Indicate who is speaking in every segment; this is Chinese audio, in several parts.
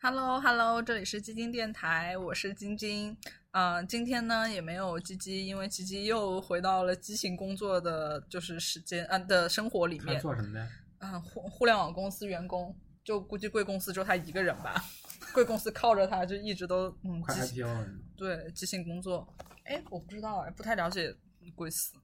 Speaker 1: Hello Hello，这里是基金电台，我是晶晶。嗯、今天呢也没有鸡鸡，因为鸡鸡又回到了激情工作的，就是时间嗯、呃的生活里
Speaker 2: 他
Speaker 1: 面。
Speaker 2: 做什么的？
Speaker 1: 嗯，互互联网公司员工，就估计贵公司只有他一个人吧。贵公司靠着他，就一直都嗯，
Speaker 2: 快
Speaker 1: 激情
Speaker 2: IPO 了是吗？
Speaker 1: 对激情工作。哎，我不知道哎，不太了解贵司。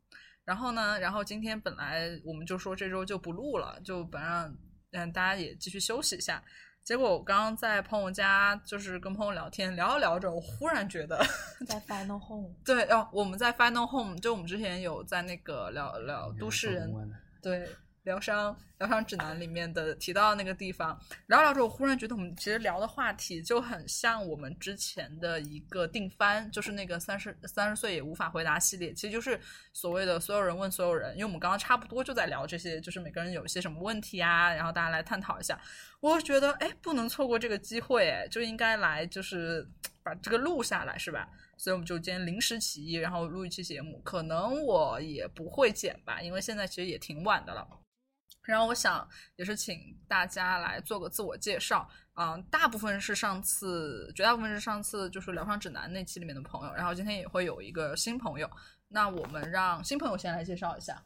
Speaker 1: 然后呢，然后今天本来我们就说这周就不录了，就本让嗯大家也继续休息一下。结果我刚刚在朋友家，就是跟朋友聊天，聊着聊着，我忽然觉得
Speaker 3: 在 Final Home
Speaker 1: 对哦，我们在 Final Home，就我们之前有在那个聊聊
Speaker 2: 应该
Speaker 1: 都
Speaker 2: 是
Speaker 1: 市
Speaker 2: 做
Speaker 1: 人
Speaker 2: 公关的
Speaker 1: 对疗伤疗伤指南里面的提到那个地方，聊着聊着，我忽然觉得我们其实聊的话题就很像我们之前的一个定番，就是那个三十三十岁也无法回答系列，其实就是所谓的所有人问所有人，因为我们刚刚差不多就在聊这些，就是每个人有一些什么问题啊，然后大家来探讨一下。我觉得哎，不能错过这个机会，哎，就应该来，就是把这个录下来，是吧？所以我们就今天临时起意，然后录一期节目。可能我也不会剪吧，因为现在其实也挺晚的了。然后我想也是请大家来做个自我介绍，嗯、大部分是上次，绝大部分是上次就是《疗伤指南》那期里面的朋友，然后今天也会有一个新朋友。那我们让新朋友先来介绍一下，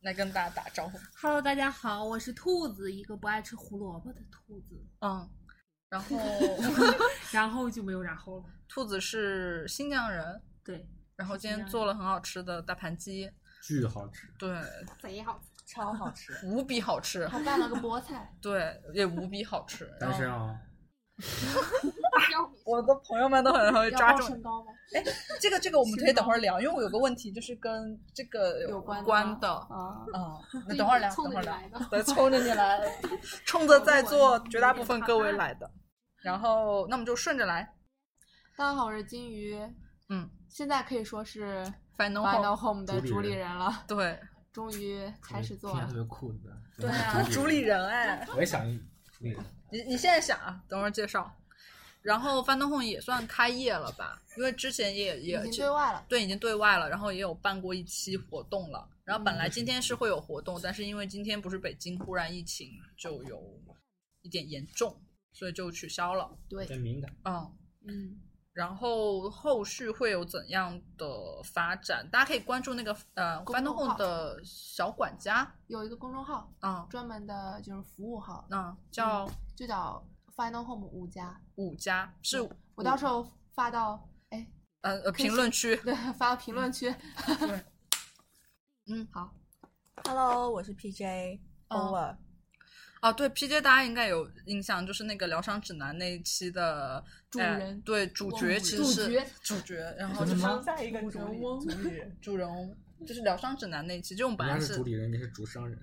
Speaker 1: 来跟大家打招呼。
Speaker 4: Hello，大家好，我是兔子，一个不爱吃胡萝卜的兔子。
Speaker 1: 嗯，然 后
Speaker 4: 然后就没有然后了。
Speaker 1: 兔子是新疆人，
Speaker 4: 对，
Speaker 1: 然后
Speaker 4: 是
Speaker 1: 今
Speaker 4: 新
Speaker 1: 天
Speaker 4: 疆
Speaker 1: 做了很好吃的大盘鸡，
Speaker 2: 巨好吃，
Speaker 1: 对，
Speaker 4: 贼好吃。
Speaker 3: 超好吃，
Speaker 1: 无比好吃，
Speaker 3: 还拌了个菠 菜。
Speaker 1: 对，也无比好吃。然
Speaker 2: 单
Speaker 1: 后
Speaker 2: 身啊，
Speaker 3: 啊
Speaker 1: 我的朋友们都很会
Speaker 3: 要
Speaker 1: 抓
Speaker 3: 报
Speaker 1: 住
Speaker 3: 身高吗？
Speaker 1: 这个，这个我们可以等会儿聊，因为我有个问题就是跟这个
Speaker 3: 有关
Speaker 1: 关
Speaker 3: 的
Speaker 1: 的，
Speaker 3: 啊，
Speaker 1: 嗯，那等会儿聊，
Speaker 4: 冲
Speaker 1: 等
Speaker 4: 着
Speaker 1: 会儿
Speaker 4: 你
Speaker 1: 聊，
Speaker 4: 来 的。
Speaker 1: 对，冲着你来，冲着在座绝大部分各位来的。然后，那我们就顺着来，
Speaker 3: 大家好，我是金鱼，
Speaker 1: 嗯，
Speaker 3: 现在可以说是
Speaker 1: Final
Speaker 3: Final Home 的
Speaker 2: 主
Speaker 3: 主
Speaker 2: 理
Speaker 3: 理
Speaker 2: 人
Speaker 3: 人了，
Speaker 1: 对，
Speaker 3: 终于开始做
Speaker 2: 听起来
Speaker 3: 了
Speaker 2: 特。别酷的。
Speaker 1: 啊主理，人哎，
Speaker 2: 我也想一主理人，
Speaker 1: 你你现在想啊，等会儿介绍。然后 Final Home 也算开业了吧，因为之前也也
Speaker 3: 已经对外了，
Speaker 1: 对，已经对外了，然后也有办过一期活动了。然后本
Speaker 3: 嗯
Speaker 1: 来今天是会有活动，但是因为今天不是北京忽然疫情就有一点严重，所以就取消了。
Speaker 2: 有点敏感。
Speaker 1: 嗯，
Speaker 3: 嗯，
Speaker 1: 然后后续会有怎样的发展？大家可以关注那个呃
Speaker 3: 公
Speaker 1: f a n
Speaker 3: 众
Speaker 1: o
Speaker 3: 号
Speaker 1: m 的小管家，
Speaker 3: 有一个公众号，
Speaker 1: 啊、
Speaker 3: 专门的就是服务号，
Speaker 1: 嗯，叫
Speaker 3: 就叫 Final Home 五加。
Speaker 1: 五家，是
Speaker 3: 我到时候发到哎，
Speaker 1: 呃呃评论区，
Speaker 3: 对，发到评论区。
Speaker 1: 对，嗯
Speaker 3: 好，
Speaker 5: Hello，我是 PJ。
Speaker 1: 嗯
Speaker 5: Over，、
Speaker 1: 哦，对，PJ 大家应该有印象，就是那个疗伤指南那一期的
Speaker 3: 主
Speaker 1: 呃
Speaker 3: 人
Speaker 1: 对主
Speaker 3: 翁
Speaker 1: 角
Speaker 3: 人
Speaker 1: 其实
Speaker 4: 主
Speaker 1: 是
Speaker 4: 角
Speaker 1: 主角，然后
Speaker 2: 真
Speaker 1: 就
Speaker 2: 的
Speaker 1: 是
Speaker 2: 吗
Speaker 5: 在一个
Speaker 4: 主人翁
Speaker 5: 主理人
Speaker 1: 主人翁，就是疗伤指南那一期，就我们本
Speaker 2: 人
Speaker 1: 来
Speaker 2: 家
Speaker 1: 是
Speaker 2: 是主理人，你是主商人。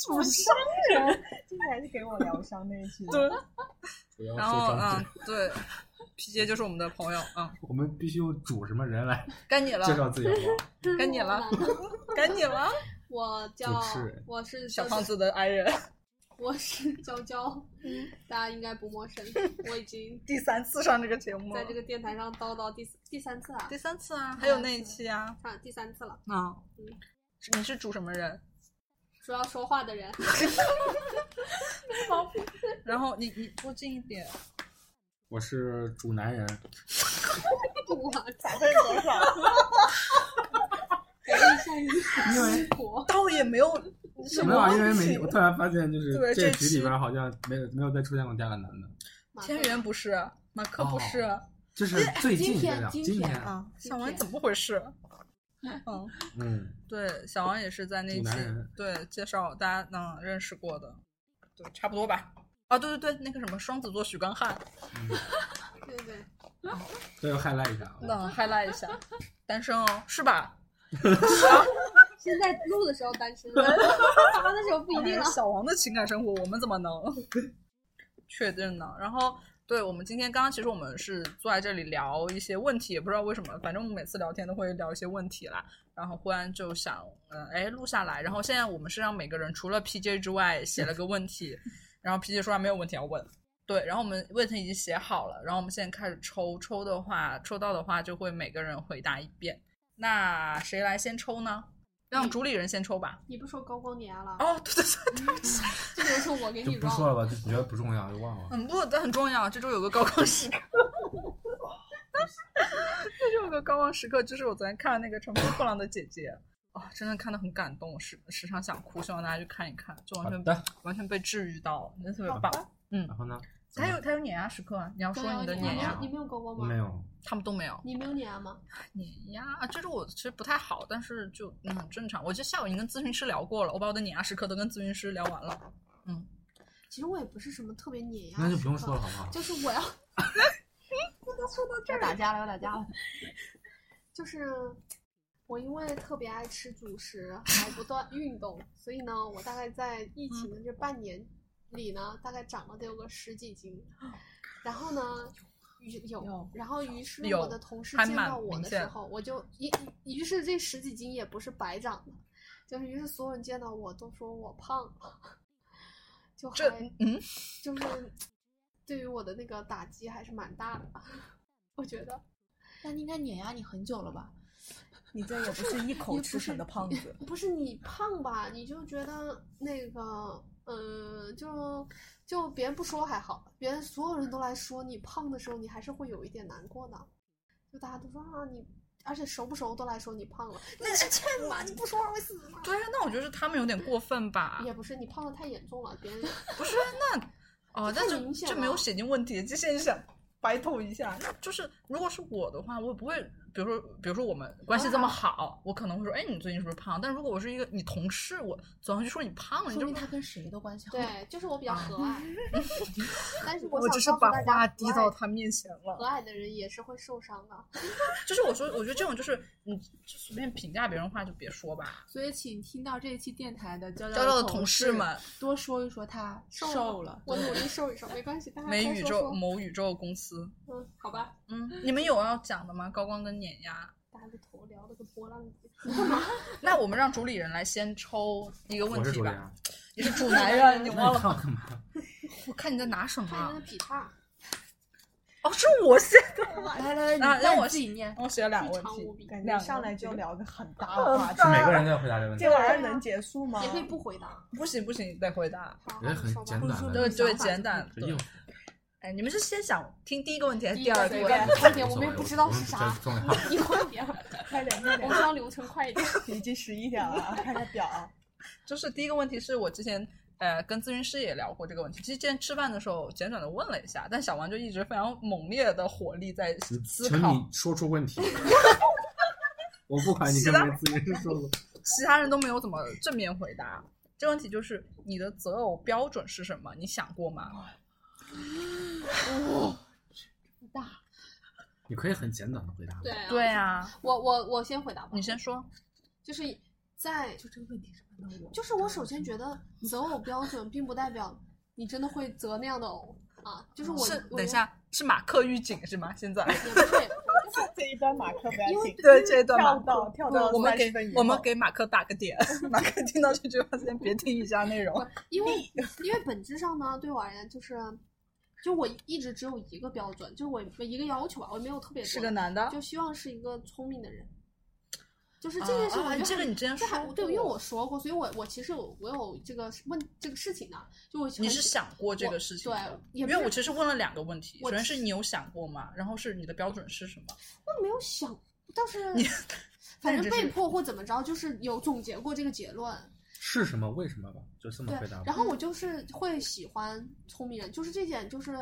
Speaker 5: 主商 人，竟然是给我疗伤那一期。 对，
Speaker 2: 主要
Speaker 1: 然后
Speaker 2: 受伤
Speaker 1: 嗯
Speaker 2: 者，
Speaker 1: 对，PJ 就是我们的朋友，嗯，
Speaker 2: 我们必须用主什么人来
Speaker 1: 该你了，
Speaker 2: 介绍自己，好不好？
Speaker 1: 该你 了，该你了，
Speaker 4: 我叫
Speaker 2: 主持人
Speaker 4: 我是
Speaker 1: 小
Speaker 4: 娇
Speaker 1: 胖，子的爱人，
Speaker 4: 我是娇 娇，大家应该不陌生。我已 经
Speaker 1: 第三次上这个节目了，
Speaker 4: 在这个电台上叨叨第四第三次啊
Speaker 1: 第，三次啊，还有那一期啊，
Speaker 4: 啊第三次了，
Speaker 1: 啊
Speaker 4: 嗯，
Speaker 1: 你是主什么人？
Speaker 4: 主要说话的人。
Speaker 1: 然后你你坐近一点，
Speaker 2: 我是主男人，
Speaker 4: 我操！
Speaker 5: 百分之多少？
Speaker 4: 善 于
Speaker 2: 因为
Speaker 4: 生活，
Speaker 1: 倒也没有什
Speaker 2: 没
Speaker 1: 么
Speaker 2: 有啊，
Speaker 1: 问
Speaker 2: 因为
Speaker 1: 题
Speaker 2: 没，我突然发现就是
Speaker 1: 对
Speaker 2: 这
Speaker 1: 这
Speaker 2: 局
Speaker 1: 期
Speaker 2: 里边好像没有没有再出现过第二个男的，
Speaker 1: 天元不是，马克
Speaker 2: 哦
Speaker 1: 不是，
Speaker 2: 这是
Speaker 1: 哎
Speaker 2: 最近
Speaker 3: 今
Speaker 2: 这
Speaker 3: 天
Speaker 2: 样，
Speaker 3: 今
Speaker 2: 今
Speaker 3: 天
Speaker 2: 天，
Speaker 5: 啊，
Speaker 1: 小王怎么回事？嗯，
Speaker 2: 嗯，
Speaker 1: 对，小王也是在那
Speaker 2: 主
Speaker 1: 期
Speaker 2: 男人
Speaker 1: 对介绍大家能认识过的，对，差不多吧。啊，对对对，那个什么双子座许光汉，
Speaker 4: 对对，
Speaker 2: 这要 highlight 一下啊。
Speaker 1: 那 highlight 一下，单身哦，是吧？
Speaker 4: 现在录的时候单 身了，发的时候不一定了。
Speaker 1: 哎小王的情感生活，我们怎 么能确认呢？然后，对我们今天刚刚其实我们是坐在这里聊一些问题，也不知道为什么，反正我们每次聊天都会聊一些问题啦。然后忽然就想，嗯、呃，哎，录下来。然后现在我们是让每个人除了 PJ 之外写了个问 题，然后 PJ 说他没有问题要问。对，然后我们问题已经写好了，然后我们现在开始抽，抽的话，抽到的话就会每个人回答一遍。那谁来先抽呢？让主理人先抽吧。
Speaker 4: 你不说高光年了？
Speaker 1: 嗯哦，对对对，
Speaker 4: 这个是我给
Speaker 2: 就
Speaker 4: 你
Speaker 2: 不
Speaker 4: 绕
Speaker 2: 说
Speaker 4: 了。
Speaker 2: 了吧，就觉得不重要，就忘了。
Speaker 1: 嗯，不，但很重要。这周有个高光时刻，这周有个高光时刻，就是我昨天看那个《乘风破浪的姐姐》，啊，真的看的很感动，时时常想哭，希望大家去看一看，就完
Speaker 2: 好
Speaker 1: 全
Speaker 2: 的，
Speaker 1: 完全被治愈到了，真的特别棒。
Speaker 2: 然后呢？
Speaker 1: 他有他有碾压时刻啊，你要
Speaker 4: 高
Speaker 1: 说
Speaker 4: 光
Speaker 1: 你的
Speaker 4: 年
Speaker 1: 碾
Speaker 4: 啊
Speaker 1: 压
Speaker 4: 你，没有高
Speaker 1: 嗯
Speaker 4: 光吗？
Speaker 2: 没。有，
Speaker 1: 他们都没有
Speaker 4: 你没有碾压吗？
Speaker 1: 碾压啊，这周我其实不太好，但是就嗯很正常。我其实下午已经跟咨询师聊过了，我把我的碾压时刻都跟咨询师聊完了。
Speaker 4: 其实我也不是什么特别碾压。
Speaker 2: 那就不用说了，。好不好？
Speaker 4: 就是我要
Speaker 3: 要打架了，要打架了。
Speaker 4: 就是我因为特别爱吃主食，还 不断运动，所以呢，我大概在
Speaker 1: 嗯
Speaker 4: 疫情的这半年里呢，大概长了得有个十几斤。然后呢，于有
Speaker 5: 有，
Speaker 4: 然后于是
Speaker 1: 哦有
Speaker 4: 我的同事
Speaker 1: 还
Speaker 4: 见
Speaker 1: 蛮
Speaker 4: 到我
Speaker 1: 明
Speaker 4: 的时
Speaker 1: 显
Speaker 4: 候，我就于于是这十几斤也不是白长的，就是于是所有人见到我都说我胖了， 就
Speaker 1: 这
Speaker 4: 还
Speaker 1: 嗯，
Speaker 4: 就是对于我的那个打击还是蛮大的， 我觉得。
Speaker 3: 那应该碾压你很久了吧？
Speaker 5: 你这也不是一口
Speaker 4: 也
Speaker 5: 吃成的胖子，
Speaker 4: 不是你胖吧？你就觉得那个，呃，就就别人不说还好，别人所有人都来说你胖的时候，你还是会有一点难过的。就大家都说啊，你而且熟不熟都来说你胖了，那是欠吧？你不说会死吗？
Speaker 1: 对啊，那我觉得是他们有点过分
Speaker 3: 啊
Speaker 1: 吧。
Speaker 4: 也不是你胖的太严重了，别人
Speaker 1: 不是那哦，
Speaker 4: 这
Speaker 1: 那
Speaker 4: 太
Speaker 1: 就
Speaker 4: 明显
Speaker 1: 就没有
Speaker 4: 了
Speaker 1: 写进问题，就现在想白头一下。那就是如果是我的话，我也不会，比如说比如说我们关系这么好，我可能会说，哎，你最近是不是胖？但如果我是一个你同事，我总要去说你胖了，你
Speaker 3: 说
Speaker 1: 就
Speaker 3: 明他跟谁都关系好。
Speaker 4: 对，就是我比较和蔼， 但是
Speaker 1: 我
Speaker 4: 想
Speaker 1: 只是
Speaker 4: 告诉
Speaker 1: 把
Speaker 4: 大家
Speaker 1: 话
Speaker 4: 和
Speaker 1: 滴到
Speaker 4: 蔼
Speaker 1: 他面前了。
Speaker 4: 和蔼的人也是会受伤的，
Speaker 1: 就是我说，我觉得这种就是你就随便评价别人话就别说吧。
Speaker 3: 所以，请听到这一期电台的娇
Speaker 1: 娇娇的
Speaker 3: 同
Speaker 1: 同事们，
Speaker 3: 多说一说他瘦了。
Speaker 4: 我努力瘦一瘦，没关系，大家
Speaker 1: 美嗯
Speaker 4: 多
Speaker 1: 宇
Speaker 4: 说
Speaker 1: 宙
Speaker 4: 说
Speaker 1: 某宇宙公司，
Speaker 4: 嗯，好吧。
Speaker 1: 嗯，你们有要讲的吗？高光跟碾压。
Speaker 4: 大家的头聊了个波浪鼓，
Speaker 1: 那我们让主理人来先抽一个问
Speaker 2: 我是
Speaker 1: 题
Speaker 2: 主
Speaker 1: 吧。
Speaker 2: 人，啊
Speaker 1: 你是主男人，你
Speaker 2: 那
Speaker 1: 忘了？
Speaker 2: 你 看我干嘛？
Speaker 1: 我看你在拿什么
Speaker 4: 看
Speaker 1: 啊
Speaker 4: 你那？个劈叉，
Speaker 1: 哦，是我 先，啊
Speaker 3: 来来来，你
Speaker 1: 让
Speaker 3: 你
Speaker 1: 我
Speaker 3: 自己念。
Speaker 1: 我写了俩
Speaker 4: 非
Speaker 1: 问
Speaker 4: 常无
Speaker 1: 题，
Speaker 4: 比，
Speaker 5: 感
Speaker 1: 两
Speaker 5: 觉
Speaker 1: 个
Speaker 5: 上来就
Speaker 1: 人
Speaker 5: 聊个很大的话题
Speaker 2: 是，每个人都要回答这个问题
Speaker 5: 这，玩意儿能结 束吗？
Speaker 4: 也
Speaker 1: 嗯
Speaker 4: 可以不回答。
Speaker 1: 不行不行，得回答，
Speaker 4: 好，
Speaker 2: 也
Speaker 4: 那
Speaker 2: 很
Speaker 4: 你说吧
Speaker 2: 简
Speaker 5: 不是
Speaker 2: 短
Speaker 5: 说
Speaker 1: 对
Speaker 2: 的，
Speaker 5: 你
Speaker 1: 对，
Speaker 5: 想法
Speaker 1: 简单。
Speaker 2: 就应付。
Speaker 1: 哎，你们是先想听第一个问题还是
Speaker 4: 第一
Speaker 1: 哎第
Speaker 4: 个
Speaker 1: 二个问
Speaker 4: 随便
Speaker 1: 题？
Speaker 4: 快点，我们也不知道
Speaker 2: 无
Speaker 4: 是
Speaker 2: 所谓
Speaker 4: 啥，
Speaker 2: 我们不知道是重要。
Speaker 4: 你快点，
Speaker 5: 快点快
Speaker 4: 我
Speaker 5: 点
Speaker 4: 们，要流程快一点。
Speaker 5: 已经十一点 了啊，看看表啊。
Speaker 1: 就是第一个问题是我之前呃跟咨询师也聊过这个问题，其实今天吃饭的时候简短的问了一下，但小王就一直非常猛烈的火力在
Speaker 2: 你
Speaker 1: 思
Speaker 2: 请
Speaker 1: 考，
Speaker 2: 你说出问题。我不管你
Speaker 1: 是
Speaker 2: 跟
Speaker 1: 的
Speaker 2: 没咨询师说过，
Speaker 1: 其他人都没有怎么正面回答。这个问题就是你的择偶标准是什么？你想过吗？
Speaker 4: 哦
Speaker 2: 你可以很简短的回答。
Speaker 4: 对，啊
Speaker 1: 对，啊，
Speaker 4: 我我我先回答吧
Speaker 1: 你，先说。
Speaker 4: 就是在
Speaker 3: 就这个问题是问到我，
Speaker 4: 就是我首先觉得择偶标准并不代表你真的会择那样的偶啊，就是我
Speaker 1: 嗯是
Speaker 4: 我
Speaker 1: 等一下，是马克预警是吗？ 现在
Speaker 4: 也不是，
Speaker 5: 这一段马克不要
Speaker 4: 因为
Speaker 5: 紧，
Speaker 1: 对这一段马
Speaker 5: 跳
Speaker 1: 克
Speaker 5: 到跳到
Speaker 1: 我们给
Speaker 5: 30分以后
Speaker 1: 我们给马克打个点， 马克听到这句话先别听以下内容。
Speaker 4: 因为因为本质上呢，对我而言就是，就我一直只有一个标准，就是我一个要求吧，我没有特别 多
Speaker 1: 是个男的，
Speaker 4: 就希望是一个聪明的人。就是这件事，
Speaker 1: 啊
Speaker 4: 我
Speaker 1: 啊
Speaker 4: 觉得
Speaker 1: 这个
Speaker 4: 很
Speaker 1: 你之前
Speaker 4: 这还
Speaker 1: 说
Speaker 4: 对，因为
Speaker 1: 过
Speaker 4: 我说过，所以我我其实有我有这个问这个事情的，就我
Speaker 1: 你
Speaker 4: 很
Speaker 1: 是想过这
Speaker 4: 我
Speaker 1: 个事情
Speaker 4: 对
Speaker 1: 的？因
Speaker 4: 也不
Speaker 1: 为
Speaker 4: 是
Speaker 1: 我其实问了两个问题，
Speaker 4: 我
Speaker 1: 首先是你有想过吗？然后是你的标准是什么？
Speaker 4: 我没有想，但是
Speaker 1: 你
Speaker 4: 反
Speaker 1: 但
Speaker 4: 正
Speaker 1: 这是
Speaker 4: 被迫或怎么着，就是有总结过这个结论。
Speaker 2: 是什么？为什么吧？就这么
Speaker 4: 对
Speaker 2: 回答，吧。
Speaker 4: 然后我就是会喜欢聪明人，就是这点就是。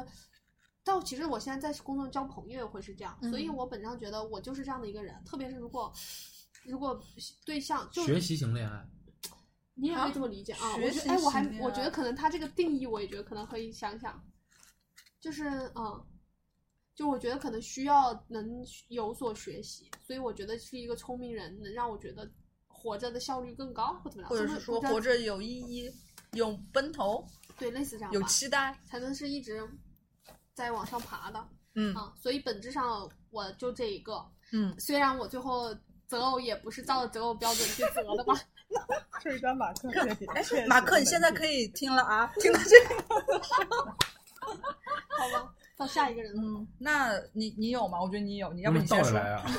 Speaker 4: 到其实我现在在工作交朋友也会是这样，所以
Speaker 1: 嗯
Speaker 4: 我本质上觉得我就是这样的一个人，特别是如果如果对象就
Speaker 2: 学习型恋爱，
Speaker 4: 你也可
Speaker 1: 啊
Speaker 4: 以这么理解啊。
Speaker 1: 学
Speaker 4: 我觉
Speaker 1: 习啊
Speaker 4: 得，哎，我还
Speaker 1: 型恋
Speaker 4: 我觉
Speaker 1: 爱
Speaker 4: 得可能他这个定义，我也觉得可能可以想想，就是嗯，就我觉得可能需要能有所学习，所以我觉得是一个聪明人，能让我觉得活着的效率更高，或怎么样，
Speaker 1: 或者
Speaker 4: 这
Speaker 1: 是
Speaker 4: 么
Speaker 1: 说
Speaker 4: 不知道
Speaker 1: 活着有意义、有奔头、
Speaker 4: 对类似这样
Speaker 1: 有
Speaker 4: 吧，
Speaker 1: 期待？
Speaker 4: 才能是一直在往上爬的
Speaker 1: 嗯
Speaker 4: 啊。所以本质上我就这一个，
Speaker 1: 嗯，
Speaker 4: 虽然我最后择偶也不是照着择偶标准去择的吧，
Speaker 5: 这一段马克确实
Speaker 3: 哎
Speaker 5: 确实
Speaker 1: 嗯马克，你现在
Speaker 5: 能
Speaker 1: 可以听了啊， 听到这个。
Speaker 4: 好
Speaker 1: 嗯
Speaker 4: 吧，到下一个人了。
Speaker 1: 嗯，那你你有吗？我觉得你有，你要
Speaker 2: 那
Speaker 1: 不
Speaker 2: 么
Speaker 1: 你
Speaker 2: 倒
Speaker 1: 先
Speaker 2: 着
Speaker 1: 说。
Speaker 2: 来啊？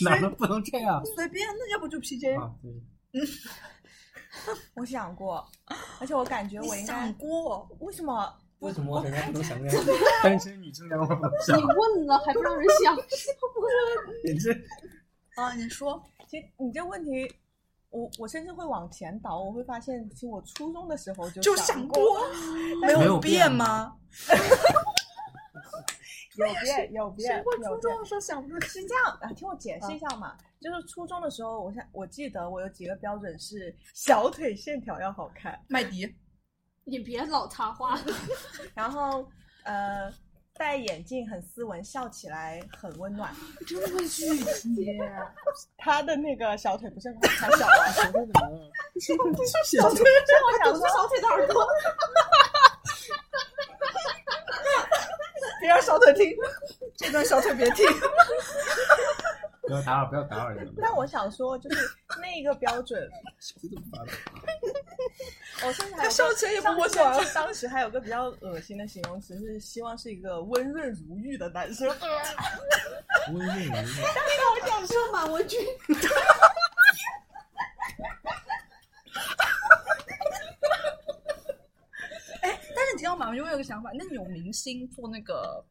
Speaker 2: 哪能不能这样
Speaker 5: 随便，那要不就 PJ？、
Speaker 2: 啊？对，
Speaker 5: 我想过，而且我感觉
Speaker 1: 你
Speaker 5: 我应该
Speaker 1: 想过？
Speaker 5: 为什么？
Speaker 2: 为什么人家不能想这样？单身女性两个不能想
Speaker 4: 你，问了还不让人想，
Speaker 2: 你这
Speaker 1: 啊，你说
Speaker 5: 其实你这问题，我我甚至会往前倒，我会发现，其实我初中的时候就
Speaker 1: 就
Speaker 5: 想
Speaker 1: 想过，没
Speaker 2: 没
Speaker 1: 有
Speaker 2: 有
Speaker 1: 变
Speaker 2: 变
Speaker 1: 吗？
Speaker 5: 有变有变
Speaker 4: 谁会
Speaker 5: 有
Speaker 4: 初
Speaker 5: 变
Speaker 4: 中。的时候想不出
Speaker 5: 是这样啊，听我解释一下嘛，就是初中的时候，我现我记得我有几个标准是小腿线条要好看，
Speaker 1: 麦迪，
Speaker 4: 你别老插话，
Speaker 5: 然后呃戴眼镜很斯文，笑起来很温暖。
Speaker 3: 这么具 体，
Speaker 5: 他的那个小腿不是很好看，小啊，
Speaker 2: 谁会怎么样？
Speaker 5: 小腿， 我想说
Speaker 4: 小腿的 耳朵，
Speaker 5: 别让小腿听，这段小腿别听。
Speaker 2: 不要打扰，不要打扰人家。
Speaker 5: 但我想说，就是那一个标准，
Speaker 2: 谁这么烦？
Speaker 5: 我甚至还
Speaker 1: 他
Speaker 5: 有
Speaker 1: 笑
Speaker 5: 个
Speaker 1: 起来也不
Speaker 5: 当
Speaker 1: 过
Speaker 5: 时
Speaker 1: 去啊。
Speaker 5: 当时还有个比较恶心的形容词是希望是一个温润如玉的男生。
Speaker 2: 温润如玉，
Speaker 4: 我想说马文君，
Speaker 1: 但是你知道吗？因为有个想法，那有明星做那个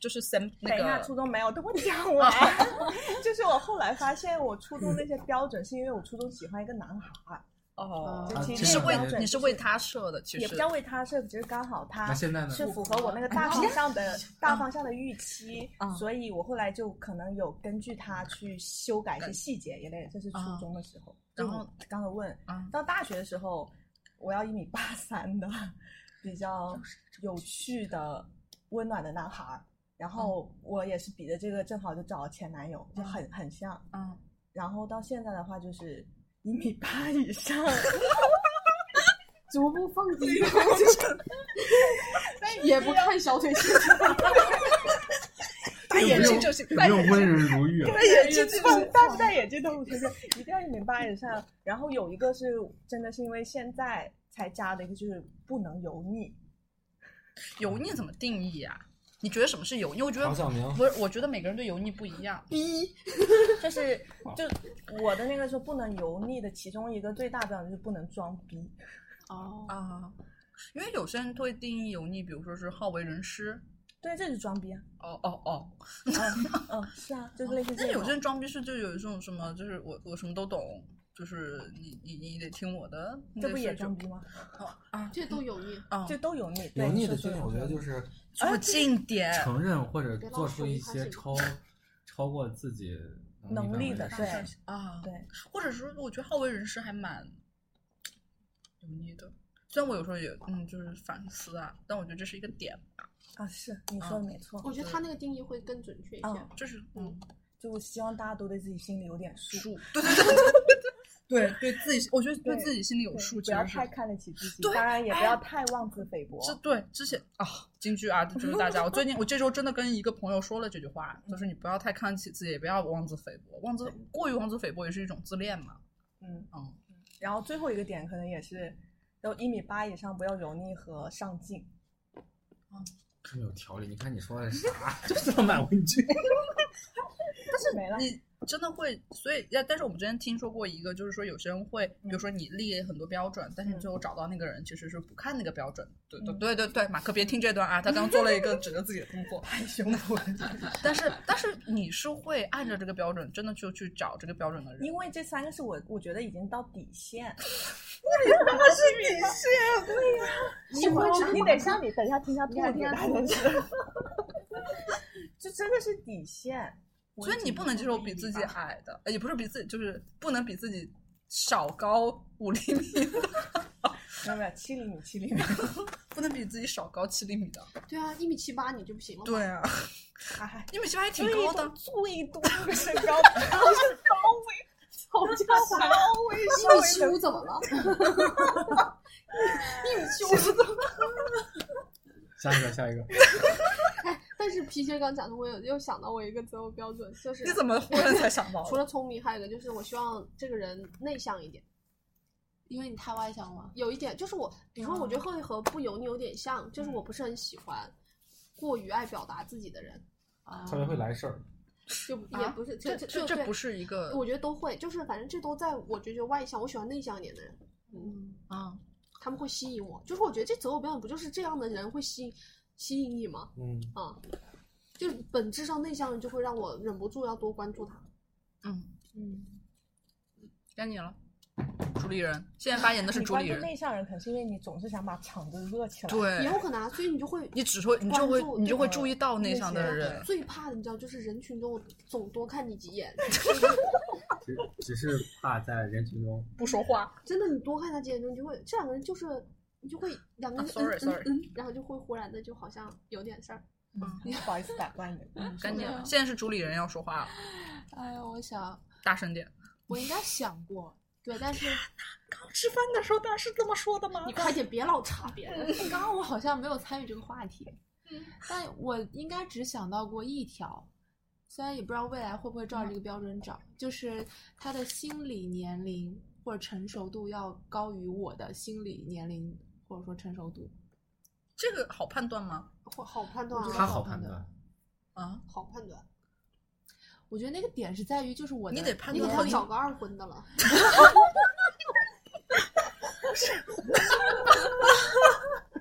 Speaker 1: 就是三那
Speaker 5: 等一下，
Speaker 1: 个
Speaker 5: 初中没有，等我讲完。就是我后来发现，我初中那些标准是因为我初中喜欢一个男孩，
Speaker 1: 哦，
Speaker 5: 就其
Speaker 1: 你
Speaker 5: 实
Speaker 1: 是
Speaker 5: 那个
Speaker 1: 为
Speaker 5: 标准
Speaker 1: 你是为他设的，其
Speaker 5: 也
Speaker 1: 实
Speaker 5: 不叫为他设，只是刚好他
Speaker 2: 那现在呢？
Speaker 5: 是符合我那个
Speaker 1: 哎
Speaker 5: 大方向的
Speaker 1: 嗯
Speaker 5: 大方向的预期，所以我后来就可能有根据他去修改一些细节一类的。这是初中的时候。
Speaker 1: 嗯然后
Speaker 5: 就你刚才问
Speaker 1: 嗯，
Speaker 5: 到大学的时候，我要一米八三的，比较有趣的、温暖的男孩儿。
Speaker 1: 嗯
Speaker 5: 然后我也是比着这个，正好就找了前男友，就很很像。
Speaker 1: 嗯，
Speaker 5: 然后到现在的话，就是一米八以上。
Speaker 4: 逐步 放低，
Speaker 5: 但
Speaker 4: 也不看小 腿线条，
Speaker 1: 戴眼镜就行，
Speaker 2: 有
Speaker 1: 戴
Speaker 2: 没有
Speaker 1: 眼
Speaker 2: 温
Speaker 1: 镜。
Speaker 2: 润如玉啊？
Speaker 5: 戴眼镜就是戴不戴眼镜都无所谓，一定要一米八以上。然后有一个是真的是因为现在才加的一个，就是不能油腻。
Speaker 1: 油腻怎么定义啊？你觉得什么是油腻？我觉得
Speaker 2: 小明
Speaker 1: 不是，我觉得每个人对油腻不一样。
Speaker 5: 就是就我的那个说不能油腻的，其中一个最大标准就是不能装逼。
Speaker 4: 哦，
Speaker 1: 啊，因为有些人会定义油腻，比如说是好为人师。
Speaker 5: 对，这是装逼啊。
Speaker 1: 哦哦哦，
Speaker 5: 嗯嗯，是啊，就是类似
Speaker 1: 但
Speaker 5: 这
Speaker 1: 有些
Speaker 5: 种。
Speaker 1: 人装逼是就有一种什么，就是我我什么都懂，就是你你你得听我的，
Speaker 5: 这不也
Speaker 1: 装
Speaker 5: 装逼吗？
Speaker 1: 啊
Speaker 4: 这都油腻。
Speaker 1: 啊
Speaker 5: 这都油腻。对
Speaker 2: 油腻的
Speaker 5: 这
Speaker 2: 这
Speaker 5: 都
Speaker 2: 种，
Speaker 5: 有
Speaker 2: 我觉得
Speaker 5: 腻
Speaker 2: 就是
Speaker 1: 做近点，
Speaker 2: 承认或者
Speaker 4: 别老
Speaker 2: 做
Speaker 4: 说
Speaker 2: 出一
Speaker 4: 他
Speaker 2: 些
Speaker 4: 是
Speaker 2: 超超过自己
Speaker 5: 能力的，
Speaker 2: 范围
Speaker 5: 对
Speaker 2: 事
Speaker 1: 啊，
Speaker 5: 对，
Speaker 1: 或者说我觉得好为人师还蛮油腻的。虽然我有时候也嗯，就是反思啊，但我觉得这是一个点吧，
Speaker 5: 啊，是你说的没错。
Speaker 4: 我觉得他那个定义会更准确一些
Speaker 5: 嗯。
Speaker 1: 就是嗯，
Speaker 5: 就我希望大家都对自己心里有点数，
Speaker 1: 数，对对对对 对对，对自己，我觉得对
Speaker 5: 对
Speaker 1: 自己心里有
Speaker 5: 对
Speaker 1: 数，
Speaker 5: 不要
Speaker 1: 其实
Speaker 5: 太
Speaker 1: 是
Speaker 5: 看得起自己，
Speaker 1: 对
Speaker 5: 当然也不
Speaker 1: 哎
Speaker 5: 要太妄自菲薄。
Speaker 1: 这对之前啊，京剧啊，就是大家，我最近我这周真的跟一个朋友说了这句话，就是你不要太看起自己，也不要妄自菲薄，妄自过于妄自菲薄也是一种自恋嘛。
Speaker 5: 嗯
Speaker 1: 嗯，
Speaker 5: 然后最后一个点可能也是，都一米八以上不要油腻和上进。
Speaker 2: 这么有条理。你看你说的是啥？ 就是要买文具。
Speaker 5: 但是没了，
Speaker 1: 你真的会，所以但但是我们之前听说过一个，就是说有些人会，比如说你列很多标准，但是你最后找到那个人其实是不看那个标准。对对
Speaker 5: 嗯
Speaker 1: 对对对，马克别听这段啊，他刚做了一个指着自己的动作。
Speaker 5: 拍胸脯。
Speaker 1: 但是但是你是会按照这个标准，真的就去找这个标准的人
Speaker 5: 因。为这三个是我我觉得已经到底 线。
Speaker 4: 你会
Speaker 5: 我
Speaker 4: 吃
Speaker 5: 你得像你等一下听一下
Speaker 4: 你
Speaker 5: 兔
Speaker 4: 看
Speaker 5: 子
Speaker 4: 你看
Speaker 5: 才能知道，这真的是底线。
Speaker 1: 所以你不能接受比自己矮的，呃也不是比自己，就是不能比自己少高五厘米，
Speaker 5: 没有没有七厘米七厘米
Speaker 1: 不能比自己少高七厘米的。
Speaker 4: 对啊，一米七八你就不行 了。
Speaker 1: 对啊，
Speaker 5: 哎，
Speaker 1: 一米七八还挺
Speaker 5: 注意
Speaker 1: 高
Speaker 5: 多
Speaker 1: 的。
Speaker 5: 注意多这 个身高，不是 高位，
Speaker 4: 家伙
Speaker 5: 稍微
Speaker 4: 一米
Speaker 5: 稍
Speaker 4: 七
Speaker 5: 微
Speaker 4: 五怎么了？一米七五怎么？
Speaker 2: 下一个，下一个。
Speaker 4: 但是皮鞋刚讲的，我有又想到我一个择偶标准，就是
Speaker 1: 你怎么忽然才想到？
Speaker 4: 除了聪明，还有一个就是我希望这个人内向一点。
Speaker 3: 因为你太外向了。
Speaker 4: 有一点就是我，比如说，我觉
Speaker 1: 嗯
Speaker 4: 得会和不油腻有点像，就是我不是很喜欢过于爱表达自己的人。
Speaker 3: 啊
Speaker 2: 特别会来事儿，
Speaker 3: 就也不是，
Speaker 1: 啊这
Speaker 3: 就
Speaker 1: 这
Speaker 3: 就
Speaker 1: 这
Speaker 3: 对
Speaker 1: 不是一个
Speaker 4: 我觉得都会，就是反正这都在我觉得外向，我喜欢内向一点的人，
Speaker 3: 嗯
Speaker 1: 啊，
Speaker 4: 他们会吸引我。就是我觉得这择偶标准不就是这样的人会吸引吸引你吗？
Speaker 2: 嗯，
Speaker 4: 啊、就是本质上内向人就会让我忍不住要多关注他。
Speaker 1: 嗯，
Speaker 3: 嗯，
Speaker 1: 该你了，主理人。现在发言的是
Speaker 5: 你
Speaker 1: 主
Speaker 5: 关
Speaker 1: 理
Speaker 5: 注
Speaker 1: 人，
Speaker 5: 内向人，可能是因为你总是想把场子热起来。，
Speaker 4: 也
Speaker 1: 对，
Speaker 4: 有可能啊，所以你就会
Speaker 1: 你只会你就
Speaker 4: 关
Speaker 1: 会
Speaker 4: 注
Speaker 1: 你就会
Speaker 5: 这个
Speaker 1: 注意到内
Speaker 5: 内
Speaker 1: 向
Speaker 5: 向
Speaker 1: 的
Speaker 5: 的
Speaker 1: 人，
Speaker 4: 最怕的，你知道，就是人群中我总多看你几眼，
Speaker 2: 只只是怕在人群中
Speaker 1: 不说话。
Speaker 4: 真的，你多看他几眼之后，你就会这两个人就是你就会两个人、
Speaker 1: 啊，sorry，
Speaker 4: 嗯嗯
Speaker 1: sorry
Speaker 4: 嗯，然后就会忽然的就好像有点事儿。
Speaker 5: 不好意思打断你。
Speaker 1: 该你了，
Speaker 3: 嗯
Speaker 1: 现在是主理人要说话了，
Speaker 3: 哎呀，我想
Speaker 1: 大声点。
Speaker 3: 我应该想过，对，但是
Speaker 1: 刚吃饭的时候他是这么说的吗
Speaker 4: 你快点，别老查别人。
Speaker 3: 刚刚我好像没有参与这个话题，但我应该只想到过一条，虽然也不知道未来会不会照这个标准找，就是他的心理年龄或者成熟度要高于我的心理年龄或者说成熟度，
Speaker 1: 这个好判断吗？
Speaker 4: 好好判断
Speaker 3: 我觉
Speaker 2: 他
Speaker 4: 啊，
Speaker 3: 得
Speaker 2: 好判断，
Speaker 1: 啊，
Speaker 4: 好判断。
Speaker 3: 我觉得那个点是在于就是我的
Speaker 1: 你得判
Speaker 4: 你
Speaker 1: 断
Speaker 4: 可
Speaker 3: 年
Speaker 4: 要找
Speaker 3: 龄
Speaker 4: 个二婚的了。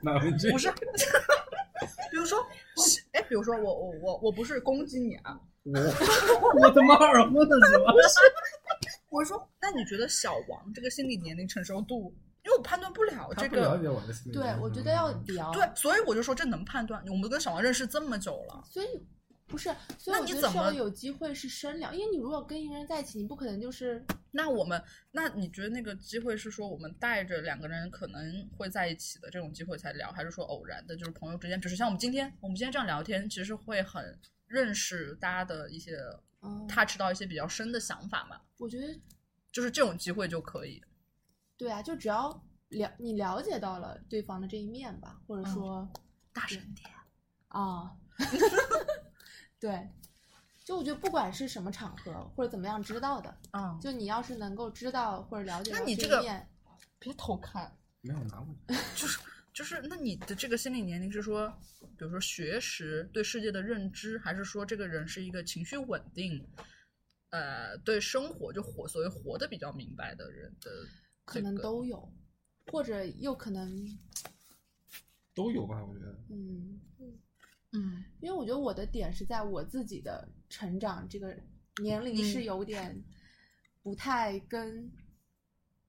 Speaker 2: 满分制
Speaker 1: 不是，比如说，哎，比如说我我我我不是攻击你 啊，
Speaker 2: 我我他妈二货的什么？
Speaker 1: 我说，那你觉得小王这个心理年龄承受度，因为我判断不了
Speaker 2: 他
Speaker 1: 这
Speaker 2: 不了
Speaker 1: 个，
Speaker 2: 解我的心理。
Speaker 3: 对，我觉得要聊，
Speaker 1: 对，所以我就说这能判断。我们跟小王认识这么久了，
Speaker 3: 所以不是，所以
Speaker 1: 那
Speaker 3: 我
Speaker 1: 你
Speaker 3: 觉得
Speaker 1: 怎
Speaker 3: 是要
Speaker 1: 么
Speaker 3: 有机会是深聊，因为你如果跟一个人在一起，你不可能就是
Speaker 1: 那我们，那你觉得那个机会是说我们带着两个人可能会在一起的这种机会才聊，还是说偶然的，就是朋友之间，只是像我们今天，我们今天这样聊天，其实会很认识大家的一些
Speaker 3: 嗯，
Speaker 1: touch 到一些比较深的想法嘛，
Speaker 3: 我觉得
Speaker 1: 就是这种机会就可以。
Speaker 3: 对啊，就只要了你了解到了对方的这一面吧，或者
Speaker 1: 嗯哦
Speaker 3: 说
Speaker 1: 大声点，
Speaker 3: 啊， 对，就我觉得不管是什么场合或者怎么样知道的，
Speaker 1: 嗯，
Speaker 3: 就你要是能够知道或者了解
Speaker 1: 那
Speaker 3: 到
Speaker 1: 你这
Speaker 3: 这
Speaker 1: 个
Speaker 3: 一面，
Speaker 1: 别偷看，
Speaker 2: 没有拿过。
Speaker 1: 就是就是，那你的这个心理年龄是说，比如说学识对世界的认知，还是说这个人是一个情绪稳定，呃，对生活就活所谓活得比较明白的人的？
Speaker 3: 可能都有，或者又可能
Speaker 2: 都有吧，我觉得。
Speaker 3: 嗯，
Speaker 1: 嗯，
Speaker 3: 因为我觉得我的点是在我自己的成长这个年龄
Speaker 1: 嗯
Speaker 3: 是有点不太跟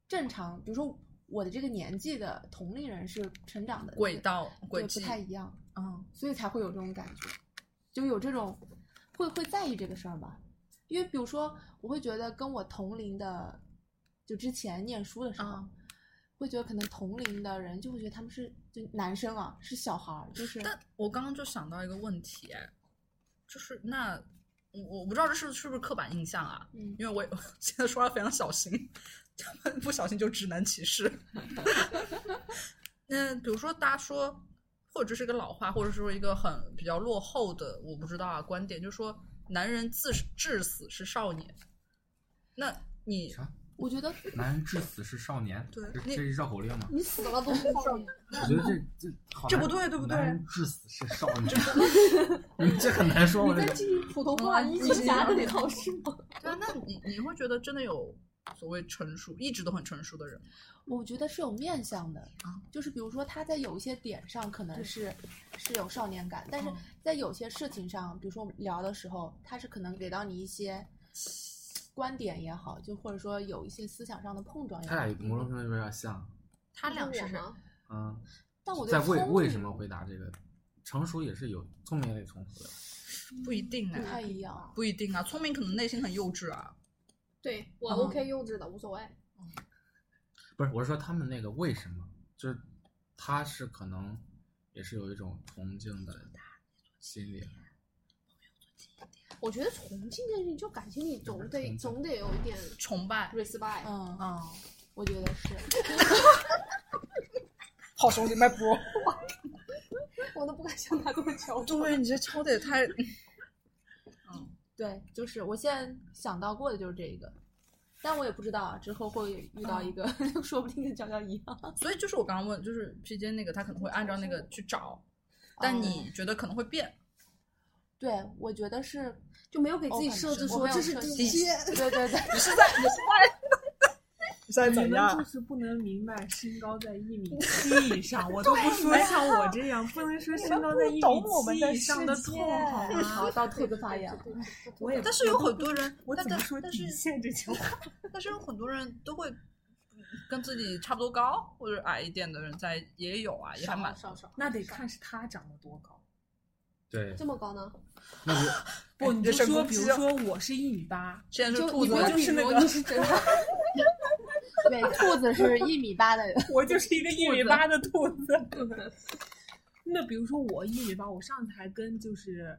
Speaker 3: 正常，比如说我的这个年纪的同龄人是成长的
Speaker 1: 轨道
Speaker 3: 对
Speaker 1: 轨
Speaker 3: 不
Speaker 1: 迹，
Speaker 3: 太一样，
Speaker 1: 嗯
Speaker 3: 所以才会有这种感觉，就有这种会会在意这个事儿吧。因为比如说，我会觉得跟我同龄的，就之前念书的时候，
Speaker 1: 嗯
Speaker 3: 会觉得可能同龄的人就会觉得他们是就男生啊，是小孩儿，就是
Speaker 1: 但我刚刚就想到一个问题，哎就是那我我不知道这是是不是刻板印象啊？
Speaker 3: 嗯
Speaker 1: 因为我也现在说话非常小心，他们不小心就直男歧视。 那比如说大家说，或者这是一个老话，或者说一个很比较落后的，我不知道啊，观点就是说男人自至死是少年。那你
Speaker 2: 啥？
Speaker 3: 我觉得
Speaker 2: 男人至死是少年，
Speaker 1: 对
Speaker 2: 这
Speaker 1: 那
Speaker 2: 这是绕口令吗？
Speaker 4: 你死了都不放你，
Speaker 2: 我觉得这这好
Speaker 1: 这
Speaker 2: 难
Speaker 1: 不对对不对
Speaker 2: 男人至死是少年，你这很难说。我这
Speaker 4: 你
Speaker 2: 个
Speaker 4: 在记普通
Speaker 1: 哦
Speaker 4: 话
Speaker 1: 嗯
Speaker 4: 一
Speaker 1: 你
Speaker 4: 级甲等考试吗？
Speaker 1: 对啊，那你你会觉得真的有所谓成熟，一直都很成熟的人吗？
Speaker 3: 我觉得是有面向的
Speaker 1: 啊，
Speaker 3: 就是比如说他在有一些点上可能是是有少年感，但是
Speaker 1: 嗯
Speaker 3: 在有些事情上，比如说我们聊的时候，他是可能给到你一些观点也好，就或者说有一些思想上的碰撞也
Speaker 2: 他
Speaker 3: 好
Speaker 2: 俩。某种程度有点像，
Speaker 1: 他俩是
Speaker 4: 我
Speaker 1: 谁？
Speaker 4: 吗？
Speaker 2: 嗯，
Speaker 3: 但我对
Speaker 2: 在为
Speaker 3: 聪
Speaker 2: 为
Speaker 3: 明
Speaker 2: 什么回答这个，成熟也是有聪明也有成熟的，
Speaker 1: 不一定
Speaker 3: 不太
Speaker 1: 哎，
Speaker 3: 一样？
Speaker 1: 不一定啊，聪明可能内心很幼稚啊。
Speaker 4: 对我
Speaker 1: 嗯
Speaker 4: OK 幼稚的无所谓。
Speaker 2: 不是，我是说他们那个为什么，就是他是可能也是有一种崇敬的心理，
Speaker 4: 我觉得重庆这件事情，就感情里总得总得有一点
Speaker 1: 崇拜，
Speaker 4: respect。
Speaker 3: 嗯，
Speaker 1: 嗯，
Speaker 3: 我觉得是。
Speaker 1: 好兄弟脉搏，
Speaker 4: 我都不敢想他这么巧。
Speaker 1: 对你这敲的也太……
Speaker 3: 对，就是我现在想到过的就是这个，但我也不知道啊之后会遇到一个，说不定跟娇娇一样。
Speaker 1: 所以就是我刚刚问，哦就是披肩那个，他可能会按照那个去找，但你觉得可能会变，
Speaker 3: 对，我觉得是，
Speaker 4: 就没有给自己
Speaker 3: open
Speaker 4: 设置
Speaker 3: 我
Speaker 4: 说
Speaker 3: 没有
Speaker 4: 这是
Speaker 3: 设置
Speaker 4: 底线。
Speaker 3: 对对对，
Speaker 1: 你是在你是在
Speaker 5: 你现在
Speaker 6: 你
Speaker 5: 怎么
Speaker 6: 们就
Speaker 5: 样？
Speaker 6: 是不能明白身高在一 米七以上，我都不说像我这样，不能说身高在一
Speaker 5: 你们不懂我们
Speaker 6: 米七
Speaker 5: 的
Speaker 6: 以上的
Speaker 5: 世
Speaker 6: 痛
Speaker 5: 界
Speaker 6: 好 吗？
Speaker 3: 好到兔子发言了。
Speaker 6: 我也，
Speaker 1: 嗯但是有很多人，
Speaker 6: 我
Speaker 1: 但
Speaker 6: 怎么
Speaker 1: 但
Speaker 6: 说
Speaker 1: 但
Speaker 6: 底
Speaker 1: 是
Speaker 6: 线这句话？
Speaker 1: 但是有很多人都会跟自己差不多高或者矮一点的人在也有啊，也还蛮
Speaker 4: 少少少，
Speaker 6: 那得看是他长得多 高。
Speaker 5: 哎
Speaker 2: 对，
Speaker 4: 这么高呢？
Speaker 2: 那如
Speaker 6: 不，你就
Speaker 1: 这
Speaker 6: 说，
Speaker 1: 公
Speaker 6: 比如
Speaker 1: 鸡哦
Speaker 6: 说我是一米八，
Speaker 1: 现在
Speaker 3: 就是
Speaker 1: 兔
Speaker 3: 你
Speaker 1: 子
Speaker 3: 不用
Speaker 1: 就是
Speaker 3: 比
Speaker 1: 那
Speaker 3: 如
Speaker 1: 个
Speaker 3: 你是真的。对，兔子是一米八的人，
Speaker 6: 我就是一个一米八的兔子。 那比如说我一米八，我上次还跟就是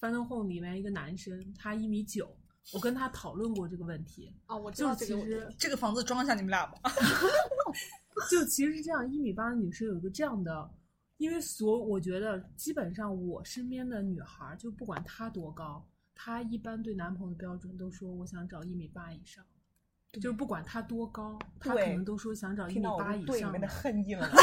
Speaker 6: 《Final Home》里面一个男生，他一米九，我跟他讨论过这个问题，
Speaker 4: 啊，我知
Speaker 6: 就
Speaker 4: 道
Speaker 6: 是
Speaker 4: 这
Speaker 6: 其
Speaker 4: 个问题。
Speaker 6: 实
Speaker 1: 这个房子装一下你们俩吧。
Speaker 6: 就其实是这样，一米八的女生有一个这样的，因为所我觉得基本上我身边的女孩儿，就不管她多高，她一般对男朋友的标准都说我想找一米八以上，就是不管她多高，她可
Speaker 5: 对
Speaker 6: 能都 说想找一
Speaker 5: 听
Speaker 6: 米
Speaker 5: 到我
Speaker 6: 八
Speaker 5: 们
Speaker 6: 以
Speaker 5: 队里
Speaker 6: 上
Speaker 5: 面的
Speaker 6: 的。
Speaker 5: 恨 意了吗？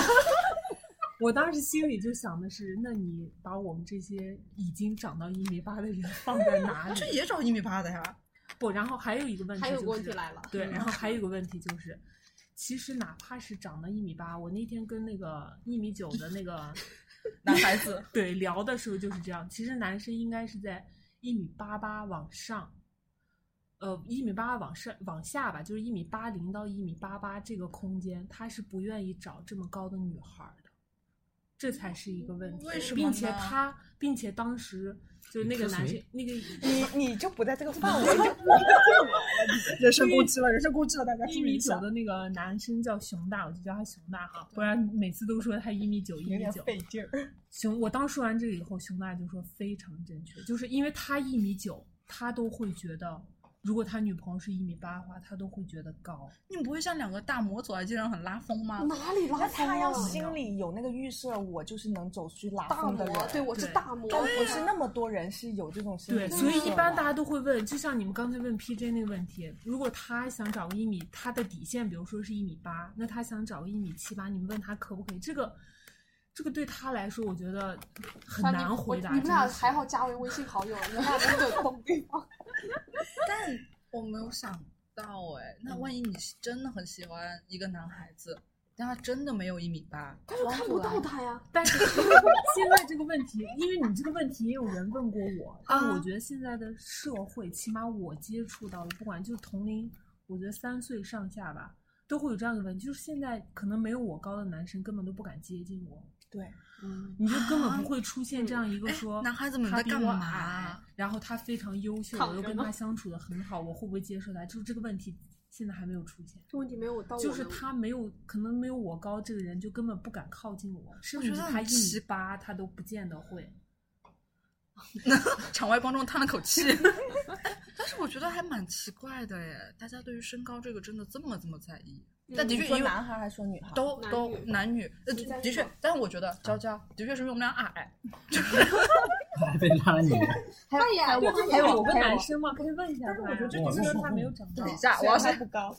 Speaker 6: 我当时心里就想的是，那你把我们这些已经长到一米八的人放在哪里
Speaker 1: 这？也找一米八的呀，
Speaker 6: 不，然后还有一个问题、就
Speaker 4: 还
Speaker 6: 是，
Speaker 4: 有个问题来了
Speaker 6: 对，
Speaker 4: 嗯
Speaker 6: 然后还有一个问题就是，其实哪怕是长到一米八，我那天跟那个一米九的那个
Speaker 1: 男孩子
Speaker 6: 对聊的时候就是这样，其实男生应该是在一米八八往上，呃，一米八往上往下吧，就是一米八零到一米八八这个空间，他是不愿意找这么高的女孩儿的，这才是一个问题。
Speaker 1: 为什么
Speaker 6: 并且
Speaker 1: 呢
Speaker 6: 他，并且当时就那个
Speaker 2: 你说
Speaker 6: 男生
Speaker 2: 谁，
Speaker 6: 那个
Speaker 5: 你你就不在这个范围，就
Speaker 1: 人身攻击了，人身攻击了，大家
Speaker 6: 一米九的那个男生叫熊大，我就叫他熊大哈，不然每次都说他一米九一
Speaker 5: 有
Speaker 6: 米
Speaker 5: 点
Speaker 6: 九。
Speaker 5: 费劲儿。
Speaker 6: 熊，我当说完这个以后，熊大就说非常正确，就是因为他一米九，他都会觉得，如果他女朋友是一米八的话，他都会觉得高。
Speaker 1: 你不会像两个大魔走在街上很拉风吗？
Speaker 4: 哪里
Speaker 5: 那
Speaker 4: 拉风啊
Speaker 5: 他要
Speaker 4: 了？
Speaker 5: 心里有那个预设，我就是能走出去拉
Speaker 4: 大
Speaker 5: 风的
Speaker 4: 魔，
Speaker 5: 人，
Speaker 4: 对我是
Speaker 6: 对
Speaker 4: 大魔，
Speaker 5: 但不是那么多人是有这种心理
Speaker 6: 对，
Speaker 5: 预设
Speaker 6: 所以一般大
Speaker 5: 的
Speaker 6: 家都会问，就像你们刚才问 PJ 那个问题，如果他想找个一米，他的底线比如说是一米八，那他想找个一米七八，你们问他可不可以？这个，这个对他来说，我觉得很
Speaker 4: 啊你
Speaker 6: 难
Speaker 4: 我
Speaker 6: 回答。
Speaker 4: 你们俩
Speaker 6: 真的是
Speaker 4: 还好加为微信好友，你们俩能懂懂对方。
Speaker 1: 但我没有想到哎，那万一你是真的很喜欢一个男孩子，但他真的没有一米八，
Speaker 4: 但是看不到他呀，
Speaker 6: 但是现在这个问题，因为你这个问题也有人问过我，但
Speaker 1: 啊
Speaker 6: 我觉得现在的社会，起码我接触到的，不管就同龄，我觉得三岁上下吧，都会有这样的问题，就是现在可能没有我高的男生根本都不敢接近我，
Speaker 5: 对，
Speaker 4: 嗯，
Speaker 6: 你就根本不会出现这样一个
Speaker 1: 啊哎
Speaker 6: 说、
Speaker 1: 男孩子们
Speaker 6: 他
Speaker 1: 在
Speaker 6: 比
Speaker 1: 干
Speaker 6: 我
Speaker 1: 嘛啊
Speaker 6: 矮，然后他非常优秀，
Speaker 4: 躺
Speaker 6: 我又
Speaker 4: 着
Speaker 6: 跟
Speaker 4: 呢
Speaker 6: 他相处的很好，我会不会接受他？就是这个问题现在还没有出现。
Speaker 4: 这问题没有到我
Speaker 6: 就是
Speaker 4: 那里
Speaker 6: 他没有，可能没有我高，这个人就根本不敢靠近我，甚
Speaker 1: 我觉
Speaker 6: 至
Speaker 1: 得
Speaker 6: 他
Speaker 1: 很
Speaker 6: 一
Speaker 1: 奇
Speaker 6: 米八，他都不见得会。
Speaker 1: 场外观众叹了口气。 但是我觉得还蛮奇怪的耶，大家对于身高这个真的这么这么在意？
Speaker 4: 嗯
Speaker 1: 但的
Speaker 5: 你
Speaker 1: 确
Speaker 5: 说
Speaker 1: 因为
Speaker 5: 男孩还是说女孩？
Speaker 1: 都
Speaker 4: 男
Speaker 1: 都
Speaker 4: 女
Speaker 1: 男女，呃
Speaker 4: 你在嗯
Speaker 1: 的确
Speaker 4: 说，
Speaker 1: 但是我觉得娇娇的确是因为我们俩矮，
Speaker 2: 还被拉了你，
Speaker 3: 还有还有我还有我
Speaker 6: 有个
Speaker 3: 还有
Speaker 6: 男
Speaker 3: 我
Speaker 6: 生嘛，可以问一下他呀。
Speaker 5: 但是
Speaker 2: 我觉得这
Speaker 6: 就
Speaker 2: 个
Speaker 6: 是
Speaker 2: 是
Speaker 6: 他没有长高
Speaker 4: 嗯
Speaker 1: 等一。下，
Speaker 4: 啊
Speaker 1: 我
Speaker 5: 啊虽
Speaker 1: 要
Speaker 5: 然
Speaker 1: 是
Speaker 5: 他不高，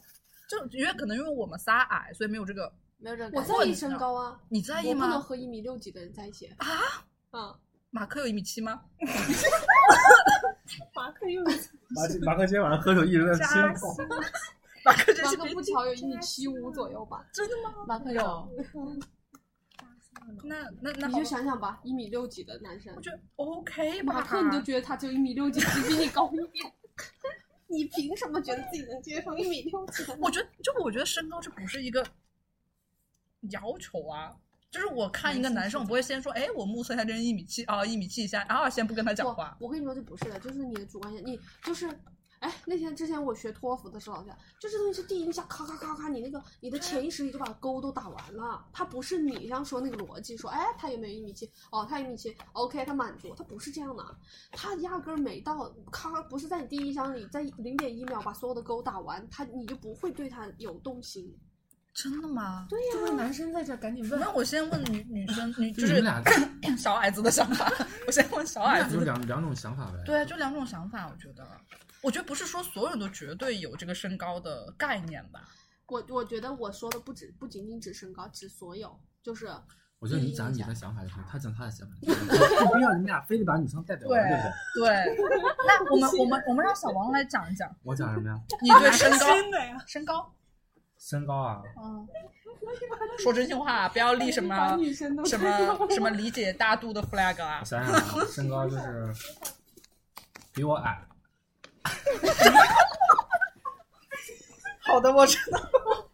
Speaker 1: 就因为可能因为我们仨矮，所以没有这个，
Speaker 3: 没有这个
Speaker 4: 我
Speaker 3: 感觉。
Speaker 4: 在意身高啊，
Speaker 1: 你在意
Speaker 4: 我不能
Speaker 1: 吗？
Speaker 4: 和一米六几的人在一起啊
Speaker 1: 啊，
Speaker 4: 嗯，
Speaker 1: 马克有一米七吗？
Speaker 6: 马克又
Speaker 2: 马克马克今天晚上喝酒一直在兴
Speaker 6: 扎
Speaker 2: 奋，
Speaker 6: 心，
Speaker 1: 马克这
Speaker 4: 马
Speaker 1: 是
Speaker 4: 克
Speaker 1: 比
Speaker 4: 不巧有一米七五左右吧，
Speaker 3: 马
Speaker 4: 哎
Speaker 3: 克有，
Speaker 1: 那那那
Speaker 4: 你
Speaker 1: 好
Speaker 4: 就
Speaker 1: 吧，
Speaker 4: 想想吧，一米六几的男生
Speaker 1: 我，觉得 OK 吧。
Speaker 4: 马克你就觉得他只啊有一米六几，只比你高一点， 你凭什么觉得自己能接受一米六几的男
Speaker 1: 我觉得就我觉得身高这不是一个要求啊。就是我看一个男生，我不会先说，哎，我目测他这人一米七啊，一米七以下，然后先不跟他讲话。
Speaker 4: 不我跟你说，这不是的，就是你的主观性，你就是，哎，那天之前我学托福的时候，老师讲，就这东西是第一印象，咔咔咔咔，你那个你的潜意识里就把勾都打完了。他不是你像说那个逻辑，说，哎，他有没有一米七？哦，他一米七，OK，他满足，他不是这样的，他压根儿没到，咔，不是在你第一印象里，在零点一秒把所有的勾打完，他你就不会对他有动心。
Speaker 1: 真的吗？
Speaker 4: 对
Speaker 6: 这位
Speaker 4: 呀、
Speaker 6: 男生在这儿赶紧问。
Speaker 1: 那我先问女女 生，女
Speaker 2: 就
Speaker 1: 就是
Speaker 2: 你
Speaker 1: 是
Speaker 2: 们俩
Speaker 1: 小矮子的想法。我先问小矮子
Speaker 2: 就两两种想法呗。
Speaker 1: 对啊，就两种想法，我觉得，我觉得不是说所有人都绝对有这个身高的概念吧。
Speaker 4: 我我觉得我说的不止不仅仅指身高，指所有，就是
Speaker 2: 我觉得你讲你的想法就行，他讲他的想法就行，没必要你们俩非得把女生带表来，对不对？
Speaker 1: 对，那我们我们我们让小王来讲一讲，
Speaker 2: 我讲什么呀？
Speaker 1: 你 对 身高
Speaker 7: 真的呀，
Speaker 1: 身高，
Speaker 2: 身高啊，
Speaker 1: 嗯，说真心话，不要立什么
Speaker 3: 女生都
Speaker 1: 什 么什么理解大度的 flag 啊
Speaker 2: 我，想想啊，身高就是比我 矮，
Speaker 1: 好的，我知道。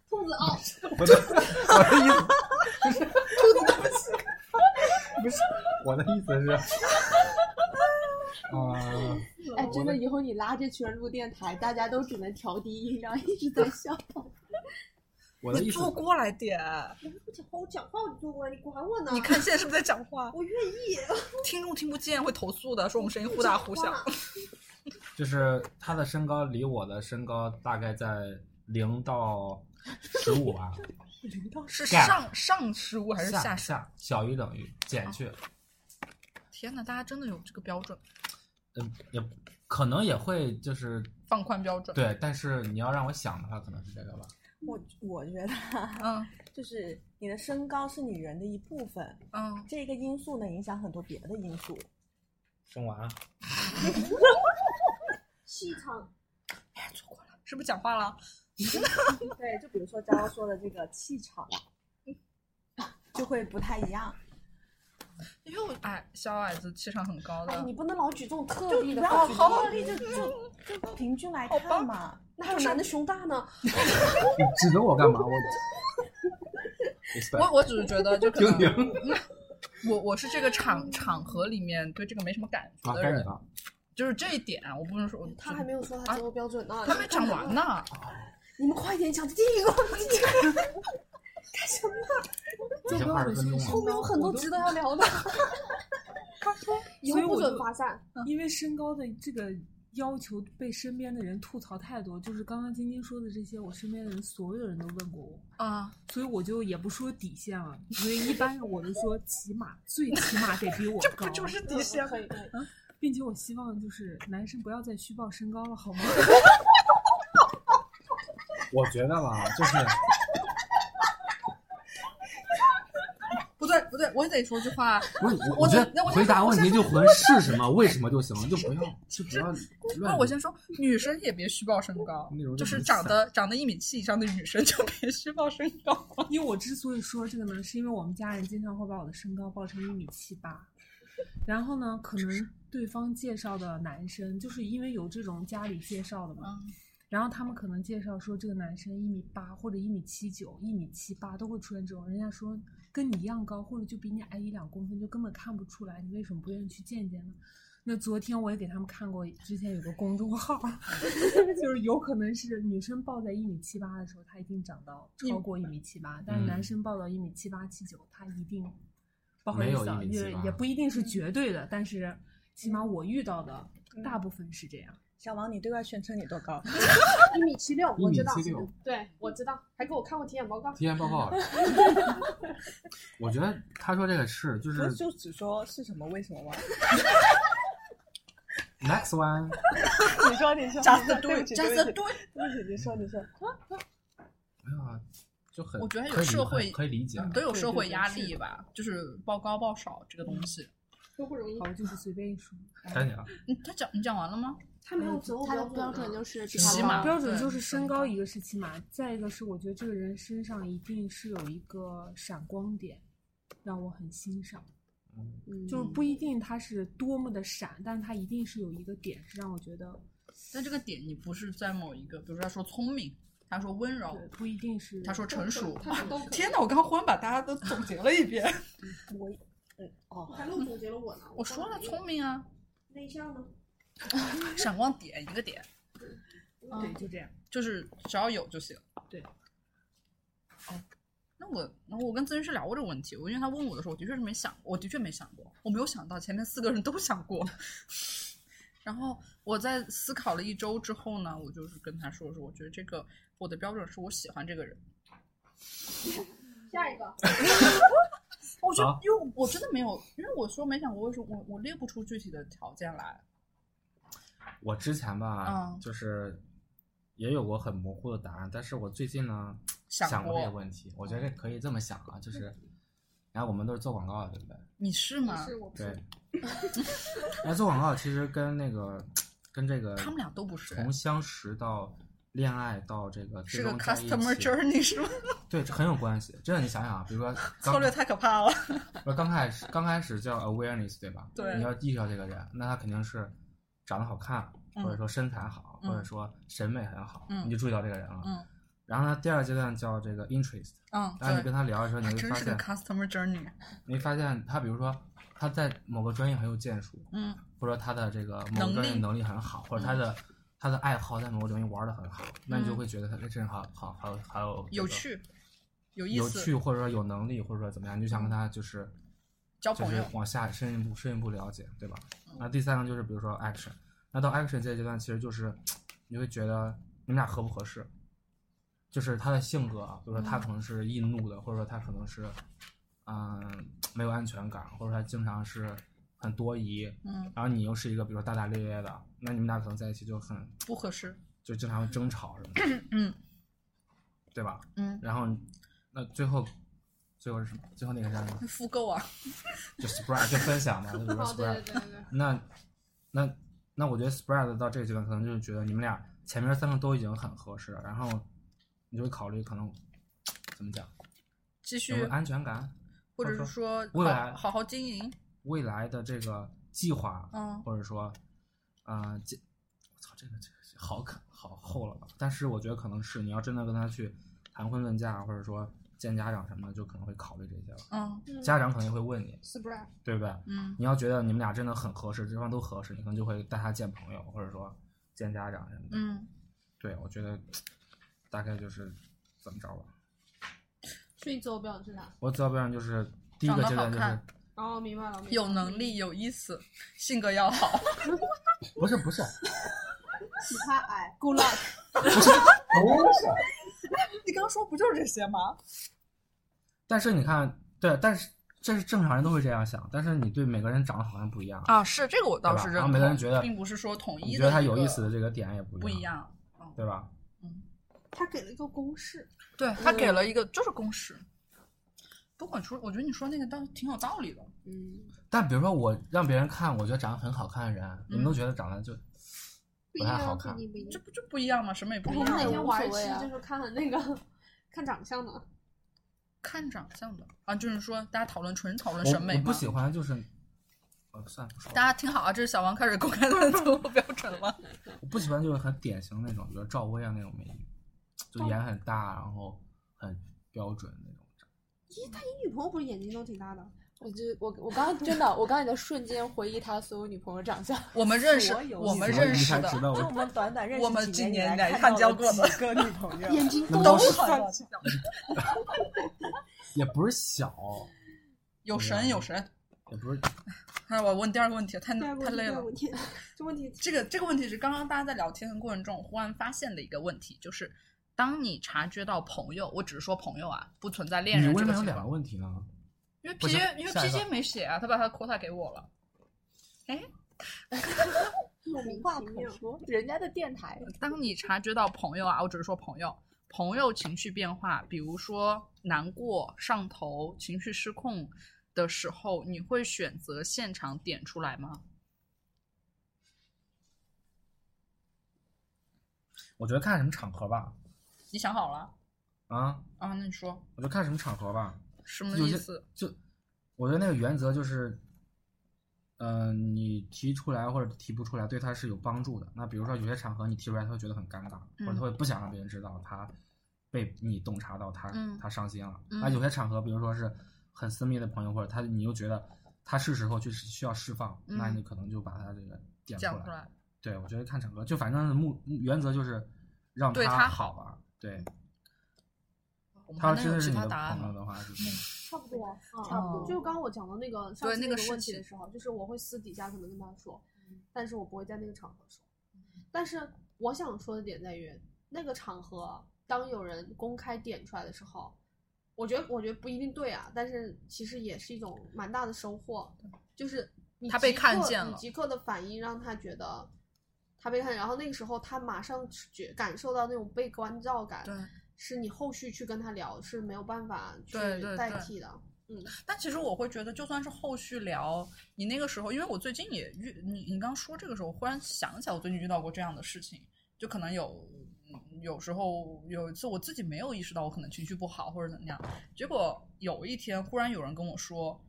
Speaker 4: 兔子哦，
Speaker 2: 我的我的意思 不是，我的意思是，嗯，
Speaker 3: 哎，真的，以后你拉这群人录电台，大家都只能调低音量，一直 在笑。
Speaker 2: 我的意
Speaker 1: 你
Speaker 2: 思
Speaker 1: 坐过来点，
Speaker 4: 不讲话，我讲话我就过来，你管我呢？
Speaker 1: 你看现在是不是在讲话？
Speaker 4: 我愿意，
Speaker 1: 听众听不见会投诉的，说我们声音忽大忽小
Speaker 4: 讲。话
Speaker 2: 就是他的身高离我的身高大概在零到十五吧，
Speaker 1: 是
Speaker 2: 干
Speaker 1: 上上十五还是
Speaker 2: 下
Speaker 1: 下啊十？
Speaker 2: 下小于等于减去，
Speaker 1: 天哪，大家真的有这个标准，
Speaker 2: 嗯，也可能也会就是
Speaker 1: 放宽标准。，
Speaker 2: 对，但是你要让我想的话，可能是这个吧。
Speaker 5: 我我觉得
Speaker 1: 嗯
Speaker 5: 就是你的身高是你人的一部分，
Speaker 1: 嗯，
Speaker 5: 这个因素呢影响很多别的因素。
Speaker 2: 生完
Speaker 4: 气场，
Speaker 1: 哎，坐过来，是不是讲话了？
Speaker 5: 对，就比如说刚刚说的这个气场，就会不太一样。
Speaker 1: 因为我矮，小矮子气场很高的。
Speaker 4: 哎，你不能老举这种特
Speaker 5: 就
Speaker 4: 例
Speaker 5: 你
Speaker 4: 的
Speaker 5: 不
Speaker 4: 话
Speaker 5: 要
Speaker 4: 题，
Speaker 5: 好力就就就平均来看嘛。
Speaker 4: 哪有男的胸大呢？
Speaker 2: 你指着我 干嘛？我
Speaker 1: 我我只是觉得，就可
Speaker 2: 精
Speaker 1: 能
Speaker 2: 灵
Speaker 1: 我我是这个场场合里面对这个没什么感觉
Speaker 2: 啊，
Speaker 1: 的
Speaker 2: 该你
Speaker 1: 人，
Speaker 2: 了。
Speaker 1: 就是这一点，啊我不能说。
Speaker 4: 他还没有说
Speaker 1: 啊
Speaker 4: 他择偶标准呢，
Speaker 1: 他没讲完哎呢，
Speaker 4: 你们快点讲第一 个问题，
Speaker 2: 已
Speaker 6: 就
Speaker 2: 经
Speaker 6: 跟我
Speaker 2: 二十分
Speaker 6: 们
Speaker 2: 钟
Speaker 6: 身
Speaker 2: 了
Speaker 4: 后面有很多值得要聊的，以后不准发散。
Speaker 6: 因为身高的这个要求被身边的人吐槽太多，就是刚刚晶晶说的这些，我身边的人所有人都问过我，
Speaker 1: 啊，
Speaker 6: 所以我就也不说底线了，所以一般人我就说起码最起码得比 我
Speaker 1: 这
Speaker 6: 高，
Speaker 1: 不就是底线吗
Speaker 4: 可？以，可以
Speaker 6: 并且我希望就是男生不要再虚报身高了，好吗？
Speaker 2: 我觉得吧，就是
Speaker 1: 不对不对，我也得说句话，
Speaker 2: 不是我，
Speaker 1: 我
Speaker 2: 我觉
Speaker 1: 那
Speaker 2: 得
Speaker 1: 我
Speaker 2: 回答问题就回是什么、为什么就行了，就不要就不要
Speaker 1: 那
Speaker 2: 乱。
Speaker 1: 我先说，女生也别虚报身高
Speaker 2: 内容，就
Speaker 1: 就是
Speaker 2: 很
Speaker 1: 长
Speaker 2: 散
Speaker 1: 得长得一米七以上的女生就别虚报身高。
Speaker 6: 因为我之所以说这个呢，是因为我们家人经常会把我的身高报成一米七八，然后呢，可能对方介绍的男生，就是因为有这种家里介绍的嘛，
Speaker 1: 嗯
Speaker 6: 然后他们可能介绍说这个男生一米八或者一米七九、一米七八都会出现这种，人家说跟你一样高或者就比你矮一两公分，就根本看不出来，你为什么不愿意去见见呢？那昨天我也给他们看过，之前有个公众号， 就是有可能是女生报在一米七八的时候，她一定长到超过一米七八，但是男生报到一米七八七九，他一定不好
Speaker 2: 没
Speaker 6: 意
Speaker 2: 有
Speaker 6: 思啊，
Speaker 2: 1.78
Speaker 6: 也也不一定是绝对的，但是起码我遇到的
Speaker 1: 嗯
Speaker 6: 大部分是这样。
Speaker 5: 小王，你对外宣称你多高？
Speaker 4: 一米七六，我知道，
Speaker 2: 1.76
Speaker 4: 对，我知道，还给我看过体检报告。
Speaker 2: 体验报告，我觉得他说这个是就
Speaker 5: 不是
Speaker 2: 是
Speaker 5: 就只说是什么为什么 吗？
Speaker 2: next one，
Speaker 5: 你说你说，
Speaker 1: 扎的
Speaker 5: 对
Speaker 1: 对，
Speaker 5: 不起
Speaker 1: 扎
Speaker 5: 对
Speaker 1: 的
Speaker 5: 不起
Speaker 1: 对。
Speaker 5: 对不起，你说你说，
Speaker 2: 没有啊，就很
Speaker 1: 我觉得有
Speaker 2: 可以理
Speaker 1: 社会嗯
Speaker 2: 可以理解啊。
Speaker 1: 都有社会
Speaker 6: 对
Speaker 1: 压
Speaker 6: 是
Speaker 1: 力吧，就是报高报少这个东西。
Speaker 4: 都不容易
Speaker 6: 好，。我就是随便一说。
Speaker 2: 该你了，
Speaker 1: 你他讲你讲完了吗？
Speaker 4: 他没有择偶
Speaker 3: 他的标
Speaker 4: 标啊
Speaker 3: 准就是是
Speaker 1: 嗯
Speaker 3: 比
Speaker 1: 起
Speaker 3: 他
Speaker 1: 码
Speaker 3: 高
Speaker 6: 标准
Speaker 1: 对
Speaker 6: 就是身高，一个是起码，再一个是我觉得这个人身上一定是有一个闪光点，让我很欣赏。
Speaker 1: 嗯
Speaker 6: 就是不一定他是多么的闪，但他一定是有一个点是让我觉得，
Speaker 1: 但这个点你不是在某一个，比如说他说聪明，他说温柔，
Speaker 6: 对，不一定是
Speaker 1: 他说成熟。
Speaker 4: 他都可 以
Speaker 1: 天哪！我刚忽然把大家都总结了一遍。
Speaker 5: 我嗯哦，
Speaker 4: 还漏总结了我呢。
Speaker 1: 我说了聪明啊，
Speaker 4: 内向呢，
Speaker 1: 闪光点一个点，
Speaker 6: 嗯
Speaker 1: 嗯
Speaker 6: 对，就这样。
Speaker 1: 就是只要有就行。
Speaker 6: 对。
Speaker 1: 哦，那我那我跟咨询师聊过这个问题，我因为他问我的时候，我的确是没想，我的确没想过，我没有想到前面四个人都想过。 然后我在思考了一周之后呢，我就是跟他说说，我觉得这个我的标准是我喜欢这个人。
Speaker 4: 下一个
Speaker 1: 我觉得
Speaker 2: 好，
Speaker 1: 因为我真的没有，因为我说没想过，为什么我我列不出具体的条件来。
Speaker 2: 我之前吧
Speaker 1: 嗯，
Speaker 2: 就是也有过很模糊的答案，但是我最近呢
Speaker 1: 想
Speaker 2: 过这个
Speaker 1: 过嗯
Speaker 2: 问题，我觉得这可以这么想啊，就是， 然后我们都是做广告的，对不对？
Speaker 1: 你是吗？
Speaker 4: 是我不
Speaker 2: 对。 那做广告其实跟那个跟这个
Speaker 1: 他们俩都不是
Speaker 2: 从相识到恋爱到这个最
Speaker 1: 是个
Speaker 2: 终在一起
Speaker 1: customer journey 是吗？
Speaker 2: 对，这很有关系。真的，你想想啊，比如说 刚
Speaker 1: 策略太可怕了。
Speaker 2: 不是刚开始刚开始叫 awareness 对吧？
Speaker 1: 对
Speaker 2: 你要意识到这个人，那他肯定是长得好看，
Speaker 1: 嗯
Speaker 2: 或者说身材好，
Speaker 1: 嗯
Speaker 2: 或者说审美很好，
Speaker 1: 嗯
Speaker 2: 你就注意到这个人了。
Speaker 1: 嗯
Speaker 2: 然后呢，第二阶段叫这个 interest，
Speaker 1: 嗯，
Speaker 2: 然后你
Speaker 1: 对
Speaker 2: 跟他聊的时候，你
Speaker 1: 还
Speaker 2: 会
Speaker 1: 真
Speaker 2: 发
Speaker 1: 是个
Speaker 2: 现，
Speaker 1: customer journey。
Speaker 2: 你会发现他，比如说他在某个专业很有建树，
Speaker 1: 嗯
Speaker 2: 或者他的这个某
Speaker 1: 能
Speaker 2: 个专业
Speaker 1: 力嗯
Speaker 2: 能力很好，或者他的、他的爱好在某个专业玩的很好，那你就会觉得他这人好好好还有
Speaker 1: 有
Speaker 2: 这个
Speaker 1: 趣，有意
Speaker 2: 有
Speaker 1: 思，嗯
Speaker 2: 趣，或者说有能力，或者说怎么样，你就想跟他就是
Speaker 1: 交
Speaker 2: 就
Speaker 1: 朋
Speaker 2: 是
Speaker 1: 友。嗯
Speaker 2: 往下深一步深一步了解，对吧？那第三个就是比如说 action，那到 action 这个阶段，其实就是你会觉得你们俩合不合适，就是他的性格啊，比如说
Speaker 1: 嗯
Speaker 2: 他可能是易怒的，或者说他可能是嗯、没有安全感，或者说他经常是很多疑，
Speaker 1: 嗯，
Speaker 2: 然后你又是一个比如说大大咧咧的，那你们俩可能在一起就很
Speaker 1: 不合适。
Speaker 2: 就经常会争吵什么的，
Speaker 1: 嗯，
Speaker 2: 对吧？
Speaker 1: 嗯，
Speaker 2: 然后你那最后最后是什么？最后那个叫什么？
Speaker 1: 复购啊，
Speaker 2: 就 spread 就分享嘛，就比如说
Speaker 4: 哦，对
Speaker 2: spread，、
Speaker 4: 对对对，
Speaker 2: 那那那我觉得 spread 到这个阶段，可能就是觉得你们俩前面三个都已经很合适了，然后你就会考虑可能怎么讲，
Speaker 1: 继
Speaker 2: 有
Speaker 1: 续
Speaker 2: 没有，安全感，
Speaker 1: 或者是说
Speaker 2: 未
Speaker 1: 好
Speaker 2: 来
Speaker 1: 好好经营。
Speaker 2: 未来的这个计划，
Speaker 1: 嗯
Speaker 2: 或者说，呃，这我操，这个这个好可好厚了吧？但是我觉得可能是你要真的跟他去谈婚论嫁，或者说见家长什么的，就可能会考虑这些了。
Speaker 1: 嗯
Speaker 4: 嗯
Speaker 2: 家长肯定会问你，
Speaker 4: 是不是？
Speaker 2: 对不对？
Speaker 1: 嗯
Speaker 2: 你要觉得你们俩真的很合适，对方都合适，你可能就会带他见朋友，或者说见家长什么的。
Speaker 1: 嗯，
Speaker 2: 对，我觉得大概就是怎么着吧。
Speaker 4: 所以坐标是啥？
Speaker 2: 我主要标准就是第一个阶段就
Speaker 1: 长得好
Speaker 2: 是
Speaker 1: 看
Speaker 4: 哦，明白了，明白了
Speaker 1: 有能力，有意思，性格要 好。
Speaker 2: 不是不是
Speaker 4: 其他哎矮，good luck，
Speaker 2: 不是，
Speaker 5: 你刚说不就是这些吗？
Speaker 2: 但是你看，对，但是这是正常人都会这样想，但是你对每个人长得好像不一样，
Speaker 1: 啊，是这个我倒
Speaker 2: 对吧
Speaker 1: 是认
Speaker 2: 然后
Speaker 1: 同，
Speaker 2: 每个人觉得
Speaker 1: 并不是说统
Speaker 2: 你
Speaker 1: 一的一个，
Speaker 2: 觉得他有意思的这个点也不
Speaker 1: 不一
Speaker 2: 一样，
Speaker 1: 样。
Speaker 2: 对吧？
Speaker 4: 他给了一个公式，
Speaker 1: 对他给
Speaker 2: 嗯
Speaker 1: 了一个就是公式，不管说，我觉得你说那个倒挺有道理的。
Speaker 4: 嗯，
Speaker 2: 但比如说我让别人看，我觉得长得很好看的人，你们
Speaker 1: 嗯
Speaker 2: 都觉得长得就
Speaker 4: 不一
Speaker 2: 不太好
Speaker 4: 样，
Speaker 2: 看
Speaker 4: 肯，定不一样
Speaker 1: 这。不就不一样嘛，审美不一
Speaker 4: 我们
Speaker 1: 样
Speaker 4: 哪
Speaker 1: 啊。
Speaker 4: 天玩一
Speaker 3: 无所谓
Speaker 4: 期
Speaker 3: 啊
Speaker 4: 就是看那个看长相的，
Speaker 1: 看长相的啊，就是说大家讨论纯讨论
Speaker 2: 我
Speaker 1: 审美
Speaker 2: 我
Speaker 1: 嘛。
Speaker 2: 不喜欢就是，呃，算了不说了。
Speaker 1: 大家听好啊，这是小王开始公开 的自我标准了。
Speaker 2: 我不喜欢就是很典型那种，比如赵薇啊那种美女，就眼很大，然后很标准那种。
Speaker 4: 你女朋友不是眼睛都挺大的？
Speaker 3: 我就我我刚刚真的，我刚才在瞬间回忆他所有女朋友长相，
Speaker 1: 我们认识
Speaker 5: 所，有
Speaker 1: 我们
Speaker 5: 你
Speaker 1: 认
Speaker 2: 你
Speaker 1: 识
Speaker 2: 才知
Speaker 1: 的
Speaker 2: 道
Speaker 5: 就我
Speaker 2: 我
Speaker 5: 们短短认
Speaker 1: 我
Speaker 5: 识
Speaker 1: 们
Speaker 5: 几
Speaker 1: 几年
Speaker 5: 年以来
Speaker 1: 来
Speaker 5: 看
Speaker 1: 交
Speaker 5: 到
Speaker 1: 过
Speaker 5: 几
Speaker 1: 的
Speaker 5: 个女朋 友，
Speaker 4: 眼睛
Speaker 2: 那
Speaker 4: 都
Speaker 2: 都
Speaker 4: 是
Speaker 2: 是
Speaker 5: 看到
Speaker 2: 也不是小，
Speaker 1: 有神有神。
Speaker 2: 也不是
Speaker 1: 那我问第二个问题，太
Speaker 4: 第二个
Speaker 1: 太
Speaker 4: 问题，
Speaker 1: 累
Speaker 4: 第二
Speaker 1: 了
Speaker 4: 个。问题，这问题
Speaker 1: 这个这个问题是刚刚大家在聊天的过程中忽然发现的一个问题，就是当你察觉到朋友，我只是说朋友啊，不存在恋
Speaker 2: 你
Speaker 1: 人
Speaker 2: 为
Speaker 1: 这
Speaker 2: 什
Speaker 1: 个
Speaker 2: 么有
Speaker 1: 情
Speaker 2: 两个
Speaker 1: 况。
Speaker 2: 问题呢？
Speaker 1: 因为
Speaker 2: 不是
Speaker 1: PJ 因为
Speaker 2: 下一个
Speaker 1: PJ 没写啊，他把他的 quota 给我了。
Speaker 4: 莫名
Speaker 3: 无话
Speaker 4: 其
Speaker 3: 可
Speaker 4: 妙。
Speaker 3: 说，人家的电台。
Speaker 1: 当你察觉到朋友啊，我只是说朋友，朋友情绪变化，比如说难过、上头、情绪失控的时候，你会选择现场点出来吗？
Speaker 2: 我觉得看什么场合吧，
Speaker 1: 你想好了
Speaker 2: 啊，
Speaker 1: 啊？那你说
Speaker 2: 我就看什么场合吧。
Speaker 1: 什么
Speaker 2: 有
Speaker 1: 意
Speaker 2: 些
Speaker 1: 思？
Speaker 2: 就我觉得那个原则就是，嗯、你提出来或者提不出来，对他是有帮助的。那比如说有些场合你提出来，他会觉得很尴尬，或
Speaker 1: 嗯
Speaker 2: 者他会不想让别人知道他被你洞察到他、
Speaker 1: 嗯
Speaker 2: 他伤心了。
Speaker 1: 嗯
Speaker 2: 那有些场合，比如说是很私密的朋友，或者他你又觉得他是时候去需要释放，
Speaker 1: 嗯
Speaker 2: 那你可能就把他这个点
Speaker 1: 讲
Speaker 2: 出
Speaker 1: 出
Speaker 2: 来。
Speaker 1: 来。
Speaker 2: 对，我觉得看场合，就反正目原则就是让
Speaker 1: 对他
Speaker 2: 好吧。对，
Speaker 1: 我们
Speaker 2: 他
Speaker 1: 还
Speaker 2: 要
Speaker 1: 嗯能
Speaker 2: 真
Speaker 1: 有
Speaker 2: 的是
Speaker 1: 其
Speaker 2: 你
Speaker 1: 他
Speaker 2: 的
Speaker 1: 答案
Speaker 2: 朋
Speaker 1: 吗？
Speaker 2: 友的话，就是
Speaker 4: 差不多，嗯
Speaker 1: 差不多
Speaker 4: 就刚刚我讲的那个上
Speaker 1: 哦对
Speaker 4: 次
Speaker 1: 那
Speaker 4: 那
Speaker 1: 个事
Speaker 4: 问题
Speaker 1: 情嗯
Speaker 4: 的时候，就是我会私底下可能跟他说，但是我不会在那个场合说。但是我想说的点在于，那个场合当有人公开点出来的时候，我觉得我觉得不一定对啊，但是其实也是一种蛮大的收获，就是你
Speaker 1: 他被
Speaker 4: 即
Speaker 1: 看
Speaker 4: 刻
Speaker 1: 见
Speaker 4: 你
Speaker 1: 了
Speaker 4: 即刻的反应让他觉得。他被看，见，然后那个时候他马上觉感受到那种被关照感，
Speaker 1: 对，
Speaker 4: 是你后续去跟他聊是没有办法去
Speaker 1: 对对
Speaker 4: 代
Speaker 1: 对
Speaker 4: 替的。
Speaker 1: 但其实我会觉得，就算是后续聊你那个时候，因为我最近也遇你，你刚说这个时候，我忽然想起来，我最近遇到过这样的事情，就可能有嗯有时候有一次我自己没有意识到我可能情绪不好或者怎么样，结果有一天忽然有人跟我说，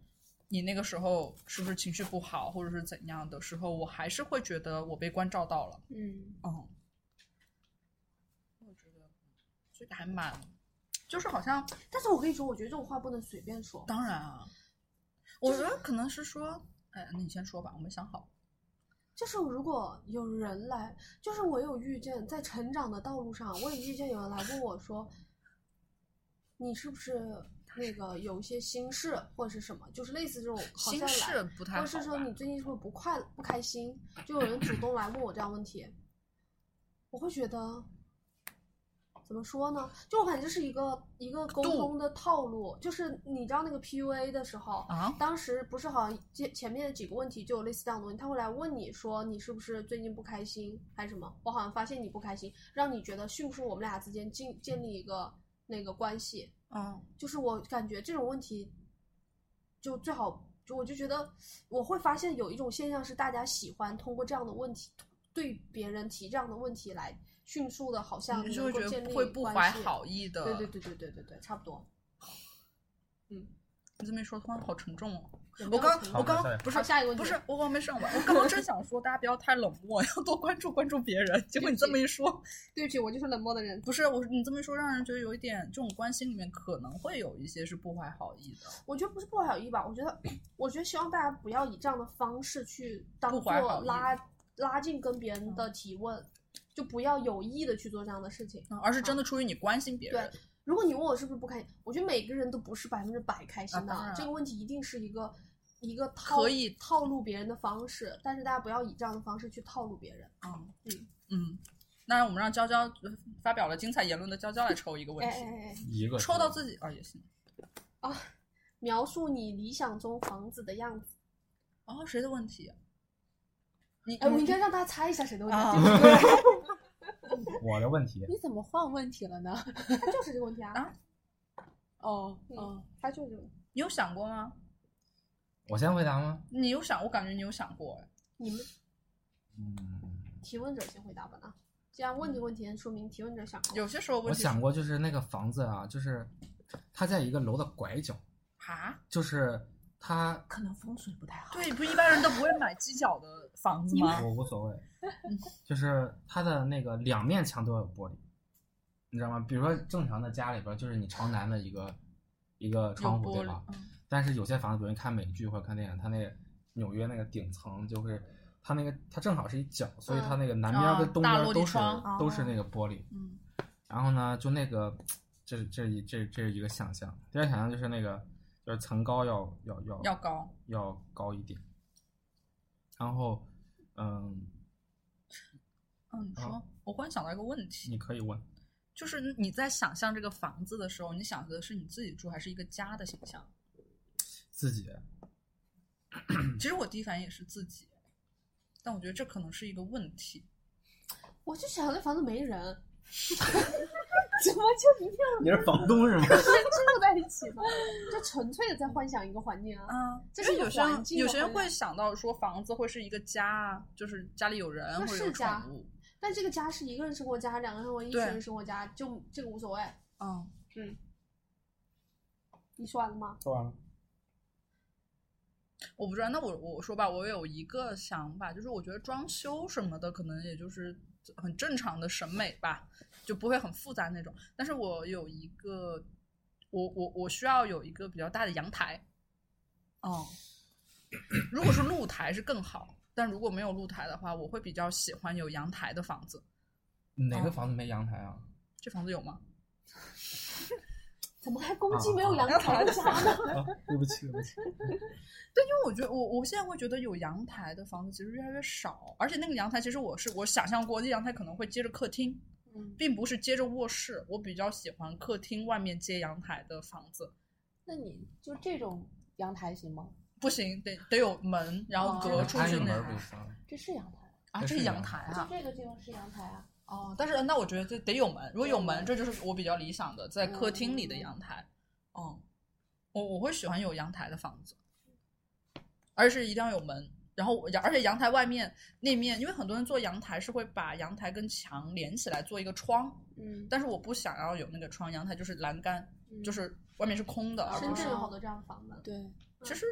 Speaker 1: 你那个时候是不是情绪不好或者是怎样的时候，我还是会觉得我被关照到了，
Speaker 4: 嗯，
Speaker 1: 嗯，我觉得这个还蛮，就是好像
Speaker 4: 但是我跟你说，我觉得这种话不能随便说。
Speaker 1: 当然啊，我觉得可能是说，哎，你先说吧，我没想好。
Speaker 4: 就是如果有人来，就是我有遇见在成长的道路上，我也遇见有人来问我说，你是不是那个有一些心事或者是什么，就是类似这种好
Speaker 1: 心
Speaker 4: 像来
Speaker 1: 事不太
Speaker 4: 或
Speaker 1: 好
Speaker 4: 是说
Speaker 1: 吧
Speaker 4: 你最近是不是不快不开心？就有人主动来问我这样问题，我会觉得怎么说呢？就我感觉这是一个一个沟
Speaker 1: 度
Speaker 4: 通的套路，就是你知道那个 PUA 的时候，
Speaker 1: 啊，
Speaker 4: 当时不是好像前前面几个问题就有类似这样的问题，他会来问你说你是不是最近不开心还是什么？我好像发现你不开心，让你觉得迅速我们俩之间建建立一个那个关系，
Speaker 1: 嗯，
Speaker 4: 就是我感觉这种问题，就最好，就我就觉得我会发现有一种现象是大家喜欢通过这样的问题对别人提这样的问题来迅速的，好像
Speaker 1: 你就会
Speaker 4: 能够
Speaker 1: 觉
Speaker 4: 建
Speaker 1: 得
Speaker 4: 立
Speaker 1: 会不
Speaker 4: 关
Speaker 1: 怀
Speaker 4: 系
Speaker 1: 好意的。
Speaker 4: 对对，对对对对对，差 不多。
Speaker 1: 你这么一说，突然好沉重哦。
Speaker 4: 有没
Speaker 1: 我
Speaker 4: 有
Speaker 1: 刚
Speaker 4: 成
Speaker 1: 我
Speaker 2: 好
Speaker 1: 刚
Speaker 2: 没事
Speaker 1: 不是
Speaker 4: 好下一个问
Speaker 1: 不
Speaker 4: 题
Speaker 1: 是我刚没上完，我刚刚真想说大家不要太冷漠，要多关注关注别人。结果你这么一说，
Speaker 4: 对不起，我就是冷漠的人。
Speaker 1: 不是我你这么一说，让人觉得有一点这种关心里面可能会有一些是不怀好意的。
Speaker 4: 我觉得不是不怀好意吧，我觉得，我觉得希望大家不要以这样的方式去当
Speaker 1: 不
Speaker 4: 做
Speaker 1: 怀好意
Speaker 4: 拉拉近跟别人的提问，就不要有意的去做这样的事情。
Speaker 1: 嗯而是真的出于你关心别人，
Speaker 4: 如果你问我是不是不开心，我觉得每个人都不是百分之百开心的，
Speaker 1: 当然
Speaker 4: 这个问题一定是一个一个套
Speaker 1: 可以
Speaker 4: 套路别人的方式，但是大家不要以这样的方式去套路别人。
Speaker 1: 嗯
Speaker 4: 嗯
Speaker 1: 嗯，那我们让娇娇呃发表了精彩言论的娇娇来抽一个
Speaker 4: 哎
Speaker 1: 问
Speaker 4: 哎
Speaker 1: 题，
Speaker 4: 哎哎，
Speaker 2: 一个
Speaker 1: 抽到自己啊也行。
Speaker 4: 描述你理想中房子的样子。
Speaker 1: 哦，谁的问题、你
Speaker 4: 哎，我们
Speaker 1: 你
Speaker 4: 应该让大家猜一下谁的问题，
Speaker 1: 啊
Speaker 2: 我的问题，
Speaker 3: 你怎么换问题了呢？
Speaker 4: 他 就是这个问题啊，
Speaker 1: 啊
Speaker 3: 哦
Speaker 4: 嗯
Speaker 3: 哦，
Speaker 4: 他就是这个问题。
Speaker 1: 你有想过吗？
Speaker 2: 我先回答吗？
Speaker 1: 你有想，我感觉你有想过哎。
Speaker 4: 你们
Speaker 2: 嗯，
Speaker 4: 提问者先回答吧啊。既然问这个问题，说明提问者想过
Speaker 1: 有些时候
Speaker 2: 我
Speaker 1: 问题
Speaker 2: 想过，就是那个房子啊，就是它在一个楼的拐角，
Speaker 1: 啊，
Speaker 2: 就是它，
Speaker 5: 可能风水不太好。
Speaker 1: 对，不一般人都不会买犄角的房子吗？
Speaker 2: 我无所谓，
Speaker 1: 嗯
Speaker 2: 就是它的那个两面墙都有玻璃，你知道吗？比如说正常的家里边，就是你朝南的一个一个
Speaker 1: 有
Speaker 2: 窗户，
Speaker 1: 玻
Speaker 2: 对吧
Speaker 1: 璃？，嗯
Speaker 2: 但是有些房子，比如你看美剧或者看电影，它那个纽约那个顶层就会，它那个它正好是一角，所以它那个南边跟东
Speaker 1: 啊大落
Speaker 2: 边
Speaker 1: 地
Speaker 2: 都是、
Speaker 1: 窗
Speaker 2: 都是那个玻璃。
Speaker 1: 嗯
Speaker 2: 然后呢，就那个，这是这是一这是这是一个想象，第二个想象就是那个就是层高要要要
Speaker 1: 嗯要高。
Speaker 2: 要高一点。然后，嗯，
Speaker 1: 嗯，你说，
Speaker 2: 啊
Speaker 1: 我忽然想到一个问题，
Speaker 2: 你可以问，
Speaker 1: 就是你在想象这个房子的时候，你想的是你自己住还是一个家的形象？
Speaker 2: 自己嗯
Speaker 1: 其实我第一反应也是自己，但我觉得这可能是一个问题。
Speaker 4: 我就想那房子没人，怎么就一定 要
Speaker 2: 你是房东是吗？
Speaker 4: 跟住在一起吗？就纯粹的在幻想一个环境啊。
Speaker 1: 嗯，
Speaker 4: 这
Speaker 1: 因
Speaker 4: 是
Speaker 1: 为
Speaker 4: 一
Speaker 1: 有
Speaker 4: 个
Speaker 1: 些人
Speaker 4: 环境
Speaker 1: 有
Speaker 4: 的
Speaker 1: 些人
Speaker 4: 回来
Speaker 1: 会想到说房子会是一个家啊，就是家里有人
Speaker 4: 那
Speaker 1: 或者
Speaker 4: 是
Speaker 1: 有
Speaker 4: 家
Speaker 1: 宠物。
Speaker 4: 但这个家是一个人生活家，两个人生活，一群
Speaker 1: 对
Speaker 4: 人生活家，就这个无所谓。
Speaker 1: 嗯，
Speaker 4: 你说完了吗？
Speaker 2: 说完了。
Speaker 1: 我不知道。那我我说吧，我有一个想法，就是我觉得装修什么的，可能也就是很正常的审美吧，就不会很复杂那种。但是我有一个，我我我需要有一个比较大的阳台。哦、如果是露台是更好，但如果没有露台的话，我会比较喜欢有阳台的房子。
Speaker 2: 哪个
Speaker 1: 哦
Speaker 2: 房子没阳台啊？
Speaker 1: 这房子有吗？
Speaker 4: 怎么还攻击没有阳
Speaker 1: 啊
Speaker 4: 台的家呢？
Speaker 2: 啊，对不起，对不起。
Speaker 1: 对，因为我觉得我我现在会觉得有阳台的房子其实越来越少，而且那个阳台其实我是我想象过，这阳台可能会接着客厅，
Speaker 4: 嗯，
Speaker 1: 并不是接着卧室。我比较喜欢客厅外面接阳台的房子，
Speaker 3: 那你就这种阳台行吗？
Speaker 1: 不行，得得有门，然后
Speaker 3: 哦
Speaker 1: 隔出
Speaker 2: 开
Speaker 1: 去
Speaker 2: 个门
Speaker 1: 那
Speaker 2: 儿
Speaker 1: 种
Speaker 2: 不行。
Speaker 3: 这是阳台，
Speaker 1: 啊，
Speaker 2: 啊这
Speaker 1: 这
Speaker 2: 是
Speaker 1: 是阳
Speaker 2: 阳
Speaker 1: 台
Speaker 3: 就
Speaker 1: 啊。
Speaker 3: 这个地方是阳台啊。
Speaker 1: 哦，但是那我觉得这得有门，如果有嗯
Speaker 3: 有
Speaker 1: 门，
Speaker 3: 门
Speaker 1: 这就是我比较理想的在客厅里的
Speaker 3: 嗯
Speaker 1: 阳台。嗯，我我会喜欢有阳台的房子，而是一定要有门。然后我，而且阳台外面那面，因为很多人做阳台是会把阳台跟墙连起来做一个窗，
Speaker 4: 嗯，
Speaker 1: 但是我不想要有那个窗，阳台就是栏杆，就是外面是空的，而
Speaker 4: 深
Speaker 1: 不嗯是
Speaker 4: 圳
Speaker 3: 嗯
Speaker 4: 有好多这样的房子，
Speaker 3: 对
Speaker 1: 其实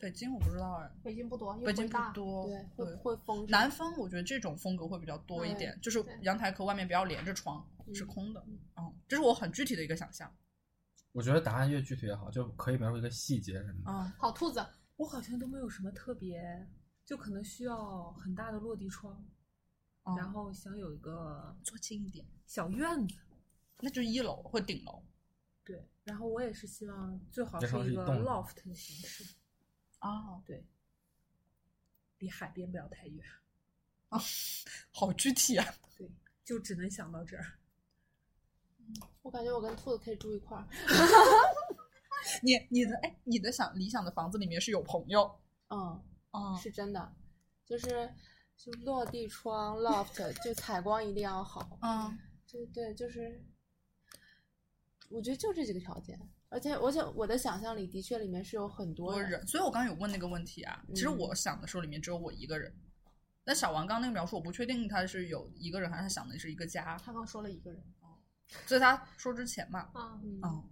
Speaker 1: 北京我不知道哎，
Speaker 4: 北京不多，因为
Speaker 1: 北京
Speaker 4: 回
Speaker 1: 不
Speaker 4: 大。
Speaker 1: 多，
Speaker 3: 对，会会封上
Speaker 1: 南方我觉得这种风格会比较多一点，就是
Speaker 4: 对
Speaker 1: 阳台和外面不要连着窗，是空的。嗯，这是我很具体的一个想象
Speaker 2: 我觉得答案越具体越好，就可以描述一个细节什么的。
Speaker 1: 啊。
Speaker 4: 好兔子，
Speaker 6: 我好像都没有什么特别，就可能需要很大的落地窗，
Speaker 1: 嗯
Speaker 3: 哦
Speaker 6: 然后想有一个
Speaker 1: 坐近一点，
Speaker 6: 小院子。
Speaker 1: 那就是一楼或顶楼
Speaker 6: 对，然后我也是希望最好
Speaker 2: 这
Speaker 6: 是
Speaker 2: 时候是
Speaker 6: 一
Speaker 2: 一
Speaker 6: 个
Speaker 2: 栋
Speaker 6: loft 的形式，
Speaker 3: 哦
Speaker 1: 啊，
Speaker 6: 对，离海边不要太远，
Speaker 1: 好具体啊！
Speaker 6: 对，就只能想到这儿。
Speaker 3: 我感觉我跟兔子可以住一块儿。
Speaker 1: 你你的哎，你的想理想的房子里面是有朋友
Speaker 3: 嗯，
Speaker 1: 啊
Speaker 3: 是真的，就是就落地窗 loft，就采光一定要好。
Speaker 1: 啊，
Speaker 3: 对对，就是，我觉得就这几个条件。而且，而且我的想象里的确里面是有很多
Speaker 1: 多
Speaker 3: 人，
Speaker 1: 人。所以我刚刚有问那个问题啊，其实
Speaker 3: 嗯
Speaker 1: 我想的时候里面只有我一个人。但小王刚刚那个描述，我不确定他是有一个人还是他想的是一个家，
Speaker 4: 他刚说了一个人
Speaker 1: 所以他说之前嘛，
Speaker 4: 啊，
Speaker 3: 嗯，
Speaker 1: 嗯，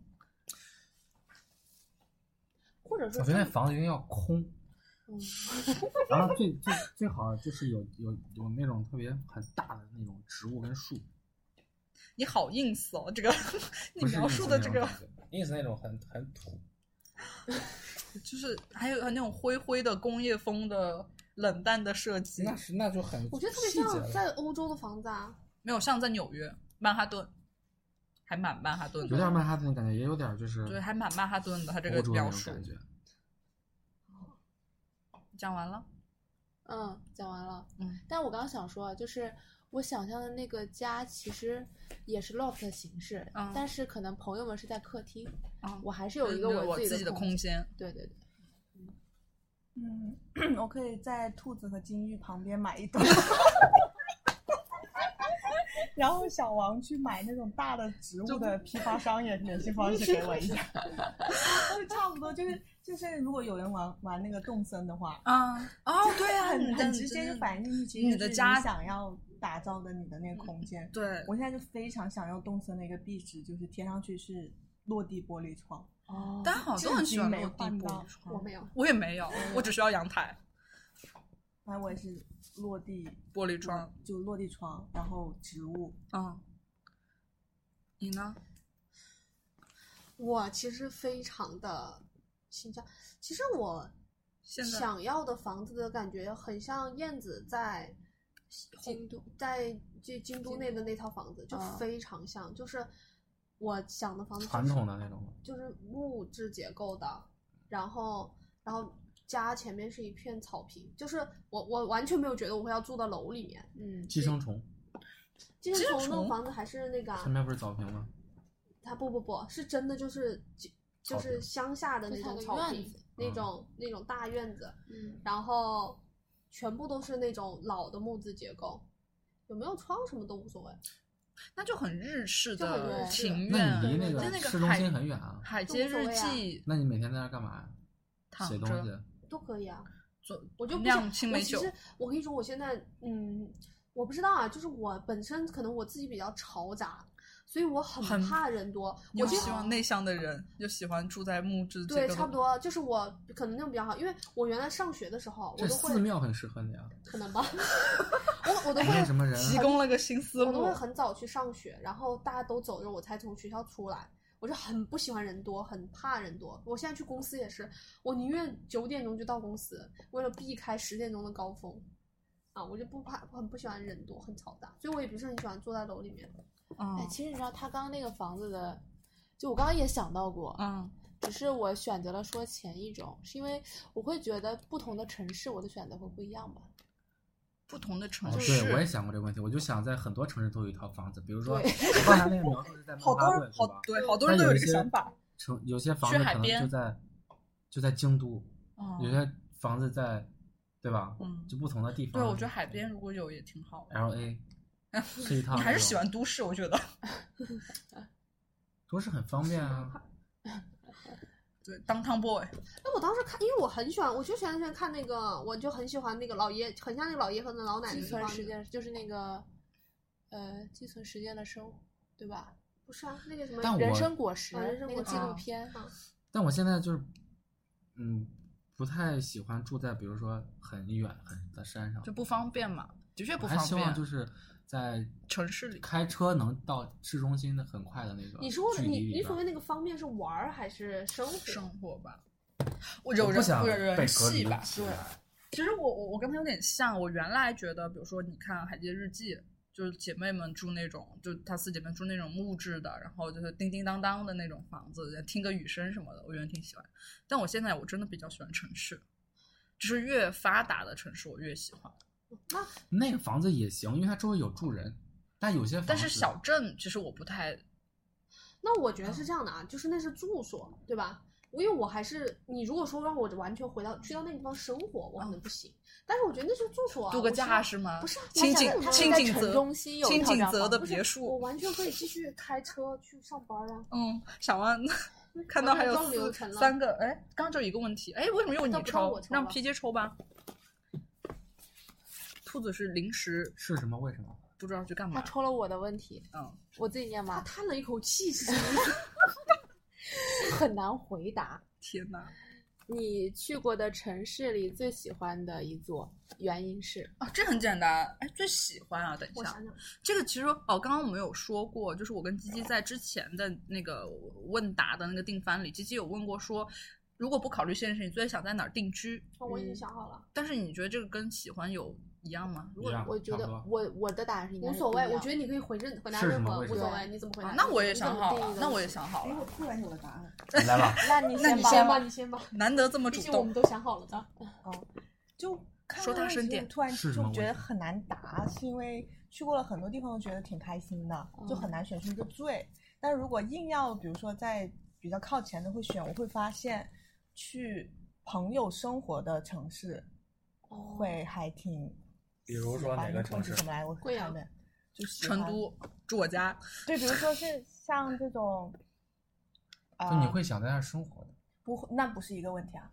Speaker 3: 或者说
Speaker 2: 我觉得那
Speaker 3: 这么
Speaker 2: 房子一定要空，
Speaker 3: 嗯
Speaker 2: 然后最最最好就是有有有那种特别很大的那种植物跟树，
Speaker 1: 你好 ins 哦， 这个你
Speaker 2: 不是
Speaker 1: 描述的这个
Speaker 2: ins 那种很很土，
Speaker 1: 就是还有那种灰灰的工业风的冷淡的设计，
Speaker 2: 那是那就很
Speaker 4: 我觉得特别
Speaker 2: 细节
Speaker 4: 像
Speaker 2: 了
Speaker 4: 在欧洲的房子啊，
Speaker 1: 没有像在纽约曼哈顿，还蛮曼哈顿
Speaker 2: 有点
Speaker 1: 的，
Speaker 2: 曼哈顿的感觉，也有点就是
Speaker 1: 对，还蛮曼哈顿的，他这
Speaker 2: 欧
Speaker 1: 个
Speaker 2: 洲那
Speaker 1: 描
Speaker 2: 种
Speaker 1: 述
Speaker 2: 感觉。
Speaker 1: 讲完了，
Speaker 3: 嗯，讲完了。
Speaker 1: 嗯，
Speaker 3: 但我刚刚想说，啊就是我想象的那个家其实也是 loft 的形式，
Speaker 1: 嗯
Speaker 3: 但是可能朋友们是在客厅，
Speaker 1: 嗯
Speaker 3: 我还是有一
Speaker 1: 就
Speaker 3: 个
Speaker 1: 是我
Speaker 3: 自
Speaker 1: 己的
Speaker 3: 空
Speaker 1: 空。间，
Speaker 3: 对对对，
Speaker 5: 嗯， 我可以在兔子和金玉旁边买一栋， 然后小王去买那种大的植物的批发商也联系方式给我一下，就差不多就是就是，如果有人玩玩那个动森的话，
Speaker 1: 啊哦对啊，
Speaker 5: 很
Speaker 1: 你的
Speaker 5: 很直接就反映你其实
Speaker 1: 你
Speaker 5: 就
Speaker 1: 的
Speaker 5: 是
Speaker 1: 家嗯
Speaker 5: 你想要打造的你的那个空间。
Speaker 1: 对，
Speaker 5: 我现在就非常想要动森的一个壁纸，就是贴上去是落地玻璃窗，
Speaker 3: 哦
Speaker 1: 但好多人喜欢
Speaker 5: 至今没
Speaker 1: 落地
Speaker 5: 换
Speaker 1: 玻
Speaker 5: 到
Speaker 1: 璃
Speaker 2: 嗯
Speaker 1: 窗，
Speaker 4: 我没有，
Speaker 1: 我也没有，我只需要阳台
Speaker 5: 那我也是落地
Speaker 1: 玻璃窗，
Speaker 5: 就落地窗，然后植物。
Speaker 1: 嗯，你呢？
Speaker 4: 我其实非常的形象。其实我
Speaker 1: 现在
Speaker 4: 想要的房子的感觉很像燕子在
Speaker 3: 京都
Speaker 4: 在这京都内的那套房子，就
Speaker 3: 啊
Speaker 4: 非常像，就是我想的房子就是
Speaker 2: 嗯传统的那种，
Speaker 4: 就是木质结构的，然后然后家前面是一片草坪，就是我我完全没有觉得我会要住到楼里面。
Speaker 3: 嗯，
Speaker 2: 寄生虫
Speaker 1: 寄
Speaker 4: 金
Speaker 1: 生
Speaker 4: 虫那
Speaker 1: 虫
Speaker 4: 种房子还是那个啊
Speaker 2: 前面不是草坪吗？
Speaker 4: 它不不不是真的就是就就
Speaker 2: 草
Speaker 4: 是
Speaker 2: 坪
Speaker 4: 乡下的
Speaker 3: 就
Speaker 4: 那
Speaker 3: 像
Speaker 4: 种
Speaker 3: 个
Speaker 4: 草
Speaker 3: 院
Speaker 4: 坪
Speaker 3: 子，
Speaker 4: 那
Speaker 2: 嗯
Speaker 4: 种那种大院子，
Speaker 3: 嗯
Speaker 4: 然后全部都是那种老的木质结构，有没有窗什么都无所谓。
Speaker 1: 那就很日式
Speaker 4: 就很
Speaker 1: 的
Speaker 4: 日式
Speaker 1: 庭
Speaker 2: 那
Speaker 1: 院，
Speaker 2: 你离
Speaker 4: 对
Speaker 2: 那
Speaker 1: 就那个
Speaker 2: 市中
Speaker 1: 海
Speaker 2: 心很远啊，
Speaker 1: 海街日记
Speaker 2: 那你每天在那儿干嘛呀？
Speaker 1: 躺
Speaker 2: 写东
Speaker 1: 着
Speaker 2: 西，
Speaker 4: 都可以啊，
Speaker 1: 做
Speaker 4: 我就不想
Speaker 1: 酿青
Speaker 4: 我
Speaker 1: 梅
Speaker 4: 其
Speaker 1: 酒
Speaker 4: 实我跟你说，我现在嗯，我不知道啊，就是我本身可能我自己比较嘈杂，所以我很
Speaker 1: 很
Speaker 4: 怕人多。
Speaker 1: 你
Speaker 4: 我
Speaker 1: 又
Speaker 4: 就
Speaker 1: 喜欢内向的人，又喜欢住在木质结构
Speaker 4: 对，
Speaker 1: 的
Speaker 4: 差不。多就是我可能那种比较好，因为我原来上学的时候，我
Speaker 2: 这
Speaker 4: 都
Speaker 2: 寺
Speaker 4: 会
Speaker 2: 庙很适合你啊，
Speaker 4: 可能吧，我
Speaker 1: 哎
Speaker 4: 我都
Speaker 2: 没
Speaker 4: 会
Speaker 2: 什么人啊，
Speaker 1: 提供了个新思
Speaker 4: 我都
Speaker 1: 路
Speaker 4: 会，很早去上学，然后大家都走着，我才从学校出来。我就很不喜欢人多，很怕人多。我现在去公司也是，我宁愿九点钟就到公司，为了避开十点钟的高峰。啊，我就不怕，很不喜欢人多，很嘈杂，所以我也不是很喜欢坐在楼里面。
Speaker 1: 嗯
Speaker 3: 哎，其实你知道他刚刚那个房子的，就我刚刚也想到过，
Speaker 1: 嗯
Speaker 3: 只是我选择了说前一种，是因为我会觉得不同的城市我的选择会不一样吧。
Speaker 1: 不同的
Speaker 2: 哦
Speaker 1: 城市，
Speaker 2: 对，我也想过这个问题，我就想在很多城市都有一套房子，比如说
Speaker 3: 对
Speaker 2: 我刚才那个描述是在曼
Speaker 1: 好多
Speaker 2: 哈
Speaker 1: 人
Speaker 2: 顿，
Speaker 1: 好
Speaker 2: 吧？
Speaker 1: 对，好多
Speaker 2: 但
Speaker 1: 人都这
Speaker 2: 有一
Speaker 1: 个
Speaker 2: 些
Speaker 1: 想法。
Speaker 2: 城有些房子
Speaker 1: 海
Speaker 2: 可能就
Speaker 1: 边
Speaker 2: 在就在京都，有
Speaker 1: 嗯，
Speaker 2: 些房子在，对吧？
Speaker 1: 嗯
Speaker 2: 就不同的地方。
Speaker 1: 对，我觉得海边如果有也挺好的。
Speaker 2: L A 是一套。
Speaker 1: 你还是喜欢都市，我觉得。
Speaker 2: 都市很方便啊，
Speaker 1: 对，当汤 boy，
Speaker 4: 那我当时看，因为我很喜欢，我就前段时间看那个，我就很喜欢那个老爷，很像那个老爷和那老奶奶
Speaker 3: 寄
Speaker 4: 那
Speaker 3: 存
Speaker 4: 帮
Speaker 3: 时
Speaker 4: 人
Speaker 3: 间就是那个，呃，寄存时间的生活，对吧？
Speaker 4: 不是啊，那个什么，
Speaker 2: 但我
Speaker 4: 人
Speaker 3: 人生果实，
Speaker 4: 啊人生
Speaker 3: 那
Speaker 4: 果
Speaker 3: 个
Speaker 4: 实
Speaker 3: 纪录
Speaker 4: 啊
Speaker 3: 片，
Speaker 4: 啊
Speaker 2: 但我现在就是，嗯，不太喜欢住在比如说很远很的山上，
Speaker 1: 就不方便嘛，的确
Speaker 2: 我
Speaker 1: 不
Speaker 2: 还
Speaker 1: 方
Speaker 2: 希望就
Speaker 1: 便。
Speaker 2: 是在
Speaker 1: 城市里
Speaker 2: 开车能到市中心的很快的那个距离里边儿。
Speaker 4: 你是为了你你所谓那个方面是玩儿还是生活？
Speaker 1: 生活吧，我
Speaker 2: 我
Speaker 1: 有
Speaker 2: 不
Speaker 1: 人
Speaker 2: 想
Speaker 1: 有
Speaker 2: 被
Speaker 1: 人
Speaker 2: 隔离
Speaker 1: 气 吧，
Speaker 2: 起
Speaker 1: 对。
Speaker 2: 来
Speaker 1: 其实我我我跟他有点像，我原来觉得，比如说你看《海街日记》，就是姐妹们住那种，就她四姐妹住那种木质的，然后就是叮叮当当的那种房子，听个雨声什么的，我原来挺喜欢。但我现在我真的比较喜欢城市，就是越发达的城市我越喜欢。
Speaker 2: 那个房子也行，因为它周围有住人，但有些房子
Speaker 1: 但是小镇其实我不太，
Speaker 4: 那我觉得是这样的啊，就是那是住所，对吧？因为我还是你如果说让我完全回到去到那个地方生活，我可能不行。但是我觉得那是住所啊，
Speaker 1: 度个
Speaker 4: 我希
Speaker 1: 假
Speaker 4: 望
Speaker 1: 是吗
Speaker 4: 不是啊，我
Speaker 1: 清
Speaker 4: 想
Speaker 1: 景
Speaker 4: 让他
Speaker 1: 清
Speaker 4: 在
Speaker 1: 景
Speaker 3: 城
Speaker 1: 泽
Speaker 3: 中心有一
Speaker 1: 清
Speaker 3: 套
Speaker 1: 景
Speaker 3: 这样
Speaker 1: 泽
Speaker 3: 房
Speaker 1: 的
Speaker 4: 不是
Speaker 1: 别
Speaker 4: 我
Speaker 1: 墅，
Speaker 4: 完全可以继续开车去上班啊。
Speaker 1: 嗯，小万看
Speaker 4: 我
Speaker 1: 到
Speaker 4: 觉
Speaker 1: 还
Speaker 4: 得
Speaker 1: 有
Speaker 4: 都流程
Speaker 1: 四
Speaker 4: 了
Speaker 1: 三个，哎，刚刚就一个问题，哎，为什么又
Speaker 4: 那
Speaker 1: 你
Speaker 4: 不到我
Speaker 1: 抽？
Speaker 4: 抽
Speaker 1: 让
Speaker 4: 了
Speaker 1: PJ 抽吧。兔子是临时
Speaker 2: 是什么？为什么？
Speaker 1: 不知道去干
Speaker 3: 他
Speaker 4: 啊
Speaker 1: 嘛，
Speaker 3: 抽了我的问题，
Speaker 1: 嗯，
Speaker 3: 我自己念
Speaker 4: 他
Speaker 3: 吧，
Speaker 4: 叹了一口 气，是什么意思
Speaker 3: 很难回答。
Speaker 1: 天哪，
Speaker 3: 你去过的城市里最喜欢的一座，原因是
Speaker 1: 啊，这很简单，哎，最喜欢啊，等一
Speaker 4: 我
Speaker 1: 下
Speaker 4: 想，想，
Speaker 1: 这个其实哦，刚刚我们有说过，就是我跟鸡鸡在之前的那个问答的那个定番里，鸡鸡有问过说，如果不考虑现实，你最想在哪儿定居？
Speaker 4: 哦我已经
Speaker 3: 嗯
Speaker 4: 想好了，
Speaker 1: 但是你觉得这个跟喜欢有一样吗？如
Speaker 2: 一
Speaker 1: 果
Speaker 2: 样，
Speaker 3: 我觉
Speaker 2: 差不
Speaker 3: 得
Speaker 2: 多
Speaker 3: 我我的答案是应该
Speaker 4: 无
Speaker 3: 是
Speaker 4: 所
Speaker 3: 不一
Speaker 4: 谓。我
Speaker 3: 样
Speaker 4: 觉得你可以回任回答
Speaker 2: 是
Speaker 4: 任
Speaker 2: 什么
Speaker 4: 何，
Speaker 2: 为
Speaker 4: 无
Speaker 2: 什
Speaker 4: 所
Speaker 3: 么
Speaker 4: 谓，你怎么回答
Speaker 1: 啊
Speaker 4: 都行？，
Speaker 1: 那我也
Speaker 4: 你怎么
Speaker 1: 想好
Speaker 4: 定义
Speaker 1: 了
Speaker 4: 都，
Speaker 1: 那我也
Speaker 4: 行。
Speaker 1: 想好
Speaker 5: 哎，我
Speaker 1: 了，
Speaker 5: 突然有了答案。
Speaker 2: 来吧，
Speaker 3: 那你
Speaker 1: 那你
Speaker 3: 吧
Speaker 1: 先
Speaker 4: 吧，你先吧，
Speaker 1: 难得这么
Speaker 4: 毕
Speaker 1: 主
Speaker 4: 竟我们
Speaker 1: 动，
Speaker 4: 都想好了的。
Speaker 5: 就看
Speaker 1: 说
Speaker 5: 到
Speaker 1: 大
Speaker 5: 那
Speaker 1: 声
Speaker 5: 些
Speaker 1: 点
Speaker 5: 突然
Speaker 2: 是
Speaker 5: 就
Speaker 2: 什么
Speaker 5: 觉
Speaker 2: 问
Speaker 5: 得
Speaker 2: 题
Speaker 5: 很难答，是因为去过了很多地方，都觉得挺开心的，
Speaker 1: 嗯
Speaker 5: 就很难选出一个最。但如果硬要，比如说在比较靠前的会选，我会发现去朋友生活的城市会还挺
Speaker 2: 比如
Speaker 5: 喜
Speaker 2: 说哪
Speaker 5: 欢
Speaker 2: 个
Speaker 5: 的
Speaker 2: 城
Speaker 5: 或者
Speaker 2: 市
Speaker 5: 什么来？我
Speaker 4: 贵阳
Speaker 5: 看的，就喜
Speaker 1: 成
Speaker 5: 欢
Speaker 1: 都住我家，
Speaker 5: 对，比如说是像这种，啊、
Speaker 2: 就你会想在那儿生活的。
Speaker 5: 不会那不是一个问题啊，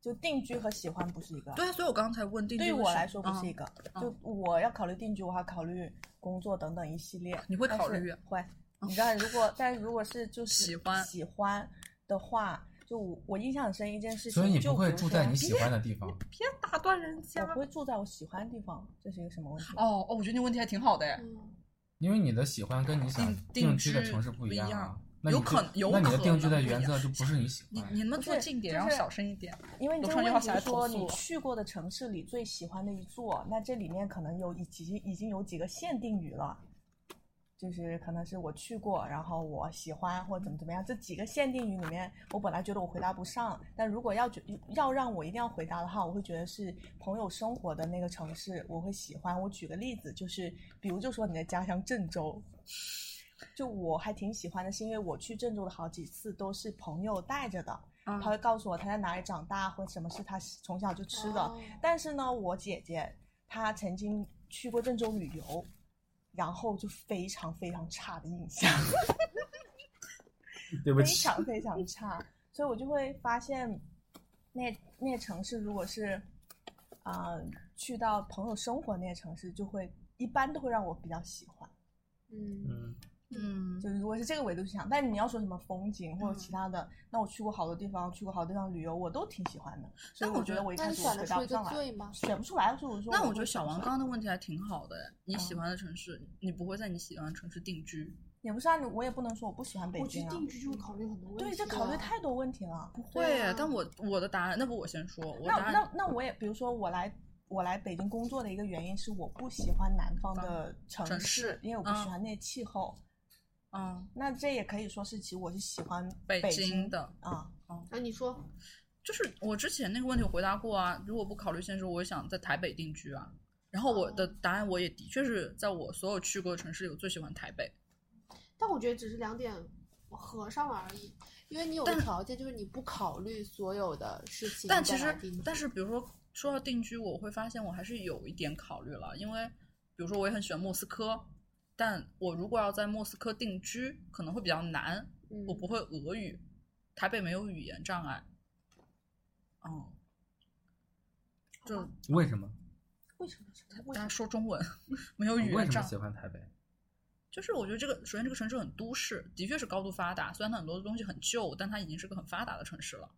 Speaker 5: 就定居和喜欢不是一个啊。
Speaker 1: 对啊，所以我刚才问定
Speaker 5: 对于
Speaker 1: 居
Speaker 5: 我
Speaker 1: 是
Speaker 5: 来说不是一
Speaker 1: 嗯
Speaker 5: 个，
Speaker 1: 嗯
Speaker 5: 就我要考虑定居，我还要考虑工作等等一系列。
Speaker 1: 你会
Speaker 5: 但
Speaker 1: 考
Speaker 5: 是
Speaker 1: 虑啊
Speaker 5: 会，你知道，如果但如果 是就是
Speaker 1: 喜欢
Speaker 5: 喜欢的话，就我我印象很深一件事情，
Speaker 2: 所以你
Speaker 5: 就
Speaker 2: 不会
Speaker 5: 比如
Speaker 2: 住在
Speaker 5: 说
Speaker 2: 你喜欢的地 方，
Speaker 1: 别打断人家
Speaker 5: 我不。会住在我喜欢的地方，这是一个什么问题？
Speaker 1: 哦哦，我觉得你问题还挺好的哎，
Speaker 4: 嗯，
Speaker 2: 因为你的喜欢跟你想
Speaker 1: 定
Speaker 2: 定
Speaker 1: 定
Speaker 2: 居的
Speaker 1: 居
Speaker 2: 城市不
Speaker 1: 不
Speaker 2: 一
Speaker 1: 一
Speaker 2: 样啊
Speaker 1: 样。
Speaker 2: 那
Speaker 1: 有
Speaker 2: 你
Speaker 1: 可
Speaker 2: 就
Speaker 1: 有
Speaker 2: 那你的
Speaker 1: 可
Speaker 2: 定居
Speaker 1: 能
Speaker 2: 的
Speaker 1: 不一
Speaker 2: 原
Speaker 1: 样
Speaker 2: 则就不是你喜
Speaker 1: 你
Speaker 2: 欢啊
Speaker 1: 你
Speaker 2: 的。
Speaker 1: 能不能
Speaker 5: 不
Speaker 1: 坐
Speaker 5: 是
Speaker 1: 近点，
Speaker 5: 就
Speaker 1: 然后
Speaker 5: 是
Speaker 1: 小声一点？
Speaker 5: 因为你
Speaker 1: 楼
Speaker 5: 这
Speaker 1: 上
Speaker 5: 个
Speaker 1: 有
Speaker 5: 问
Speaker 1: 小
Speaker 5: 题
Speaker 1: 孩投
Speaker 5: 说
Speaker 1: 诉
Speaker 5: 你去过的城市里最喜欢的一座，那这里面可能有已经已经有几个限定语了，就是可能是我去过，然后我喜欢或怎么怎么样，这几个限定语里面，我本来觉得我回答不上，但如果要觉要让我一定要回答的话，我会觉得是朋友生活的那个城市，我会喜欢。我举个例子，就是比如就说你的家乡郑州，就我还挺喜欢的，是因为我去郑州的好几次都是朋友带着的。
Speaker 1: 啊
Speaker 5: 他会告诉我他在哪里长大或什么是他从小就吃的。
Speaker 4: 哦
Speaker 5: 但是呢，我姐姐她曾经去过郑州旅游，然后就非常非常差的印象，
Speaker 2: 对不
Speaker 5: 非
Speaker 2: 起，
Speaker 5: 常非常差。所以我就会发现那，那些城市如果是啊、呃去到朋友生活那些城市，就会一般都会让我比较喜欢。
Speaker 3: 嗯，
Speaker 2: 嗯，
Speaker 1: 嗯，
Speaker 5: 就是如果是这个维度去想，但你要说什么风景或者其他的，那我去过好多地方，去过好多地方旅游，我都挺喜欢的。所以
Speaker 1: 但我
Speaker 5: 觉
Speaker 1: 觉
Speaker 5: 得
Speaker 1: 得
Speaker 5: 我一
Speaker 3: 那
Speaker 5: 开
Speaker 3: 你
Speaker 5: 始我
Speaker 3: 选得
Speaker 5: 回
Speaker 3: 出
Speaker 5: 答
Speaker 3: 一个
Speaker 5: 不上来，
Speaker 3: 最吗？
Speaker 5: 选不出来，所以我说
Speaker 1: 那我
Speaker 5: 会
Speaker 1: 觉得小
Speaker 5: 选
Speaker 1: 王啊
Speaker 5: 出来
Speaker 1: 刚刚的问题还挺好的哎，你喜
Speaker 5: 嗯
Speaker 1: 欢的城市，你不会在你喜欢的城市定居，
Speaker 5: 也不是啊，你我也不能说我不喜欢北
Speaker 4: 我觉
Speaker 5: 京
Speaker 4: 得
Speaker 5: 啊。
Speaker 4: 定居就会考虑很多问题
Speaker 5: 对，
Speaker 4: 啊。
Speaker 5: 这考虑太多问题了。
Speaker 1: 不
Speaker 4: 对
Speaker 1: 会
Speaker 4: 啊
Speaker 1: 哎。但我我的答案，那不我先说，我的答
Speaker 5: 那
Speaker 1: 案
Speaker 5: 那那我也，比如说我来我来北京工作的一个原因是我不喜欢南方的城
Speaker 1: 城市
Speaker 5: 市，因为我不
Speaker 1: 嗯
Speaker 5: 喜欢那气候。
Speaker 1: 嗯，
Speaker 5: 那这也可以说是，其实我是喜欢
Speaker 1: 北
Speaker 5: 京
Speaker 1: 京的
Speaker 5: 啊，
Speaker 4: 啊，你说
Speaker 1: 就是我之前那个问题我回答过啊，如果不考虑现实，我也想在台北定居啊。然后我
Speaker 5: 哦
Speaker 1: 的答案我也的确是在我所有去过的城市里，我最喜欢台北。
Speaker 4: 但我觉得只是两点合上了而已。
Speaker 3: 因为你有个条件就是你不考虑所有的事情，
Speaker 1: 但
Speaker 3: 你
Speaker 1: 其
Speaker 3: 再来
Speaker 1: 实
Speaker 3: 定义，
Speaker 1: 但是比如说说到定居，我会发现我还是有一点考虑了，因为比如说我也很喜欢莫斯科，但我如果要在莫斯科定居，可能会比较难，
Speaker 3: 嗯
Speaker 1: 我不会俄语，台北没有语言障碍。哦，就
Speaker 2: 为什么？
Speaker 5: 为什么是这样？为
Speaker 1: 大家
Speaker 5: 什么
Speaker 1: 说中文 没有语
Speaker 2: 哦为
Speaker 1: 言
Speaker 2: 什
Speaker 1: 障
Speaker 2: 么
Speaker 1: 碍
Speaker 2: 喜。欢台 北？
Speaker 1: 就是我觉得这个，首先这个城市很都市，的确是高度发达。虽然它很多东西很旧，但它已经是个很发达的城市了，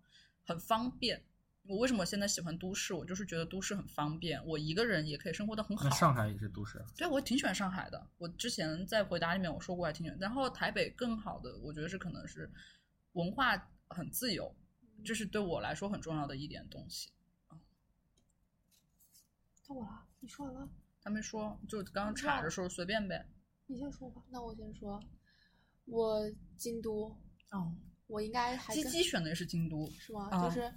Speaker 1: 很方便。我为什么现在喜欢都市？我就是觉得都市很方便，我一个人也可以生活的很
Speaker 2: 那
Speaker 1: 好。
Speaker 2: 上海也是都市啊，
Speaker 1: 对，我挺喜欢上海的。我之前在回答里面我说过，还挺喜欢。然后台北更好的，我觉得是可能是文化很自由，这是对我来说很重要的一点东西。
Speaker 4: 到我了，你说完了，
Speaker 1: 他们说，就刚刚查的时候随便呗。
Speaker 4: 你先说吧。
Speaker 3: 那我先说，我京都，
Speaker 1: 哦，
Speaker 3: 我应该还
Speaker 1: 鸡
Speaker 3: 跟
Speaker 1: 鸡选的也是京都，
Speaker 3: 是吗？
Speaker 1: 啊
Speaker 3: 就是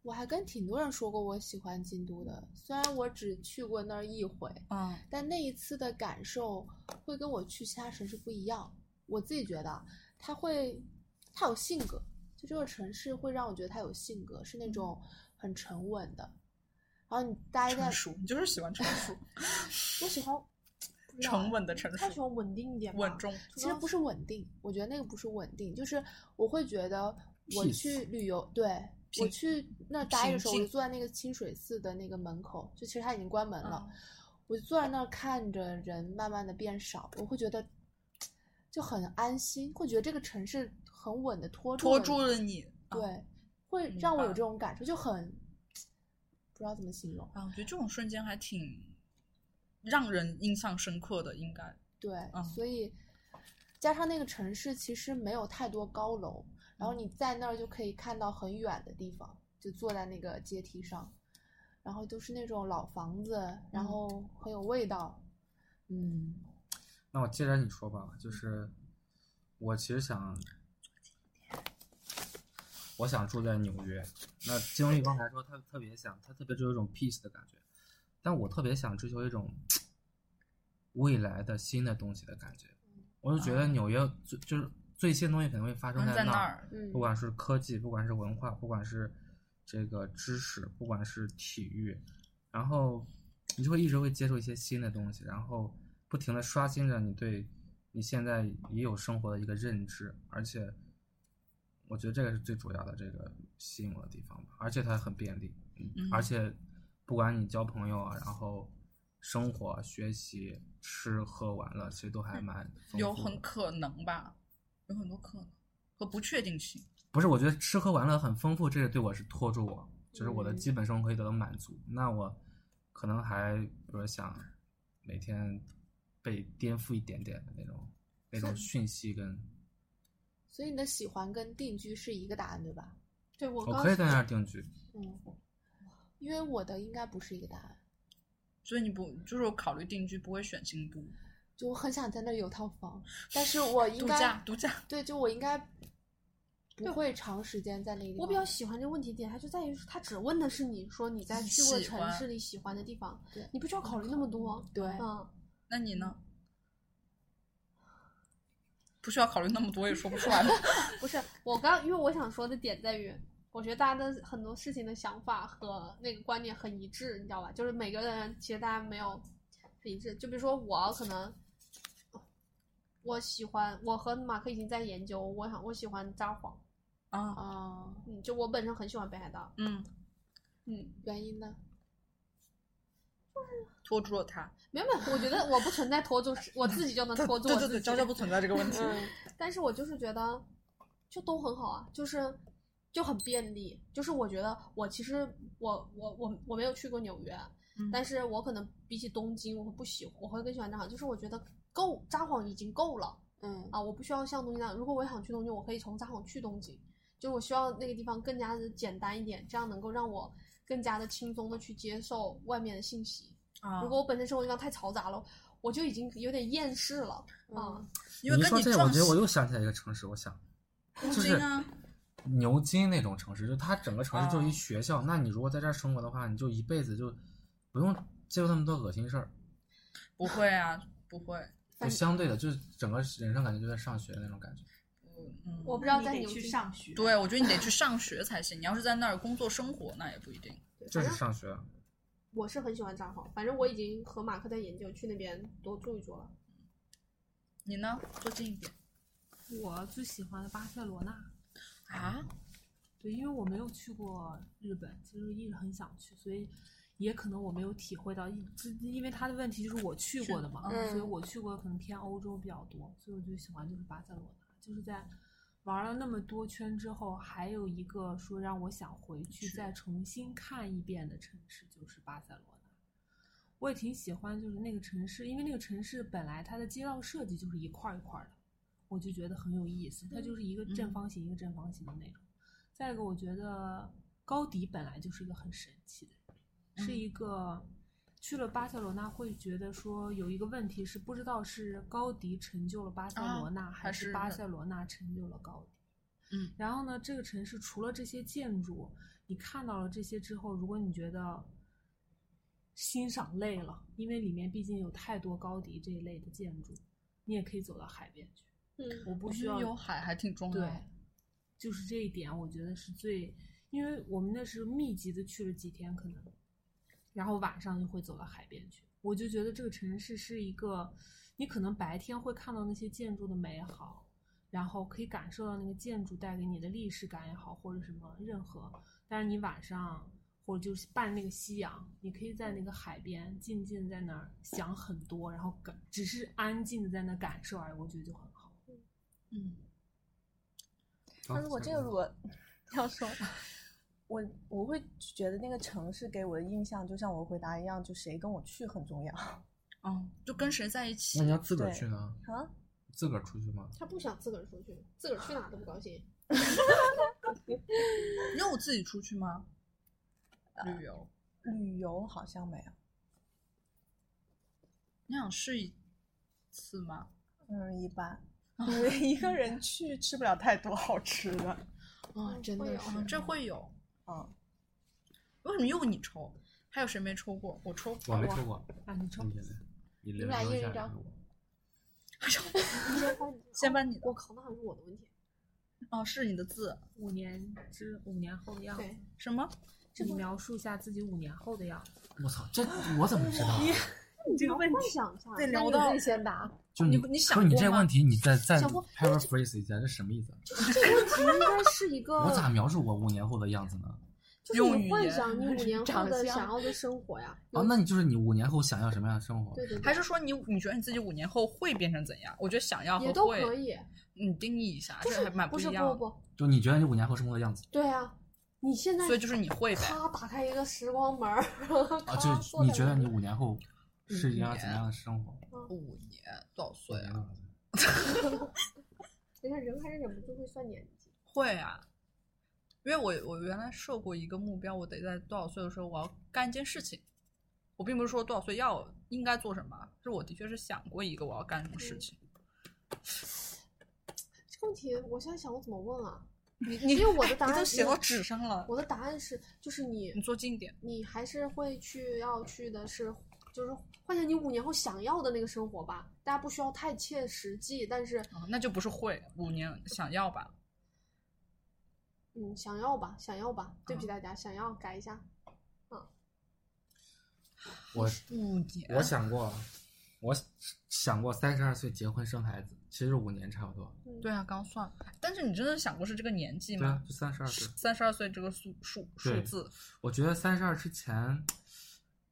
Speaker 3: 我还跟挺多人说过我喜欢京都的，虽然我只去过那儿一回，
Speaker 1: 嗯
Speaker 3: 但那一次的感受会跟我去其他城市不一样。我自己觉
Speaker 4: 啊
Speaker 3: 得它会，它有性格，就这个城市会让我觉得它有性格，是
Speaker 1: 嗯
Speaker 3: 那种很沉稳的。然后你待在
Speaker 1: 成，熟，你就是喜欢成 熟，
Speaker 3: 我喜欢不知道
Speaker 1: 沉
Speaker 3: 哎
Speaker 1: 稳的成
Speaker 5: 他喜
Speaker 1: 熟，
Speaker 5: 欢稳定一点吧，
Speaker 1: 稳重。
Speaker 5: 主
Speaker 3: 啊其实
Speaker 5: 要
Speaker 3: 不是稳定，我觉得那个不是稳定，就是我会觉得我
Speaker 2: Peace
Speaker 3: 去旅游，对我
Speaker 1: 平
Speaker 3: 去那儿待
Speaker 1: 平
Speaker 3: 的时候，我就
Speaker 1: 静
Speaker 3: 坐在那个清水寺的那个门口，就其实它已经关门了，
Speaker 1: 嗯
Speaker 3: 我就坐在那儿看着人慢慢的变少，我会觉得就很安心，会觉得这个城市很稳的拖住
Speaker 1: 拖
Speaker 3: 了
Speaker 1: 住
Speaker 3: 你
Speaker 1: 了你。啊
Speaker 3: 对，会
Speaker 1: 明
Speaker 3: 让我有
Speaker 1: 白
Speaker 3: 这种感受，就很不知道怎么形容，
Speaker 1: 啊，我觉得这种瞬间还挺让人印象深刻的，应该。
Speaker 3: 对，
Speaker 1: 嗯
Speaker 3: 所以加上那个城市其实没有太多高楼，然后你在那儿就可以看到很远的地方，就坐在那个阶梯上，然后都是那种老房子，
Speaker 1: 嗯
Speaker 3: 然后很有味道。嗯，
Speaker 2: 那我接着你说吧，就是我其实想，我想住在纽约。那经历刚才说，他特别想，他特别就有一种 peace 的感觉，但我特别想追求一种未来的新的东西的感觉。我就觉得纽约最就是最新的东西可能会发生
Speaker 1: 嗯在
Speaker 2: 哦那
Speaker 1: 那
Speaker 2: 儿
Speaker 1: 儿，
Speaker 3: 嗯
Speaker 2: 不管是科技，不管是文化，不管是这个知识，不管是体育，然后你就会一直会接触一些新的东西，然后不停的刷新着你对你现在已有生活的一个认知，而且我觉得这个是最主要的这个吸引我的地方吧，而且它很便利，
Speaker 1: 嗯
Speaker 2: 而且不管你交朋友啊，然后生活、学习、吃喝玩乐，其实都还蛮
Speaker 1: 嗯
Speaker 2: 丰
Speaker 1: 有
Speaker 2: 富
Speaker 1: 很
Speaker 2: 的
Speaker 1: 可能吧，有很多可能和不确定性。
Speaker 2: 不是，我觉得吃喝玩乐很丰富，这个对我是拖住我，就是我的
Speaker 3: 嗯
Speaker 2: 基本生活可以得到满足。那我可能还比如想每天被颠覆一点点的那种那种讯息跟，
Speaker 3: 所以你的喜欢跟定居是一个答案，对吧？
Speaker 5: 对我
Speaker 2: 我
Speaker 5: 刚
Speaker 2: 可以在那儿定居。
Speaker 3: 嗯，因为我的应该不是一个答案，
Speaker 1: 所以你不就是我考虑定居不会选京都
Speaker 3: 就我很想在那儿有套房，但是我应
Speaker 1: 度
Speaker 3: 该
Speaker 1: 假度假，
Speaker 3: 对，就我应该不
Speaker 5: 对
Speaker 3: 会长时间在那个地方。
Speaker 4: 我比较喜欢这问题点，它就在于他只问的是你说你在
Speaker 1: 你
Speaker 4: 去过
Speaker 1: 喜
Speaker 4: 城
Speaker 1: 欢
Speaker 4: 市里喜欢的地方
Speaker 3: 对，
Speaker 4: 你不需要考虑那么多。
Speaker 3: 对，
Speaker 4: 嗯，
Speaker 1: 那你呢？不需要考虑那么多，也说不出来了。
Speaker 4: 不是我刚，因为我想说的点在于，我觉得大家的很多事情的想法和那个观念很一致，你知道吧？就是每个人其实大家没有很一致。就比如说我可能，我喜欢我和马克已经在研究，我想我喜欢札幌，
Speaker 1: 啊，
Speaker 3: 啊、
Speaker 4: 嗯，就我本身很喜欢北海道，
Speaker 1: 嗯，
Speaker 4: 嗯，
Speaker 3: 原因呢？
Speaker 1: 拖住了他。
Speaker 4: 没有没有，我觉得我不存在拖住，我自己就能拖住我
Speaker 1: 对对
Speaker 4: 自己。
Speaker 1: 对，娇娇不存在这个问题。
Speaker 4: 但是我就是觉得，就都很好啊，就是就很便利。就是我觉得我其实我我我我没有去过纽约，
Speaker 1: 嗯
Speaker 4: 但是我可能比起东京，我会不喜欢，我会更喜欢札幌。就是我觉得够札幌已经够了
Speaker 3: 嗯，
Speaker 4: 啊，我不需要像东京那样。如果我想去东京，我可以从札幌去东京。就是我希望那个地方更加的简单一点，这样能够让我更加的轻松的去接受外面的信息。
Speaker 1: 啊
Speaker 4: 嗯如果我本身生活地方太嘈杂了，我就已经有点厌世了
Speaker 3: 嗯
Speaker 4: 啊。
Speaker 1: 因为
Speaker 2: 你
Speaker 1: 跟
Speaker 2: 说这个，我
Speaker 1: 撞
Speaker 2: 觉得我
Speaker 1: 期
Speaker 2: 又想起来一个城市，我想就
Speaker 1: 东
Speaker 2: 是
Speaker 1: 京啊，
Speaker 2: 牛津那种城市，就它整个城市就一
Speaker 1: 哦
Speaker 2: 学校。那你如果在这儿生活的话，你就一辈子就不用接受那么多恶心事儿。
Speaker 1: 不会啊，不会。
Speaker 2: 就相对的，就是整个人生感觉就在上学那种感觉。
Speaker 1: 嗯，
Speaker 4: 我不知道
Speaker 3: 你
Speaker 4: 在
Speaker 3: 得
Speaker 4: 纽
Speaker 3: 去
Speaker 4: 京
Speaker 3: 上学。
Speaker 1: 对，我觉得你得去上学才行。你要是在那儿工作生活，那也不一定。
Speaker 2: 就是上学，啊
Speaker 4: 我是很喜欢札幌，反正我已经和马克在研究去那边多住一住了。
Speaker 1: 你呢？坐近一点。
Speaker 6: 我最喜欢的巴塞罗那，
Speaker 1: 啊，
Speaker 6: 对，因为我没有去过日本，其实一直很想去，所以也可能我没有体会到，因因为他的问题就是我去过的嘛，
Speaker 4: 嗯
Speaker 6: 所以我去过可能偏欧洲比较多，所以我就喜欢就是巴塞罗那，就是在玩了那么多圈之后，还有一个说让我想回去再重新看一遍的城市就是巴塞罗那。我也挺喜欢，就是那个城市，因为那个城市本来它的街道设计就是一块儿一块儿的，我就觉得很有意思。它就是一个正方形、一个正方形的那种。再一个，我觉得高迪本来就是一个很神奇的人，是一个去了巴塞罗那会觉得说有一个问题是不知道是高迪成就了巴塞罗那，
Speaker 1: 啊
Speaker 6: 还
Speaker 1: 还
Speaker 6: 是
Speaker 1: 是
Speaker 6: 巴塞罗那成就了高迪。
Speaker 1: 嗯，
Speaker 6: 然后呢，这个城市除了这些建筑，你看到了这些之后，如果你觉得欣赏累了，因为里面毕竟有太多高迪这一类的建筑，你也可以走到海边去。
Speaker 4: 嗯
Speaker 6: 我不
Speaker 1: 我
Speaker 6: 需
Speaker 1: 觉得
Speaker 6: 要
Speaker 1: 有海还挺重要
Speaker 6: 对
Speaker 1: 的。，
Speaker 6: 就是这一点，我觉得是最，因为我们那是密集的去了几天，可能，然后晚上就会走到海边去。我就觉得这个城市是一个，你可能白天会看到那些建筑的美好，然后可以感受到那个建筑带给你的历史感也好，或者什么任何，但是你晚上或者就是伴那个夕阳，你可以在那个海边静静在那儿想很多，然后感只是安静的在那感受而已，我觉得就很好。
Speaker 1: 嗯，
Speaker 5: 但
Speaker 2: 啊
Speaker 5: 是我这个如果要说，我我会觉得那个城市给我的印象，就像我回答一样，就谁跟我去很重要
Speaker 1: 哦，就跟谁在一起
Speaker 2: 那你要自个儿
Speaker 5: 对
Speaker 2: 去呢？
Speaker 5: 啊。
Speaker 2: 自个儿出去吗？
Speaker 4: 他不想自个儿出去，自个儿去哪都不高兴。
Speaker 1: 你有自己出去吗？旅游，
Speaker 5: 旅游好像没有，
Speaker 1: 你想试一次吗？
Speaker 5: 嗯，一 般，因为一个人去吃不了太多好吃的。
Speaker 4: 啊，真
Speaker 1: 会
Speaker 4: 的
Speaker 1: 有
Speaker 4: 是，，
Speaker 1: 这会有。
Speaker 5: 嗯，
Speaker 1: 为什么又你抽？还有谁没抽过？我抽
Speaker 2: 我
Speaker 1: 过。
Speaker 2: 没抽过，
Speaker 6: 啊，你抽
Speaker 2: 你先来你留
Speaker 4: 们俩
Speaker 2: 留
Speaker 4: 一
Speaker 2: 下
Speaker 4: 人
Speaker 2: 来
Speaker 4: 一张
Speaker 2: 给我
Speaker 4: 你先翻你的，
Speaker 1: 先把你的
Speaker 4: 啊我靠，那还是我的问题。
Speaker 1: 哦，是你的字
Speaker 6: 五年之五年后的样子
Speaker 4: 对，，
Speaker 1: 什么？
Speaker 6: 你描述一下自己五年后的样子。
Speaker 2: 我操，这我怎么知道啊？
Speaker 4: 你
Speaker 6: 这个问题
Speaker 4: 幻想一下，
Speaker 1: 对
Speaker 4: 那
Speaker 1: 聊
Speaker 4: 你
Speaker 1: 到
Speaker 4: 自己先答。
Speaker 2: 就
Speaker 1: 你
Speaker 2: 不
Speaker 1: 你想
Speaker 2: 是你
Speaker 1: 过
Speaker 2: 这
Speaker 1: 吗
Speaker 2: 问题，你再再
Speaker 4: 想过
Speaker 2: paraphrase 一下，这什么意思啊？
Speaker 4: 这个问题应该是一个
Speaker 2: 我咋描述我五年后的样子呢？
Speaker 4: 就是
Speaker 1: 用
Speaker 4: 你
Speaker 1: 语
Speaker 4: 幻
Speaker 1: 言
Speaker 4: 想你五年后
Speaker 5: 长
Speaker 4: 的
Speaker 5: 相
Speaker 4: 想要的生活呀。
Speaker 2: 哦，那你就是你五年后想要什么样的生活？
Speaker 4: 嗯对对，对
Speaker 1: 还是说你你觉得你自己五年后会变成怎样？我觉得想要
Speaker 4: 也
Speaker 1: 和
Speaker 4: 都
Speaker 1: 会，
Speaker 4: 可以，
Speaker 1: 你定义一下，
Speaker 4: 就
Speaker 1: 这
Speaker 4: 是
Speaker 1: 还蛮
Speaker 4: 不
Speaker 1: 一
Speaker 4: 是
Speaker 1: 样
Speaker 4: 不
Speaker 1: 的。
Speaker 4: 不，
Speaker 2: 就你觉得你五年后生活的样子
Speaker 4: 对啊，你现在
Speaker 1: 所以就是你会呗。
Speaker 4: 咔打开一个时光门儿，
Speaker 2: 啊，
Speaker 4: 咔
Speaker 2: 就是
Speaker 4: 坐
Speaker 2: 你
Speaker 4: 在
Speaker 2: 觉
Speaker 4: 那
Speaker 2: 得
Speaker 4: 里
Speaker 2: 你五年后是一
Speaker 1: 五
Speaker 2: 样
Speaker 1: 年
Speaker 2: 怎样的生活？嗯
Speaker 1: 五年多少岁
Speaker 2: 五年
Speaker 1: 啊？
Speaker 2: 后的
Speaker 4: 人家人还是忍不住会算年纪。
Speaker 1: 会啊，因为我我原来设过一个目标，我得在多少岁的时候我要干一件事情。我并不是说多少岁要应该做什么，是我的确是想过一个我要干什么
Speaker 4: 嗯
Speaker 1: 事情。
Speaker 4: 这个问题我现在想我怎么问啊？
Speaker 1: 你你
Speaker 4: 因为我的
Speaker 1: 哎
Speaker 4: 答
Speaker 1: 你
Speaker 4: 案
Speaker 1: 都
Speaker 4: 是
Speaker 1: 写到纸上了，
Speaker 4: 我的答案是，就是你
Speaker 1: 你做近点。
Speaker 4: 你还是会去要去的是，就是幻想你五年后想要的那个生活吧。大家不需要太切实际，但是
Speaker 1: 啊，那就不是会五年想要吧？
Speaker 4: 嗯，想要吧，想要吧。对
Speaker 1: 嗯
Speaker 4: 不起大家，想要改一下。
Speaker 2: 我
Speaker 1: 五年，
Speaker 2: 我想过，我想过三十二岁结婚生孩子，其实五年差不多。
Speaker 1: 对啊，刚算了。但是你真的想过是这个年纪
Speaker 2: 对啊
Speaker 1: 吗，？
Speaker 2: 就三十二岁。
Speaker 1: 三十二岁这个数数数
Speaker 2: 对
Speaker 1: 字，
Speaker 2: 我觉得三十二之前，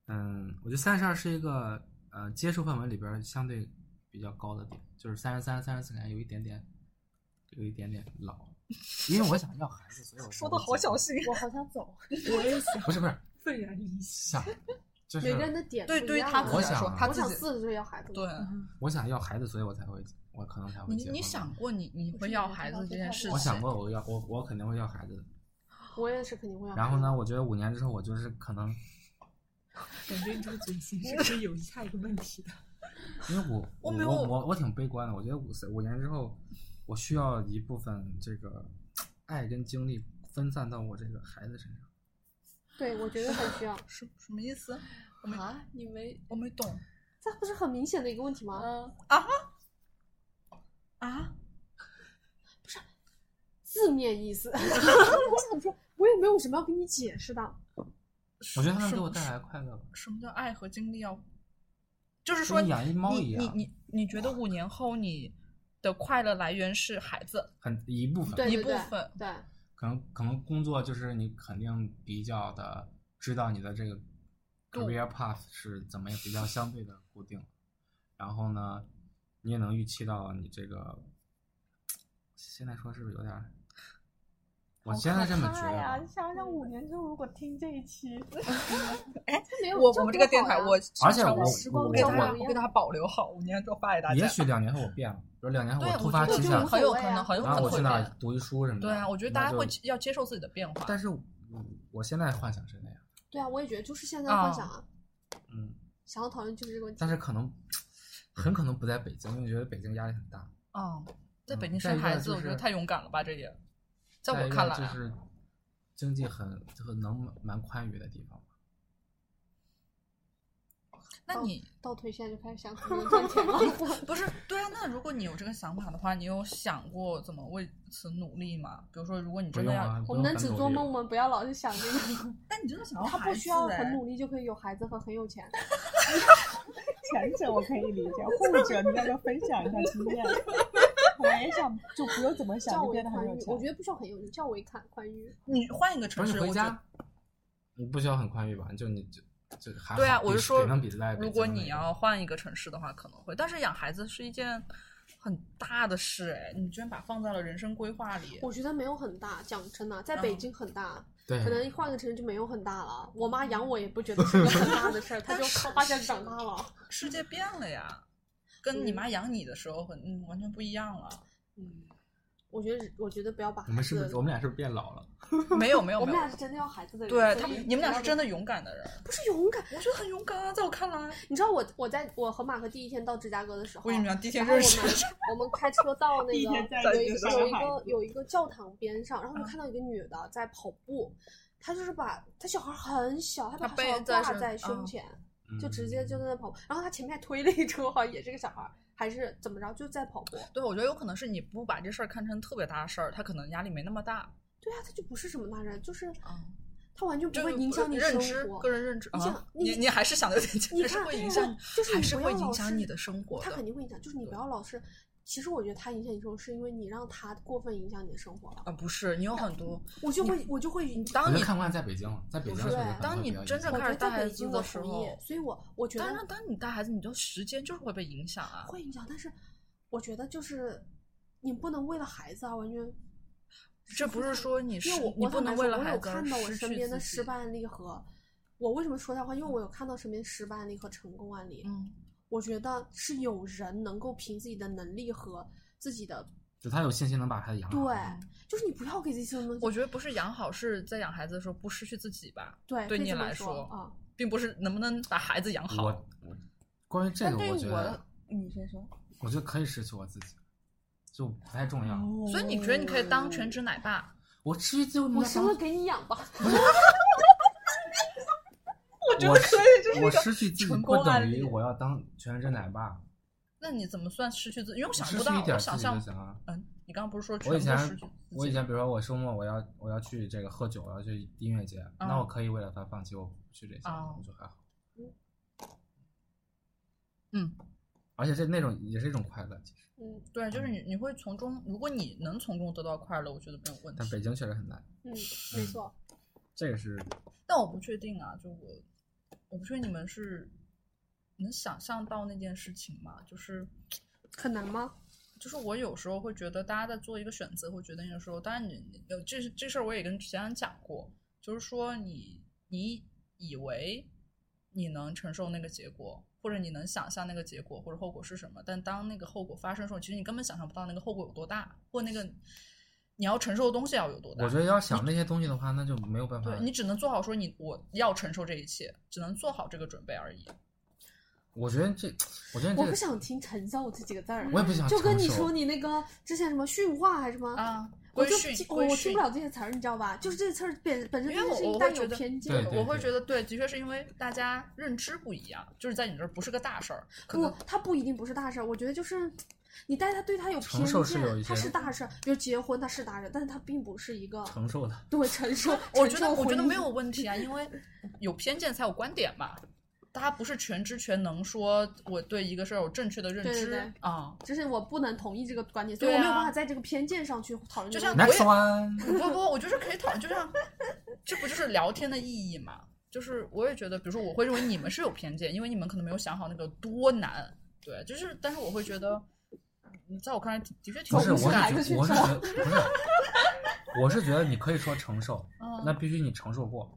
Speaker 2: 嗯，我觉得三十二是一个呃接受范围里边儿相对比较高的点，就是三十三、三十四感觉有一点点，有一点点老，因为我想要孩子，所以我
Speaker 5: 说
Speaker 2: 的
Speaker 5: 的好小
Speaker 2: 小心。
Speaker 5: 心，我好想走。
Speaker 6: 我也想
Speaker 2: 不是不是
Speaker 6: 愤然离席。
Speaker 2: 想，就
Speaker 4: 每个人
Speaker 2: 是
Speaker 4: 的点
Speaker 1: 对
Speaker 4: 不一
Speaker 1: 对于
Speaker 4: 样
Speaker 1: 他
Speaker 4: 啊
Speaker 1: 自
Speaker 2: 我
Speaker 1: 己来
Speaker 2: 想
Speaker 1: 说，
Speaker 2: 啊
Speaker 1: 他
Speaker 4: 我
Speaker 1: 自
Speaker 4: 想
Speaker 1: 己
Speaker 4: 四十岁要孩子了。
Speaker 1: 对。
Speaker 2: 我想要孩子，所以我才会，我可能才会
Speaker 1: 你
Speaker 2: 结
Speaker 1: 你
Speaker 2: 婚
Speaker 1: 想过你你
Speaker 5: 我
Speaker 1: 会
Speaker 5: 是
Speaker 1: 要
Speaker 5: 感觉
Speaker 1: 孩
Speaker 5: 到
Speaker 1: 子
Speaker 5: 这
Speaker 1: 这件
Speaker 5: 块
Speaker 1: 事情？
Speaker 2: 我想过我要我我肯定会要孩子的，
Speaker 4: 我也是肯定会要。
Speaker 2: 然后呢，？我觉得五年之后我就是可能，
Speaker 6: 感觉你这个嘴型是不是有下一个问题的？
Speaker 2: 因为我
Speaker 1: 我
Speaker 2: 我
Speaker 1: 没有
Speaker 2: 我我我挺悲观的，我觉得五岁五年之后，我需要一部分这个爱跟精力分散到我这个孩子身上。
Speaker 4: 对，我觉得很需要。
Speaker 1: 什什么意思？我没
Speaker 3: 啊，你没
Speaker 1: 我没懂
Speaker 4: 这不是很明显的一个问题吗？
Speaker 3: 嗯，
Speaker 1: 啊！
Speaker 4: 字面意思。 我想说，我也没有什么要跟你解释的。
Speaker 2: 我觉得他能
Speaker 1: 什
Speaker 2: 给我
Speaker 1: 么
Speaker 2: 带来快乐吧。
Speaker 1: 什么叫爱和精力要？就是
Speaker 2: 跟
Speaker 1: 说你
Speaker 2: 养一猫
Speaker 1: 你
Speaker 2: 一样
Speaker 1: 你你你觉得五年后你的快乐来源是孩子
Speaker 2: 很一部分，
Speaker 4: 对
Speaker 1: 一
Speaker 4: 对
Speaker 1: 部
Speaker 4: 对
Speaker 1: 分。
Speaker 4: 对，
Speaker 2: 可能可能工作就是你肯定比较的知道你的这个
Speaker 1: 度
Speaker 2: career path 是怎么也比较相对的固定，然后呢，你也能预期到你这个，现在说是不是有点儿？我现在这么觉得
Speaker 5: 呀
Speaker 2: 啊，，
Speaker 5: 想想五年之后如果听这一期，
Speaker 4: 这没有
Speaker 1: 我
Speaker 4: 这
Speaker 1: 我们这
Speaker 4: 多
Speaker 1: 个电
Speaker 4: 好
Speaker 1: 台，
Speaker 4: 呀
Speaker 1: 我
Speaker 2: 而且我
Speaker 4: 时光
Speaker 2: 我
Speaker 1: 我给
Speaker 4: 胶
Speaker 1: 他
Speaker 4: 囊
Speaker 2: 我
Speaker 1: 我
Speaker 4: 一样
Speaker 1: 给他保留好，五年之后发给大家。
Speaker 2: 也许两年后我变了，比如两年后
Speaker 1: 对，
Speaker 2: 突
Speaker 1: 我
Speaker 2: 发
Speaker 1: 觉得
Speaker 2: 奇
Speaker 1: 就
Speaker 2: 想
Speaker 1: 是，很有
Speaker 4: 无所
Speaker 1: 可
Speaker 4: 谓啊
Speaker 1: 能，很有可
Speaker 2: 然后
Speaker 1: 能
Speaker 2: 我
Speaker 1: 会变
Speaker 2: 去哪儿。读一书什么的。
Speaker 1: 对啊，我觉得
Speaker 2: 那
Speaker 1: 大家
Speaker 2: 就
Speaker 1: 会要接受自己的变化。
Speaker 2: 但是我我现在幻想是那样，
Speaker 4: 对啊，我也觉得就是现在幻想啊，
Speaker 2: 嗯，
Speaker 4: 想要讨论就是这个问题。
Speaker 2: 但是可能很可能不在北京，因为我觉得北京压力很大。
Speaker 1: 嗯，在
Speaker 2: 嗯
Speaker 1: 北京
Speaker 2: 再一
Speaker 1: 生
Speaker 2: 个
Speaker 1: 孩
Speaker 2: 就
Speaker 1: 子，我觉得
Speaker 2: 是
Speaker 1: 太勇敢了吧，这也，在
Speaker 2: 再
Speaker 1: 我
Speaker 2: 一个
Speaker 1: 看来
Speaker 2: 就
Speaker 1: 啊，
Speaker 2: 是经济很很能蛮宽裕的地方。
Speaker 1: 那你
Speaker 4: 倒退现在就开始想怎么赚 钱了。
Speaker 1: 不是对啊？那如果你有这个想法的话，你有想过怎么为此努力吗？比如说，如果你
Speaker 2: 不
Speaker 1: 真的
Speaker 2: 用
Speaker 1: 要，
Speaker 2: 啊，
Speaker 4: 我
Speaker 2: 不用
Speaker 4: 们能
Speaker 2: 很
Speaker 4: 只
Speaker 2: 努
Speaker 4: 做
Speaker 2: 力
Speaker 4: 梦吗？不要老是想这 个，
Speaker 1: 但你真的想要
Speaker 4: 他
Speaker 1: 孩
Speaker 4: 不
Speaker 1: 子
Speaker 4: 需要
Speaker 1: 哎
Speaker 4: 很努力就可以有孩子和很有钱。
Speaker 5: 前者我可以理解，后者你要不要分享一下经验？我也想，就不用怎么想
Speaker 4: 叫
Speaker 5: 就
Speaker 4: 我一
Speaker 5: 变得
Speaker 4: 宽
Speaker 5: 很有
Speaker 4: 裕，
Speaker 5: 钱
Speaker 4: 我觉。得不需要很有钱，叫我一看宽裕。
Speaker 1: 你换一个城
Speaker 2: 不
Speaker 1: 市，
Speaker 2: 是你
Speaker 1: 我觉
Speaker 2: 回家
Speaker 1: 得，
Speaker 2: 你不需要很宽裕吧？就你就就还
Speaker 1: 对啊，
Speaker 2: 好
Speaker 1: 我
Speaker 2: 比
Speaker 1: 是说
Speaker 2: 北能比得在，北
Speaker 1: 如果
Speaker 2: 京那
Speaker 1: 你
Speaker 2: 个
Speaker 1: 要换一个城市的话，可能会，但是养孩子是一件很大的事，哎，你居然把它放在了人生规划里。
Speaker 4: 我觉得没有很大，讲真的，啊在北
Speaker 1: 嗯
Speaker 4: 京很大，
Speaker 2: 对
Speaker 4: 可能换个城市就没有很大了。我妈养我也不觉得是个很大的 事儿，她就发现长大了。
Speaker 1: 世界变了呀，跟你妈养你的时候很、嗯、完全不一样 了。
Speaker 4: 嗯，我觉得我觉得不要把
Speaker 2: 你
Speaker 4: 孩
Speaker 2: 们是不
Speaker 4: 子
Speaker 2: 是我，们俩是不是变老了？
Speaker 1: 没有没有
Speaker 4: 我
Speaker 1: 没
Speaker 4: 们
Speaker 1: 有
Speaker 4: 俩，是真的要孩子的人。
Speaker 1: 对
Speaker 4: 所
Speaker 1: 他
Speaker 4: 以
Speaker 1: 们你们俩
Speaker 4: 不
Speaker 1: 是
Speaker 4: 要
Speaker 1: 真的勇敢的人，
Speaker 4: 不是勇敢，
Speaker 1: 我觉得很勇敢啊，在我看来，
Speaker 4: 你知道我我在我和马哥第一天到芝加哥的时候，
Speaker 1: 为什么要第一天
Speaker 4: 然后
Speaker 1: 认
Speaker 4: 我
Speaker 1: 识？
Speaker 4: 们我们开车到那个
Speaker 5: 第一
Speaker 4: 有
Speaker 5: 天
Speaker 4: 一
Speaker 5: 在
Speaker 4: 个
Speaker 5: 一
Speaker 4: 有
Speaker 5: 个
Speaker 4: 一
Speaker 5: 上海
Speaker 4: 个有一个教堂边上，然后
Speaker 1: 嗯
Speaker 4: 我就看到一个女的在跑步，她就是把她小孩很小，她
Speaker 1: 她
Speaker 4: 把小孩
Speaker 1: 背在
Speaker 4: 挂
Speaker 1: 身
Speaker 4: 在胸
Speaker 1: 嗯
Speaker 4: 前，
Speaker 2: 嗯
Speaker 4: 就直接就在那跑步，然后她前面还推了一车，好 像也是个小孩，还是怎么着，就在跑步。
Speaker 1: 对，我觉得有可能是你不把这事儿看成特别大的事儿，他可能压力没那么大。
Speaker 4: 对啊，她就不是什么大人，就是
Speaker 1: 嗯
Speaker 4: 她完全不
Speaker 1: 这
Speaker 4: 会
Speaker 1: 个
Speaker 4: 影响你
Speaker 1: 认
Speaker 4: 生
Speaker 1: 知，
Speaker 4: 活
Speaker 1: 个。人认知
Speaker 4: 你想
Speaker 1: 啊，
Speaker 4: 你
Speaker 1: 你还是想的有点浅，
Speaker 4: 你
Speaker 1: 还是
Speaker 4: 看
Speaker 1: 会
Speaker 4: 对
Speaker 1: 影
Speaker 4: 啊
Speaker 1: 响，
Speaker 4: 就是
Speaker 1: 还
Speaker 4: 你
Speaker 1: 是
Speaker 4: 不
Speaker 1: 会
Speaker 4: 要
Speaker 1: 影
Speaker 4: 老
Speaker 1: 响
Speaker 4: 是
Speaker 1: 你的生活
Speaker 4: 他
Speaker 1: 的
Speaker 4: 肯定会影响，就是你不要老是。其实我觉得他影响你生活，是因为你让他过分影响你的生活了。
Speaker 1: 啊，不是，你有很多，
Speaker 4: 我就会，我就会
Speaker 2: 我
Speaker 1: 当
Speaker 2: 觉
Speaker 1: 你
Speaker 2: 得看惯在北京了，在北
Speaker 4: 不
Speaker 2: 京确
Speaker 4: 是
Speaker 2: 实
Speaker 4: 对
Speaker 2: 可能
Speaker 1: 当
Speaker 2: 会
Speaker 1: 你
Speaker 2: 比较
Speaker 1: 真正
Speaker 2: 影响
Speaker 4: 我
Speaker 1: 开
Speaker 4: 觉
Speaker 1: 始
Speaker 4: 得
Speaker 1: 带
Speaker 4: 在
Speaker 1: 孩
Speaker 4: 北
Speaker 1: 子
Speaker 4: 京
Speaker 1: 的
Speaker 4: 我
Speaker 1: 时
Speaker 4: 同意
Speaker 1: 候，
Speaker 4: 所以我我觉
Speaker 1: 当
Speaker 4: 得
Speaker 1: 然，当你带孩子，你的时间就是会被影响啊。
Speaker 4: 会影响，但是我觉得就是你不能为了孩子啊而完全。
Speaker 1: 这不是说你是
Speaker 4: 因为我
Speaker 1: 你
Speaker 4: 我
Speaker 1: 不
Speaker 4: 坦白
Speaker 1: 能
Speaker 4: 说
Speaker 1: 为了
Speaker 4: 我
Speaker 1: 孩
Speaker 4: 有
Speaker 1: 子而
Speaker 4: 看到我
Speaker 1: 失
Speaker 4: 身
Speaker 1: 去
Speaker 4: 边的
Speaker 1: 自
Speaker 4: 失
Speaker 1: 己。
Speaker 4: 败案例和，我为什么说他话？因为我有看到身边失败案例和成功案例。
Speaker 1: 嗯，
Speaker 4: 我觉得是有人能够凭自己的能力和自己的
Speaker 2: 就他有信心能把他养好。
Speaker 4: 对，就是你不要给自己这种东西。
Speaker 1: 我觉得不是养好，是在养孩子的时候不失去自己吧，
Speaker 4: 对
Speaker 1: 对
Speaker 4: 可以
Speaker 1: 你
Speaker 4: 这么
Speaker 1: 来
Speaker 4: 说
Speaker 1: 说
Speaker 4: 啊，
Speaker 1: 并不是能不能把孩子养
Speaker 2: 我
Speaker 1: 好。
Speaker 2: 我关于这个，
Speaker 5: 但对
Speaker 2: 我
Speaker 5: 于
Speaker 2: 觉
Speaker 5: 我
Speaker 2: 得
Speaker 5: 的，你先说。
Speaker 2: 我觉得可以失去我自己，就不太重要。
Speaker 1: 所以你觉得你可以当全职奶爸？
Speaker 2: 我失去自我，
Speaker 4: 我生了给你养吧。
Speaker 2: 我
Speaker 1: 觉得可以这是一
Speaker 2: 我
Speaker 1: 个
Speaker 2: 失去自己
Speaker 1: 成
Speaker 2: 不
Speaker 1: 功案
Speaker 2: 等于
Speaker 1: 例
Speaker 2: 我要当全职奶爸，
Speaker 1: 那你怎么算失去自己？因为我
Speaker 2: 我
Speaker 1: 想
Speaker 2: 失
Speaker 1: 不
Speaker 2: 去
Speaker 1: 到，
Speaker 2: 一点
Speaker 1: 我
Speaker 2: 自己
Speaker 1: 想
Speaker 2: 就
Speaker 1: 象，
Speaker 2: 行啊。
Speaker 1: 嗯，你刚刚不是说全
Speaker 2: 我以
Speaker 1: 部
Speaker 2: 前
Speaker 1: 失去自
Speaker 2: 我以
Speaker 1: 己
Speaker 2: 前比如说我周末我要我要去这个喝酒，我要去音乐节，那
Speaker 1: 嗯
Speaker 2: 我可以为了他放弃我不去这些，
Speaker 1: 哦
Speaker 2: 我就还好。
Speaker 1: 嗯，
Speaker 2: 而且这那种也是一种快乐，其实，
Speaker 4: 嗯
Speaker 1: 对，就是你你会从中，如果你能从中得到快乐，我觉得没有问
Speaker 2: 但
Speaker 1: 题。
Speaker 2: 北京确实很难，
Speaker 4: 嗯，没错。
Speaker 2: 这个是
Speaker 1: 但我不确定啊，就我我不确定你们是能想象到那件事情吗？就是
Speaker 4: 很难吗？
Speaker 1: 就是我有时候会觉得，大家在做一个选择或决定的时候，当然你你有这这事儿我也跟其他人讲过，就是说你你以为你能承受那个结果，或者你能想象那个结果或者后果是什么，但当那个后果发生的时候，其实你根本想象不到那个后果有多大，或那个你要承受的东西要有多大。
Speaker 2: 我觉得要想那些东西的话，那就没有办法。
Speaker 1: 对你只能做好说你我要承受这一切，只能做好这个准备而已。
Speaker 2: 我觉得这，我觉得这
Speaker 4: 我不
Speaker 2: 个，
Speaker 4: 想听“承受”这几个字儿，
Speaker 2: 嗯
Speaker 4: 啊
Speaker 2: 我也不想
Speaker 4: 就跟
Speaker 2: 承
Speaker 4: 你
Speaker 2: 受
Speaker 4: 说你那个之前什么驯化还是什么，
Speaker 1: 啊，
Speaker 4: 我
Speaker 1: 规
Speaker 4: 就
Speaker 1: 训
Speaker 4: 不记我
Speaker 1: 规
Speaker 4: 我
Speaker 1: 训
Speaker 4: 听不了这些词儿，你知道吧？就是这词儿本本身
Speaker 1: 因为
Speaker 4: 对这
Speaker 1: 我
Speaker 4: 事情
Speaker 1: 我
Speaker 4: 带
Speaker 1: 会觉
Speaker 4: 有
Speaker 1: 得
Speaker 4: 偏见
Speaker 2: 对。对
Speaker 1: 我会觉得对，的确是因为大家认知不一样，就是在你这儿不是个大事儿，可
Speaker 4: 不
Speaker 1: 能，
Speaker 4: 它不一定不是大事儿，我觉得就是。你带他对他有
Speaker 2: 承
Speaker 4: 偏
Speaker 2: 受是有一
Speaker 4: 见，他
Speaker 2: 些
Speaker 4: 是大事儿，比如结婚，他是大事儿，但是他并不是一个
Speaker 2: 承受的，
Speaker 4: 对承受。
Speaker 1: 我觉
Speaker 4: 承
Speaker 1: 得
Speaker 4: 受
Speaker 1: 我觉得
Speaker 4: 婚
Speaker 1: 没
Speaker 4: 姻
Speaker 1: 有问题啊，因为有偏见才有观点嘛。大家不是全知全能，说我对一个事儿有正确的认
Speaker 4: 对对
Speaker 1: 知
Speaker 4: 对
Speaker 1: 啊。
Speaker 4: 就是我不能同意这个观点，所以
Speaker 1: 对
Speaker 4: 我没有
Speaker 1: 啊
Speaker 4: 办法在这个偏见上去讨论这
Speaker 1: 就
Speaker 4: 个
Speaker 1: 像
Speaker 4: 问题。
Speaker 2: Next one，
Speaker 1: 不不，我就是可以讨论，就像这不就是聊天的意义嘛？就是我也觉得，比如说我会认为你们是有偏见，因为你们可能没有想好那个多难。对，就是但是我会觉得，嗯在我看来的的确挺
Speaker 2: 不是，
Speaker 1: 无
Speaker 2: 我
Speaker 1: 辜
Speaker 2: 是
Speaker 1: 的
Speaker 4: 孩子去
Speaker 2: 觉，我是
Speaker 4: 做
Speaker 2: 觉得不是， 我是觉得你可以说承受，那
Speaker 1: 嗯，
Speaker 2: 必须你承受过。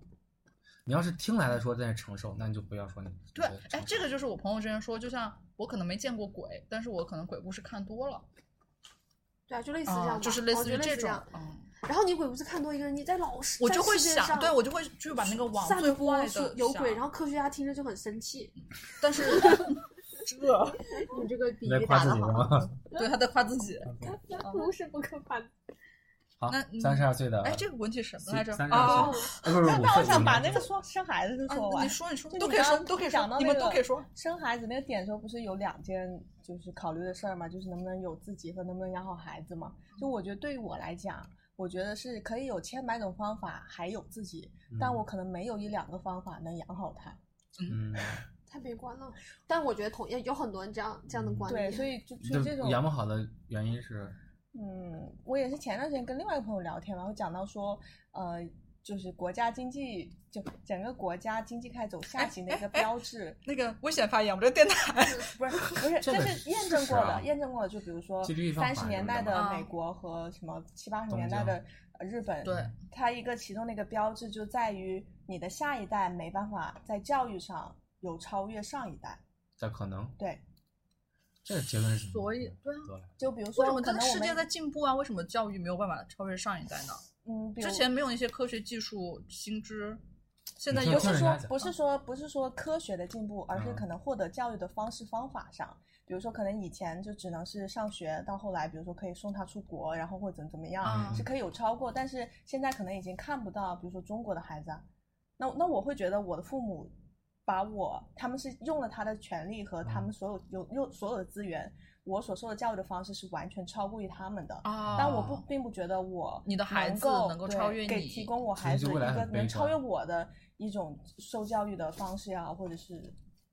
Speaker 2: 你要是听来的说在那承受，那你就不要说你
Speaker 1: 对，
Speaker 2: 承
Speaker 1: 哎
Speaker 2: 受，
Speaker 1: 这个就是我朋友之前说，就像我可能没见过鬼，但是我可能鬼故事看多了，
Speaker 4: 对啊，就类似这样
Speaker 1: 啊，
Speaker 4: 吧，
Speaker 1: 就是类
Speaker 4: 我
Speaker 1: 似
Speaker 4: 觉
Speaker 1: 于
Speaker 4: 得
Speaker 1: 这
Speaker 4: 似
Speaker 1: 种
Speaker 4: 样，
Speaker 1: 嗯，
Speaker 4: 然后你鬼不是看多一个人，你在老师
Speaker 1: 我就会
Speaker 4: 在世界
Speaker 1: 想，
Speaker 4: 上
Speaker 1: 对我就会去把那个往
Speaker 4: 散
Speaker 1: 最
Speaker 4: 播
Speaker 1: 坏
Speaker 4: 说
Speaker 1: 的
Speaker 4: 有鬼，
Speaker 1: 想
Speaker 4: 然后科学家听着就很生气。哎
Speaker 1: 但是
Speaker 4: 你这个比
Speaker 2: 你在
Speaker 4: 喻
Speaker 2: 夸
Speaker 4: 打
Speaker 2: 自
Speaker 4: 的
Speaker 2: 己
Speaker 4: 好，啊
Speaker 2: 吗？
Speaker 1: 对他在夸自己，
Speaker 4: 不是不可反。
Speaker 2: 好
Speaker 1: 那，你
Speaker 2: 三十二岁的，
Speaker 1: 哎，这个问题什么来着？
Speaker 2: 三十
Speaker 1: 啊
Speaker 2: 二
Speaker 1: 啊
Speaker 2: 岁，哎不是
Speaker 5: 那
Speaker 2: 五
Speaker 5: 那我
Speaker 2: 岁。
Speaker 5: 想把
Speaker 2: 五
Speaker 5: 那
Speaker 2: 年
Speaker 5: 个说生孩子就说
Speaker 1: 啊
Speaker 5: 完
Speaker 1: 你。说，你说，
Speaker 5: 就
Speaker 1: 都
Speaker 5: 你
Speaker 1: 可以说，
Speaker 5: 刚
Speaker 1: 都可以
Speaker 5: 讲
Speaker 1: 说，
Speaker 5: 到
Speaker 1: 你
Speaker 5: 那
Speaker 1: 们都
Speaker 5: 个
Speaker 1: 可以说。
Speaker 5: 生孩子那个点的时候，不是有两件就是考虑的事儿嘛，就是能不能有自己和能不能养好孩子嘛。就我觉得对于我来讲，我觉得是可以有千百种方法还有自己，但
Speaker 2: 嗯
Speaker 5: 我可能没有一两个方法能养好他。
Speaker 2: 嗯，
Speaker 4: 太悲观了，但我觉得同样有很多人这样这
Speaker 2: 嗯
Speaker 4: 样的观
Speaker 5: 对，
Speaker 4: 点，
Speaker 5: 所以就就这
Speaker 2: 就
Speaker 5: 种
Speaker 2: 养不好的原因是，
Speaker 5: 嗯，我也是前段时间跟另外一个朋友聊天嘛，然后讲到说，呃，就是国家经济就整个国家经济开始走下行的一个标志，
Speaker 1: 那个危险发言，我们这电台
Speaker 5: 不是不是，
Speaker 2: 这
Speaker 5: 这
Speaker 2: 个
Speaker 5: 是
Speaker 2: 是
Speaker 5: 验
Speaker 2: 事
Speaker 5: 证
Speaker 2: 实
Speaker 5: 过
Speaker 2: 啊
Speaker 5: 的，验证过的。就比如说
Speaker 2: 纪律放
Speaker 5: 三
Speaker 2: 法
Speaker 5: 十
Speaker 2: 什
Speaker 5: 年
Speaker 2: 么
Speaker 5: 代
Speaker 2: 的
Speaker 5: 的
Speaker 1: 嘛
Speaker 5: 美
Speaker 1: 啊
Speaker 5: 国和什么七八十
Speaker 2: 东
Speaker 5: 年代
Speaker 2: 京
Speaker 5: 的呃日本，
Speaker 1: 对，
Speaker 5: 它一个其中的一个标志就在于你的下一代没办法在教育上有超越上一代。
Speaker 2: 这可能
Speaker 5: 对，
Speaker 2: 这个结论是，
Speaker 1: 所以对啊
Speaker 2: 得来
Speaker 5: 就比如
Speaker 1: 为什
Speaker 5: 说
Speaker 1: 么
Speaker 5: 可
Speaker 1: 这个
Speaker 5: 能我
Speaker 1: 世界在
Speaker 5: 们
Speaker 1: 进步啊？为什么教育没有办法超越上一代呢？
Speaker 5: 嗯，比如
Speaker 1: 之前没有那些科学技术新知，现在
Speaker 2: 你
Speaker 1: 有
Speaker 5: 不
Speaker 2: 听
Speaker 5: 是
Speaker 2: 人家
Speaker 5: 说
Speaker 2: 讲
Speaker 5: 不是说不是说科学的进步，而是
Speaker 2: 嗯
Speaker 5: 可能获得教育的方式方法上，比如说可能以前就只能是上学，到后来比如说可以送他出国，然后或怎么怎么
Speaker 2: 嗯
Speaker 5: 样，
Speaker 1: 啊
Speaker 5: 是可以有超过，但是现在可能已经看不到，比如说中国的孩子啊，那那我会觉得我的父母把我他们是用了他的权利和
Speaker 1: 嗯
Speaker 5: 他们所有有用所有的资源，我所受的教育的方式是完全超过于他们的。
Speaker 1: 啊，
Speaker 5: 但我不并不觉得我
Speaker 1: 你的孩子
Speaker 5: 够
Speaker 1: 能够
Speaker 5: 对
Speaker 1: 超越
Speaker 5: 给
Speaker 1: 你
Speaker 5: 提供我
Speaker 2: 所以
Speaker 5: 孩
Speaker 2: 就
Speaker 5: 子一
Speaker 2: 未来
Speaker 5: 个
Speaker 2: 很悲
Speaker 5: 能超越
Speaker 2: 观
Speaker 5: 我的一种受教育的方式啊，或者是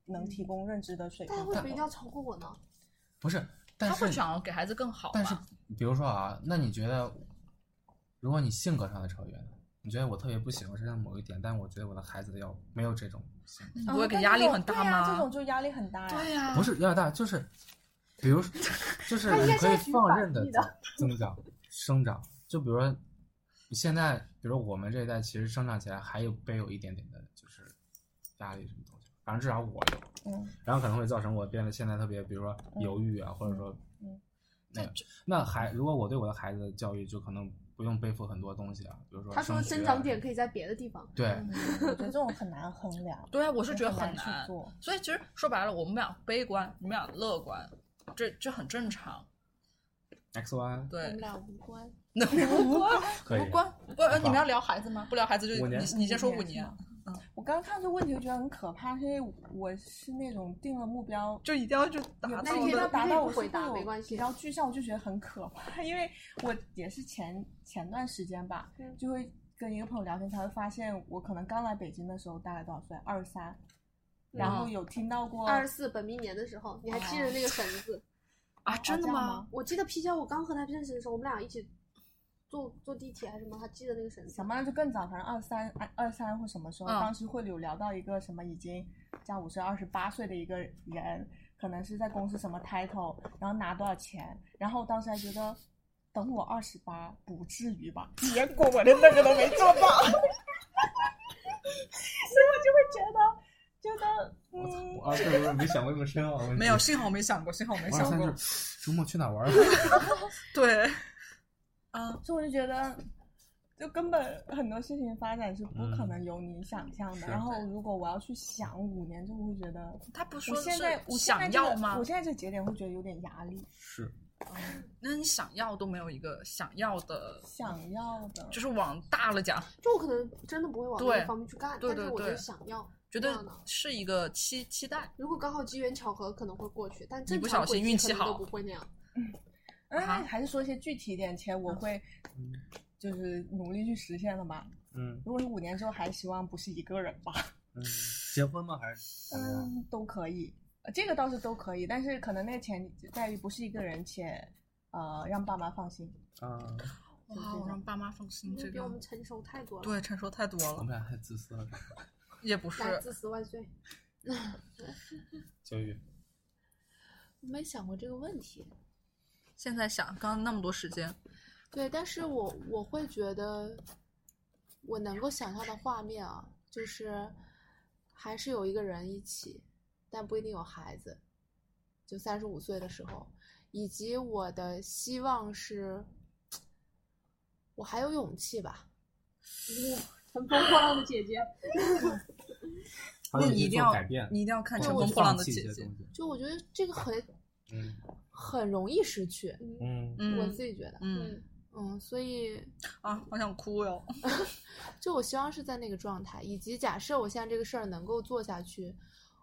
Speaker 5: 能
Speaker 1: 嗯
Speaker 5: 提供认知的水
Speaker 4: 但
Speaker 5: 平
Speaker 4: 为什
Speaker 5: 吧
Speaker 4: 么一。定要超过我呢？
Speaker 2: 不是，但
Speaker 1: 他
Speaker 2: 是
Speaker 1: 会想要给孩子更好
Speaker 2: 但是
Speaker 1: 吧？，
Speaker 2: 比如说啊，那你觉得，如果你性格上的超越呢？你觉得我特别不喜欢身上某一点，但我觉得我的孩子要没有这种性格，
Speaker 1: 你
Speaker 5: 啊
Speaker 1: 不会给
Speaker 5: 但
Speaker 1: 压
Speaker 5: 这
Speaker 1: 力
Speaker 5: 种
Speaker 1: 很大
Speaker 5: 对呀这
Speaker 1: 吗
Speaker 5: 种？就压力很大呀。
Speaker 1: 对呀，，
Speaker 2: 不是压力大，就是，比如，就是
Speaker 4: 他应
Speaker 2: 你
Speaker 4: 该
Speaker 2: 可以
Speaker 4: 是举
Speaker 2: 放
Speaker 4: 反
Speaker 2: 任的
Speaker 4: 例的
Speaker 2: 增长、生长。就比如说，现在，比如我们这一代，其实生长起来还有背有一点点的，就是压力什么东西。反正至少我有，
Speaker 5: 嗯，
Speaker 2: 然后可能会造成我变得现在特别，比如说
Speaker 4: 嗯
Speaker 2: 犹豫啊，或者说，
Speaker 5: 嗯，
Speaker 2: 那个那孩，如果我对我的孩子的教育，就可能不用背负很多东西啊，比如说
Speaker 4: 他说
Speaker 2: 升学啊
Speaker 4: 增长点可以在别的地方，
Speaker 2: 对，
Speaker 5: 嗯我觉得这种很难衡量
Speaker 1: 对啊，我是
Speaker 5: 也
Speaker 1: 觉得
Speaker 5: 很
Speaker 1: 很
Speaker 5: 难去
Speaker 1: 难。
Speaker 5: 做
Speaker 1: 所以其实说白了，我们俩悲观，你们俩乐观，这这很正常。
Speaker 2: X Y
Speaker 4: 我们
Speaker 5: 嗯
Speaker 1: 对，
Speaker 4: 俩无关。
Speaker 1: 那无关
Speaker 2: 可
Speaker 1: 无
Speaker 2: 以。
Speaker 1: 关不，呃
Speaker 2: 无关
Speaker 1: 你们要聊孩子吗？不聊孩子就
Speaker 2: 五年
Speaker 1: 你你先说
Speaker 5: 五
Speaker 1: 五
Speaker 5: 年是
Speaker 1: 年嗯
Speaker 5: 吗，我刚刚看这个问题，我觉得很可怕，是因为我是那种定了目标
Speaker 1: 就一定要去达
Speaker 5: 有
Speaker 1: 到
Speaker 5: 那
Speaker 4: 那你可以
Speaker 5: 我能
Speaker 4: 让
Speaker 1: 的。
Speaker 5: 达
Speaker 4: 别人
Speaker 5: 到
Speaker 4: 不
Speaker 5: 我是
Speaker 4: 回答
Speaker 5: 会有
Speaker 4: 没关系
Speaker 5: 比较具象，我就觉得很可怕， 因为我也是前前段时间吧，
Speaker 4: 嗯
Speaker 5: 就会跟一个朋友聊天，才会发现我可能刚来北京的时候大概多少岁，二十三，然
Speaker 1: 嗯
Speaker 5: 后有听到过
Speaker 4: 二十四本命年的时候，你
Speaker 1: 哦
Speaker 4: 还记得那个绳子？
Speaker 1: 啊，真的
Speaker 5: 这样
Speaker 1: 吗
Speaker 5: 吗？
Speaker 4: 我记得皮娇，我刚和他认识的时候，我们俩一起坐坐地铁还是什么，他记得那个绳子
Speaker 5: 什。么就更早，反正二三二三或什么时候，
Speaker 1: 嗯
Speaker 5: 当时会有聊到一个什么已经加五岁二十八岁的一个人，可能是在公司什么 title，然后拿多少钱，然后我当时还觉得。等我二十八，不至于吧？ 结果我连那个都没做到， 所以我就会觉得，觉得，
Speaker 2: 我操！
Speaker 5: 嗯
Speaker 2: 我，啊二十岁没想过这么深奥的问题。
Speaker 1: 没 有，幸好我没想过，幸好我没
Speaker 2: 我二
Speaker 1: 想
Speaker 2: 三
Speaker 1: 过
Speaker 2: 就。周末去哪玩儿？
Speaker 1: 对，啊，
Speaker 5: 所以我就觉得，就根本很多事情发展是不可能由你想象的。
Speaker 2: 是
Speaker 5: 然后，如果我要去想五年，就会觉得
Speaker 1: 他不
Speaker 5: 我
Speaker 1: 说
Speaker 5: 现
Speaker 1: 是
Speaker 5: 在我现在
Speaker 1: 想
Speaker 5: 这个
Speaker 1: 要吗
Speaker 5: 我？现在这个节点会觉得有点压力，
Speaker 2: 是，
Speaker 1: 那你想要都没有一个想要的，
Speaker 5: 想要的
Speaker 1: 就是往大了讲，
Speaker 4: 就我可能真的不会往那
Speaker 1: 对
Speaker 4: 个方面去干，
Speaker 1: 对
Speaker 4: 但
Speaker 1: 对
Speaker 4: 是我
Speaker 1: 对
Speaker 4: 就想要。
Speaker 1: 觉得
Speaker 4: 这样的
Speaker 1: 是一个期期待。
Speaker 4: 如果刚好机缘巧合，可能会过去，但
Speaker 1: 你
Speaker 4: 正
Speaker 1: 不
Speaker 4: 常
Speaker 1: 小心
Speaker 4: 轨迹
Speaker 1: 运
Speaker 4: 可
Speaker 1: 气
Speaker 4: 能都
Speaker 1: 好
Speaker 4: 不会那样。
Speaker 5: 哎，
Speaker 1: 啊
Speaker 5: 还是说一些具体一点，且我会就是努力去实现的吧。
Speaker 2: 嗯，
Speaker 5: 如果是五年之后还希望不是一个人吧，
Speaker 2: 嗯，结婚吗？还 是啊谈恋爱？
Speaker 5: 嗯，都可以，呃这个倒是都可以，但是可能那个前提在于不是一个人，且呃让爸妈放心。
Speaker 1: 嗯
Speaker 2: 啊，
Speaker 1: 哇，我让爸妈放心，嗯这
Speaker 4: 比我
Speaker 1: 个
Speaker 4: 们成熟太多了。，
Speaker 1: 对成熟太多
Speaker 2: 我
Speaker 1: 了
Speaker 2: 们，俩太自私了，
Speaker 1: 也不是
Speaker 4: 来自十万岁。
Speaker 2: 教育。
Speaker 3: 我没想过这个问题。
Speaker 1: 现在想，刚刚那么多时间，
Speaker 3: 对，但是我我会觉得，我能够想象的画面啊，就是还是有一个人一起，但不一定有孩子，就三十五岁的时候，以及我的希望是，我还有勇气吧。
Speaker 4: 乘风破浪的姐姐，
Speaker 2: 还有
Speaker 1: 你一
Speaker 2: 去
Speaker 1: 定
Speaker 2: 做
Speaker 1: 要
Speaker 2: 改变，
Speaker 1: 你一定要看《乘
Speaker 2: 或者
Speaker 1: 风
Speaker 2: 去
Speaker 1: 破浪的
Speaker 2: 放弃一
Speaker 1: 姐
Speaker 2: 些
Speaker 1: 姐》。
Speaker 2: 东西
Speaker 3: 就我觉得这个很
Speaker 2: 嗯
Speaker 3: 很容易失去，
Speaker 2: 嗯，
Speaker 3: 我
Speaker 1: 嗯
Speaker 3: 自己觉得，
Speaker 1: 嗯
Speaker 3: 嗯，所以
Speaker 1: 啊，好想哭哟。
Speaker 3: 就我希望是在那个状态，以及假设我现在这个事儿能够做下去，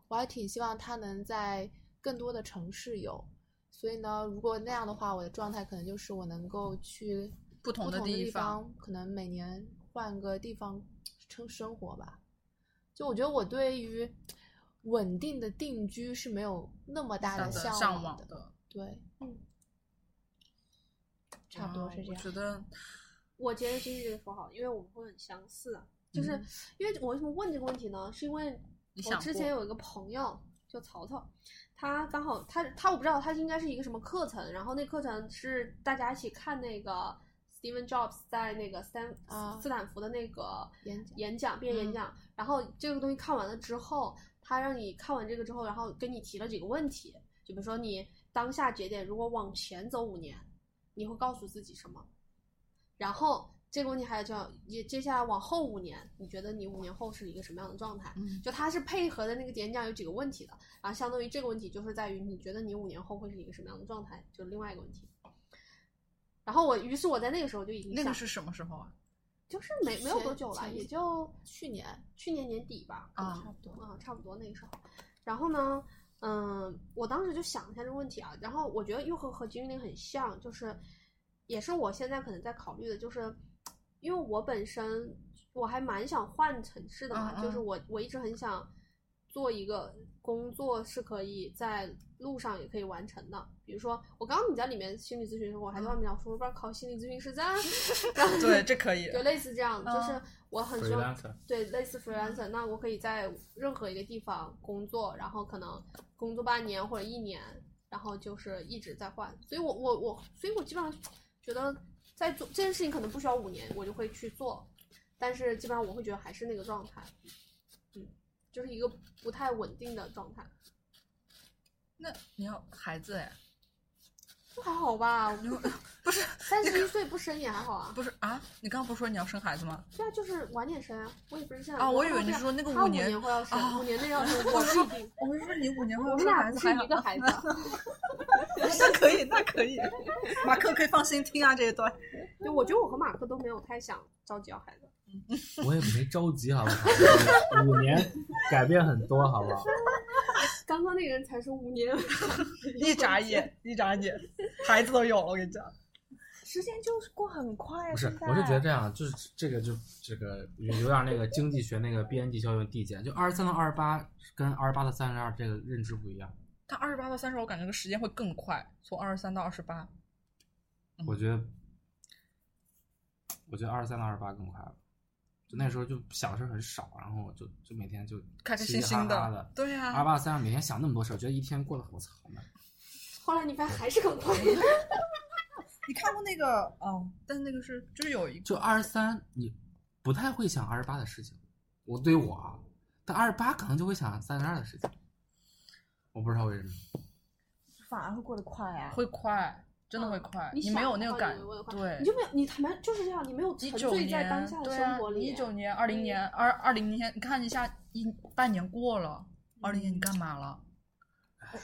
Speaker 3: 我还挺希望它能在更多的城市有。所以呢，如果那样的话，我的状态可能就是我能够去
Speaker 1: 不同的
Speaker 3: 的
Speaker 1: 地
Speaker 3: 方，可能每年换个地方生生活吧。就我觉得我对于稳定的定居是没有那么大的
Speaker 1: 想
Speaker 3: 向
Speaker 1: 的向往的，
Speaker 3: 对，嗯，差不多是
Speaker 1: 啊
Speaker 3: 这样
Speaker 1: 我。觉得
Speaker 4: 我觉得金鱼这个说好，因为我们会很相似啊。就是、因为我为什么问这个问题呢？是因为
Speaker 1: 嗯你
Speaker 4: 我
Speaker 1: 想
Speaker 4: 之前
Speaker 1: 过
Speaker 4: 有一个朋友叫曹操，他刚好他他我不知道他应该是一个什么课程，然后那课程是大家一起看那个 Steven Jobs 在那个斯坦、
Speaker 3: 啊
Speaker 4: 斯坦福的那个
Speaker 3: 演讲
Speaker 4: 演讲毕业演
Speaker 1: 嗯
Speaker 4: 讲，然后这个东西看完了之后，他让你看完这个之后，然后跟你提了几个问题，就比如说你当下节点如果往前走五年，你会告诉自己什么？然后这个问题还有叫也接下来往后五年，你觉得你五年后是一个什么样的状态？
Speaker 1: 嗯
Speaker 4: 就它是配合的那个演讲有几个问题的，然后相当于这个问题就是在于你觉得你五年后会是一个什么样的状态，就另外一个问题。然后我，于是我在那个时候就已经
Speaker 1: 那个
Speaker 4: 想
Speaker 1: 是什么时候啊？
Speaker 4: 就是没没有多
Speaker 3: 前
Speaker 4: 久了，
Speaker 3: 前
Speaker 4: 也
Speaker 3: 一
Speaker 4: 就
Speaker 3: 去年
Speaker 4: 去年年底吧，可能
Speaker 1: 啊
Speaker 3: 差不多，
Speaker 4: 啊，差不多那个时候。然后呢，嗯，我当时就想一下这个问题啊，然后我觉得又和和金玉玲很像，就是也是我现在可能在考虑的，就是因为我本身我还蛮想换城市的嘛，
Speaker 1: 嗯
Speaker 4: 就是
Speaker 1: 嗯
Speaker 4: 我我一直很想做一个工作是可以在路上也可以完成的，比如说我刚刚你在里面心理咨询的时候，我
Speaker 3: 嗯
Speaker 4: 还在外面聊，我说我不知道考心理咨询师证，啊然后
Speaker 1: 对，这可以。
Speaker 4: 就类似这样，就是
Speaker 1: 嗯
Speaker 4: 我很希望
Speaker 2: freelancer
Speaker 4: 对类似 freelancer，那我可以在任何一个地方工作，然后可能工作半年或者一年，然后就是一直在换。所以我我我，所以我基本上觉得在做这件事情可能不需要五年，我就会去做，但是基本上我会觉得还是那个状态，嗯，就是一个不太稳定的状态。
Speaker 1: 那你要孩子哎？
Speaker 4: 这还好吧，
Speaker 1: 不是
Speaker 4: 三十一岁不生也还好啊。
Speaker 1: 不是啊，你刚刚不是说你要生孩子吗？
Speaker 4: 对啊，就是晚点生啊，我也不是现在
Speaker 1: 啊
Speaker 4: 生
Speaker 1: 我以为
Speaker 4: 他
Speaker 1: 你
Speaker 4: 是
Speaker 1: 说那个
Speaker 4: 他
Speaker 1: 五
Speaker 4: 五
Speaker 1: 年
Speaker 4: 会要生，
Speaker 1: 啊
Speaker 4: 五年内要生，我不一定。
Speaker 1: 我是说你五年后
Speaker 4: 我
Speaker 1: 要
Speaker 4: 们
Speaker 1: 生
Speaker 4: 俩
Speaker 1: 孩
Speaker 4: 不
Speaker 1: 子
Speaker 4: 是
Speaker 1: 还好
Speaker 4: 一个孩子啊，
Speaker 1: 那可以，那可以，马克可以放心听啊这一段。
Speaker 4: 对，我觉得我和马克都没有太想着急要孩子。
Speaker 2: 我也没着急，好不好？五年改变很多，好不好？
Speaker 4: 刚刚那个人才说五年，
Speaker 1: 一眨眼，一眨眼，孩子都有了，我跟你讲。
Speaker 5: 时间就是过很快啊！
Speaker 2: 不是
Speaker 5: 现，在
Speaker 2: 我是觉得这样，就是这个就这个有有点那个经济学那个边际效应递减，就二十三到二十八跟二十八到三十二这个认知不一样，
Speaker 1: 但二十八到三十，我感觉这个时间会更快，从二十三到二十八。
Speaker 2: 我觉得，我觉得二十三到二十八更快了。就那时候就想事儿很少，然后我就就每天就
Speaker 1: 开开
Speaker 2: 嘻
Speaker 1: 心
Speaker 2: 嘻
Speaker 1: 心
Speaker 2: 哈
Speaker 1: 的啊
Speaker 2: 哈的。
Speaker 1: 对呀
Speaker 2: 二十八三十每天想那么多事儿，觉得一天过得我操好啊慢。
Speaker 4: 后来你发现还是很快。
Speaker 1: 你看过那个？哦，但那个是就是有一
Speaker 2: 就二十三，你不太会想二十八的事情。我对于我啊，但二十八可能就会想三十二的事情。我不知道为什么，
Speaker 5: 反而会过得快啊！
Speaker 1: 会快，真的会快，
Speaker 4: 嗯你
Speaker 1: 没
Speaker 4: 想
Speaker 1: 有
Speaker 4: 的
Speaker 1: 那个
Speaker 4: 话
Speaker 1: 感
Speaker 4: 你，会快
Speaker 1: 对
Speaker 4: 你。就没有，你他妈就是这样，你没有
Speaker 1: 一
Speaker 4: 沉
Speaker 1: 九
Speaker 4: 醉在
Speaker 1: 年
Speaker 4: 当下，的
Speaker 1: 对
Speaker 4: 生
Speaker 1: 啊
Speaker 4: 活，里。
Speaker 1: 一九年、二零年、二二零年，你看一下，一半年过了，二零年你干嘛了？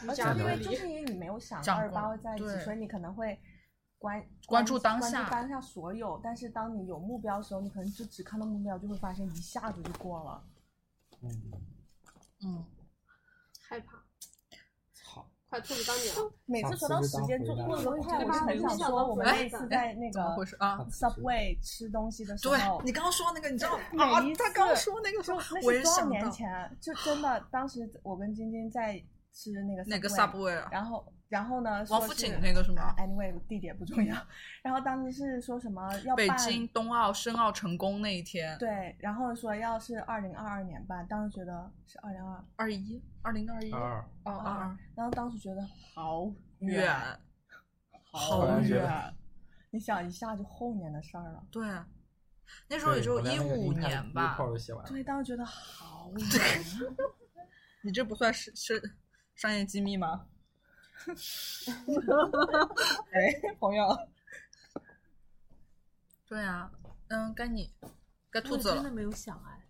Speaker 5: 而且
Speaker 2: 讲
Speaker 5: 因
Speaker 2: 道
Speaker 5: 为
Speaker 2: 理
Speaker 5: 就是因为你没 有想
Speaker 1: 讲
Speaker 5: 二十八
Speaker 1: 过
Speaker 5: 会在一起，
Speaker 1: 对
Speaker 5: 所以你可能会关
Speaker 1: 关注当
Speaker 5: 关
Speaker 1: 下
Speaker 5: 注当下所有。但是当你有目标的时候，你可能就只看到目标，就会发现一下子就过了。
Speaker 2: 嗯，
Speaker 1: 嗯，
Speaker 4: 害怕。
Speaker 2: 操，
Speaker 4: 快兔子当鸟，
Speaker 5: 每次说到时间就过得快，我就很想说我们那一次在那
Speaker 1: 哎怎么回
Speaker 5: 个
Speaker 1: 事啊？
Speaker 5: Subway 吃东西的时
Speaker 1: 对
Speaker 5: 候，
Speaker 1: 你刚刚说那个，你知道
Speaker 5: 每
Speaker 1: 啊
Speaker 5: 一？次
Speaker 1: 他刚刚说那个时
Speaker 5: 就
Speaker 1: 候，
Speaker 5: 那
Speaker 1: 我
Speaker 5: 是
Speaker 1: 也
Speaker 5: 多少
Speaker 1: 想
Speaker 5: 年
Speaker 1: 到
Speaker 5: 前？就真的，当时我跟晶晶在吃那个
Speaker 1: 那个
Speaker 5: Subway，
Speaker 1: Subway 啊，
Speaker 5: 然后然后呢，
Speaker 1: 王
Speaker 5: 说
Speaker 1: 府
Speaker 5: 是
Speaker 1: 井那个是吗
Speaker 5: 啊？Anyway，地点不重要。然后当时是说什么要
Speaker 1: 北
Speaker 5: 办
Speaker 1: 京冬奥申奥成功那一天，
Speaker 5: 对，然后说要是二零二二年办，当时觉得是二零二，
Speaker 1: 二一二零二一
Speaker 2: 二
Speaker 1: 哦
Speaker 2: 二
Speaker 1: 二二
Speaker 5: 然后当时觉得好远，
Speaker 1: 远，好
Speaker 2: 远
Speaker 5: 远。你想一下就后年的事儿了，
Speaker 1: 对，啊那时候也就一五年吧。
Speaker 2: 炮就写完了。
Speaker 5: 对，当时觉得 好远。
Speaker 1: 你这不算是是商业机密吗？
Speaker 5: 哎，朋友，
Speaker 1: 对啊，嗯，该你，该兔
Speaker 6: 我
Speaker 1: 子
Speaker 6: 真的
Speaker 1: 了，
Speaker 6: 没有想哎，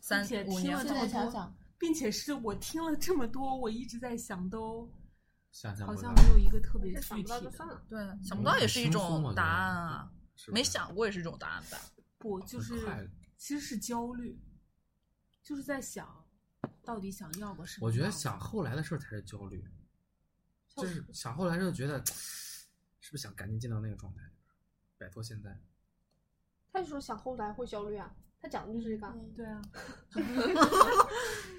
Speaker 1: 三
Speaker 6: 并且
Speaker 1: 五
Speaker 6: 听
Speaker 1: 年
Speaker 6: 了
Speaker 3: 现
Speaker 6: 这
Speaker 3: 在
Speaker 6: 么
Speaker 3: 想
Speaker 6: 多，
Speaker 3: 想，
Speaker 6: 并且是我听了这么多，我一直在想都
Speaker 2: 想象
Speaker 6: 好
Speaker 2: 不
Speaker 6: 像
Speaker 2: 到
Speaker 6: 没有一个特别
Speaker 4: 这想
Speaker 6: 具
Speaker 4: 不到
Speaker 6: 体
Speaker 4: 就算
Speaker 6: 的。
Speaker 4: 了。
Speaker 1: 对，想不到也是一
Speaker 2: 很轻松我觉
Speaker 1: 种
Speaker 2: 得
Speaker 1: 答案啊，
Speaker 2: 是不
Speaker 1: 没
Speaker 2: 是
Speaker 1: 想过也是一种答案吧？
Speaker 6: 不，就
Speaker 2: 很
Speaker 6: 是
Speaker 2: 快
Speaker 6: 其实是焦虑，就是在想，到底想要个什么样的？
Speaker 2: 我觉得想后来的事儿才是焦虑，就是想后来就觉得，是不是想赶紧进到那个状态里边儿，摆脱现在？
Speaker 4: 他就说想后来会焦虑啊，他讲的就是这个啊。
Speaker 6: 对啊，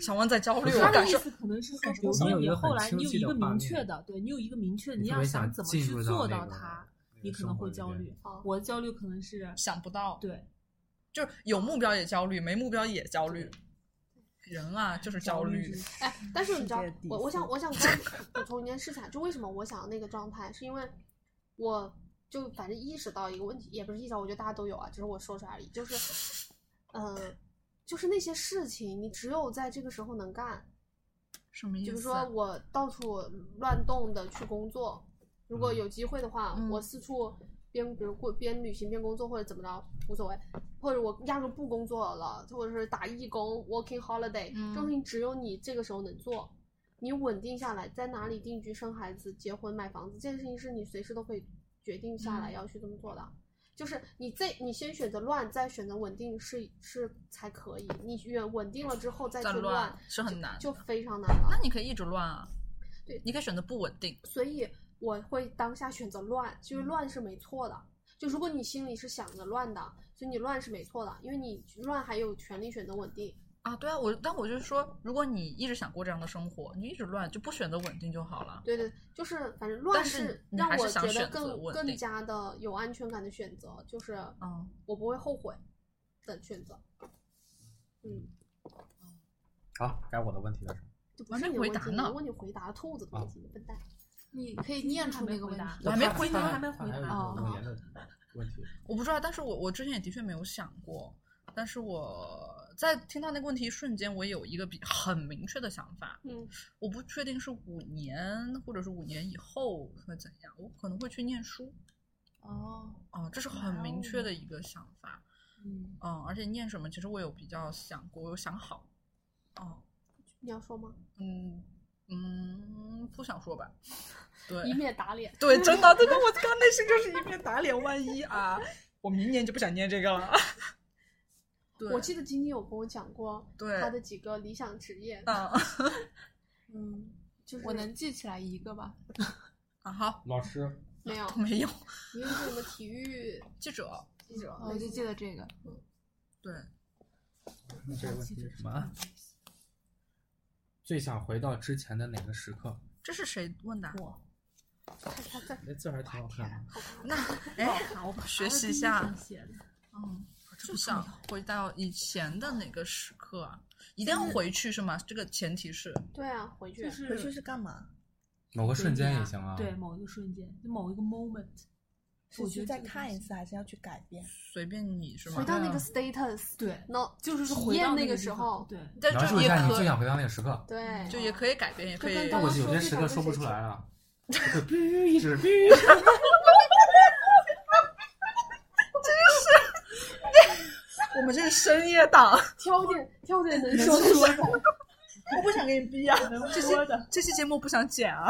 Speaker 1: 小王在焦虑，
Speaker 6: 他
Speaker 1: 我
Speaker 6: 的
Speaker 1: 感
Speaker 6: 意
Speaker 1: 受
Speaker 6: 思可能是说，比
Speaker 2: 我
Speaker 6: 如
Speaker 2: 们
Speaker 6: 说
Speaker 2: 有一
Speaker 6: 你
Speaker 2: 个
Speaker 6: 后
Speaker 2: 很
Speaker 6: 来
Speaker 2: 清
Speaker 6: 你有
Speaker 2: 晰
Speaker 6: 一
Speaker 2: 的
Speaker 6: 个
Speaker 2: 画
Speaker 6: 明
Speaker 2: 面
Speaker 6: 确的，对你有一个明确，
Speaker 2: 你
Speaker 6: 你
Speaker 2: 特
Speaker 6: 要
Speaker 2: 别
Speaker 6: 想怎么
Speaker 2: 进
Speaker 6: 去
Speaker 2: 入
Speaker 6: 做
Speaker 2: 到
Speaker 6: 到
Speaker 2: 那个
Speaker 6: 它，
Speaker 2: 那
Speaker 6: 你
Speaker 2: 个
Speaker 6: 可能
Speaker 2: 生活
Speaker 6: 会
Speaker 2: 里
Speaker 6: 焦
Speaker 2: 边
Speaker 6: 虑。
Speaker 4: 好
Speaker 6: 我的焦虑可能是
Speaker 1: 想不到，
Speaker 6: 对，
Speaker 1: 就是有目标也焦虑，没目标也焦虑。人啊，就是焦虑
Speaker 5: 虑就。
Speaker 4: 哎， 但是你知道
Speaker 5: 世界，第
Speaker 4: 我
Speaker 5: 四
Speaker 4: 我想我想刚补充一件事情，啊，就为什么我想那个状态，是因为我就反正意识到一个问题，也不是意识到，我觉得大家都有啊，只是我说出来而已。就是，嗯、就是那些事情，你只有在这个时候能干。
Speaker 1: 什么意思？啊
Speaker 4: 比如说，我到处乱动的去工作，如果
Speaker 2: 嗯
Speaker 4: 有机会的话，
Speaker 1: 嗯
Speaker 4: 我四处边比如过边旅行边工作或者怎么着无所谓，或者我压根不工作了，或者是打义工 working holiday，、
Speaker 1: 嗯
Speaker 4: 这种事情只有你这个时候能做。你稳定下来，在哪里定居、生孩子、结婚、买房子，这件事情是你随时都可以决定下来
Speaker 1: 嗯
Speaker 4: 要去这么做的。就是你这，你先选择乱，再选择稳定是是才可以。你选稳定了之后再去
Speaker 1: 再
Speaker 4: 乱，
Speaker 1: 乱是很难
Speaker 4: 就
Speaker 1: 的
Speaker 4: 非常难了。
Speaker 1: 那你可以一直乱啊，
Speaker 4: 对
Speaker 1: 你可以选择不稳定。
Speaker 4: 所以我会当下选择乱，
Speaker 1: 嗯
Speaker 4: 就是乱是没错的。就如果你心里是想着乱的，所以你乱是没错的，因为你乱还有权利选择稳定。
Speaker 1: 啊，对啊，我但我就是说，如果你一直想过这样的生活，你就一直乱，就不选择稳定就好了。
Speaker 4: 对对，就是反正乱
Speaker 1: 但是你
Speaker 4: 让
Speaker 1: 还是
Speaker 4: 我
Speaker 1: 想
Speaker 4: 觉得
Speaker 1: 选择
Speaker 4: 更
Speaker 1: 稳
Speaker 4: 更
Speaker 1: 定
Speaker 4: 加的有安全感的选择，就是
Speaker 1: 嗯，
Speaker 4: 我不会后悔的选择。嗯，
Speaker 2: 好，该我的问题了是吧。
Speaker 4: 就不
Speaker 1: 我还
Speaker 4: 是
Speaker 1: 没
Speaker 4: 你的
Speaker 1: 回
Speaker 4: 问
Speaker 1: 答
Speaker 4: 题，我
Speaker 1: 呢
Speaker 4: 的问题回答兔子的问题，你笨蛋。
Speaker 3: 你可以念出那个问题。
Speaker 1: 我还没
Speaker 2: 他
Speaker 1: 回
Speaker 2: 他
Speaker 1: 答
Speaker 2: 还
Speaker 6: 还没回
Speaker 2: 他 还有
Speaker 6: 答
Speaker 2: 一个
Speaker 4: 哦
Speaker 2: 五年的问 题，
Speaker 1: 我不知道，但是我我之前也的确没有想过，但是我在听到那个问题一瞬间，我有一个比很明确的想法，
Speaker 4: 嗯，
Speaker 1: 我不确定是五年或者是五年以后会怎样，我可能会去念书。
Speaker 3: 哦，
Speaker 1: 哦，这是很
Speaker 3: 哇
Speaker 1: 明确
Speaker 3: 哦
Speaker 1: 的一个想法。
Speaker 3: 嗯，
Speaker 1: 嗯，而且念什么，其实我有比较想过，我有想好。哦，
Speaker 4: 你要说吗？
Speaker 1: 嗯嗯，不想说吧。
Speaker 4: 以
Speaker 1: 对
Speaker 4: 免打脸。
Speaker 1: 对，真的真的，我刚内心就是一片打脸，万一啊，我明年就不想念这个了。对，
Speaker 4: 我记得晶晶有跟我讲过
Speaker 1: 对
Speaker 4: 她的几个理想职业，
Speaker 1: 啊
Speaker 3: 嗯，
Speaker 4: 就是
Speaker 3: 我能记起来一个吧？
Speaker 1: 啊好，
Speaker 2: 老师
Speaker 4: 没有
Speaker 1: 都，没有
Speaker 4: 一个是什么体育
Speaker 1: 记者。
Speaker 4: 哦记者，
Speaker 3: 我就记得这个。
Speaker 1: 对，
Speaker 2: 这个问题是什么啊？最想回到之前的哪个时刻？
Speaker 1: 这是谁问的啊？
Speaker 4: 他在
Speaker 2: 那字儿还挺好看的。
Speaker 1: 那哎，我学习一下。嗯，就想回到以前的哪个时刻啊？一定要回去是吗？这个前提是
Speaker 4: 对啊，回去
Speaker 6: 就
Speaker 5: 回去
Speaker 6: 是
Speaker 5: 是干嘛？
Speaker 2: 某个瞬间也行啊。
Speaker 6: 对，某一个瞬间，就某一个 moment，
Speaker 5: 是
Speaker 6: 我觉
Speaker 5: 去
Speaker 6: 得
Speaker 5: 再
Speaker 6: 这个东
Speaker 5: 看一
Speaker 6: 西
Speaker 5: 次，还是要去改变？
Speaker 1: 随便你是吗？
Speaker 4: 回到那
Speaker 2: 对
Speaker 4: 个
Speaker 2: 啊
Speaker 4: status，
Speaker 6: 对，
Speaker 4: no，
Speaker 6: 就是
Speaker 4: 体
Speaker 6: 回
Speaker 4: 验
Speaker 6: 到
Speaker 4: 那
Speaker 6: 个
Speaker 4: 个
Speaker 6: 地
Speaker 4: 时
Speaker 6: 方
Speaker 4: 候，
Speaker 6: 对，
Speaker 1: 但
Speaker 2: 描
Speaker 1: 就
Speaker 2: 述一
Speaker 1: 也
Speaker 2: 下你
Speaker 1: 可
Speaker 2: 最想回到那个时刻。
Speaker 4: 对，
Speaker 1: 就也可以改变，也可以
Speaker 4: 就跟
Speaker 2: 但
Speaker 4: 刚
Speaker 2: 我
Speaker 4: 刚
Speaker 2: 有
Speaker 4: 说
Speaker 2: 些
Speaker 4: 这
Speaker 2: 时
Speaker 4: 两
Speaker 2: 刻
Speaker 4: 个
Speaker 2: 说不
Speaker 4: 谁
Speaker 2: 出
Speaker 4: 知
Speaker 2: 来 啊， 就哔一直哔。
Speaker 1: 我们这是深夜档，
Speaker 4: 挑点挑点能说出来。
Speaker 1: 我不想给你逼啊！这期这期节目不想剪啊！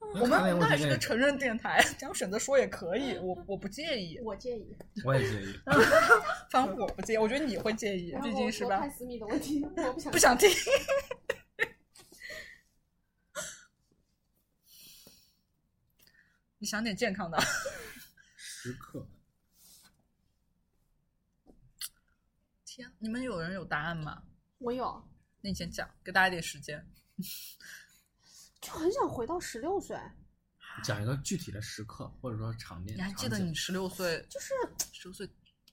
Speaker 1: 我们我们还是
Speaker 2: 哎
Speaker 1: 个成人电台，这样选择说也可以，我我不介意，
Speaker 4: 我介意，
Speaker 2: 我也介意。
Speaker 1: 反正我不介意，我觉得你会介意，
Speaker 4: 然后
Speaker 1: 毕
Speaker 4: 我
Speaker 1: 竟是
Speaker 4: 说
Speaker 1: 吧
Speaker 4: 太？私密的问题，我不想
Speaker 1: 不想听。 你想点健康的。
Speaker 2: 时刻
Speaker 1: 天，你们有人有答案吗？
Speaker 4: 我有，
Speaker 1: 那你先讲，给大家点时间。
Speaker 4: 就很想回到十六岁，
Speaker 2: 讲一个具体的时刻，或者说场面。
Speaker 1: 你还记得
Speaker 2: 场景
Speaker 1: 你十六岁，
Speaker 4: 就是
Speaker 1: 十六岁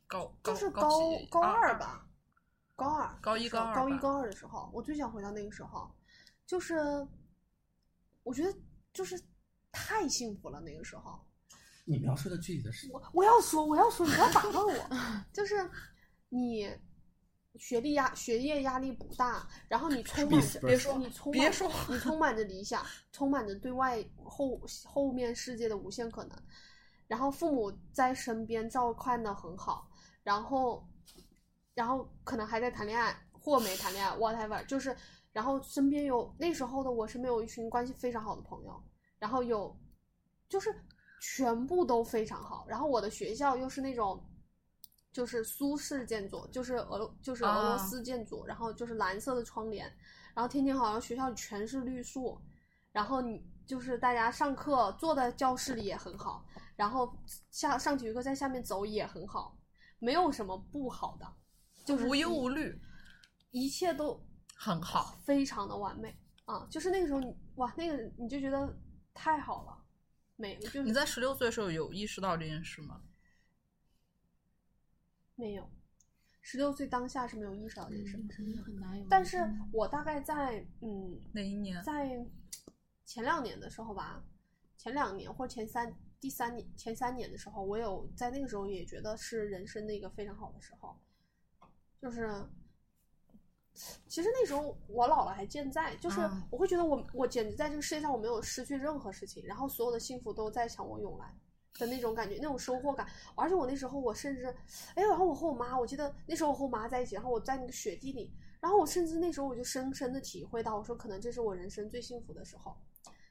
Speaker 1: 高高
Speaker 4: 就是
Speaker 1: 高
Speaker 4: 高
Speaker 1: 几
Speaker 4: 高二？吧，高二
Speaker 1: 高一
Speaker 4: 的时候
Speaker 1: 高二
Speaker 4: 高一
Speaker 1: 吧
Speaker 4: 高二的时候，我最想回到那个时候，就是我觉得就是太幸福了那个时候。
Speaker 2: 你描述的具体的时
Speaker 4: 我我要说，我要说，你不要打断我， 就是你学历压学业压力不大，然后你充满着
Speaker 2: 别
Speaker 1: 说
Speaker 4: 你充
Speaker 1: 别
Speaker 4: 满
Speaker 1: 说
Speaker 4: 你充满着理想，充满着对外后后面世界的无限可能，然后父母在身边照看的很好，然后然后可能还在谈恋爱或没谈恋爱，whatever，就是然后身边有那时候的我身边有一群关系非常好的朋友，然后有就是全部都非常好。然后我的学校又是那种就是苏式建筑，就是俄罗就是俄
Speaker 1: 啊
Speaker 4: 罗斯建筑，然后就是蓝色的窗帘，然后天天好像学校里全是绿树，然后你就是大家上课坐在教室里也很好，然后下上体育课在下面走也很好，没有什么不好的。就是
Speaker 1: 无忧
Speaker 4: 一
Speaker 1: 无虑，
Speaker 4: 一切都
Speaker 1: 很好。
Speaker 4: 非常的完美啊！就是那个时候你哇，那个你就觉得太好了，没就是
Speaker 1: 你在十六岁的时候有意识到这件事吗？
Speaker 4: 没有，十六岁当下是没有意识到这件事
Speaker 3: 嗯，
Speaker 4: 的。
Speaker 3: 真的很难有。
Speaker 4: 但是我大概在嗯，
Speaker 1: 哪一年？
Speaker 4: 在前两年的时候吧，前两年或前三第三年前三年的时候，我有在那个时候也觉得是人生的一个非常好的时候，就是。其实那时候我姥姥还健在，就是
Speaker 1: 啊
Speaker 4: 我会觉得我我简直在这个世界上我没有失去任何事情，然后所有的幸福都在向我涌来的那种感觉，那种收获感。而且我那时候我甚至，哎，然后我和我妈，我记得那时候我和我妈在一起，然后我在那个雪地里，然后我甚至那时候我就深深的体会到，我说可能这是我人生最幸福的时候，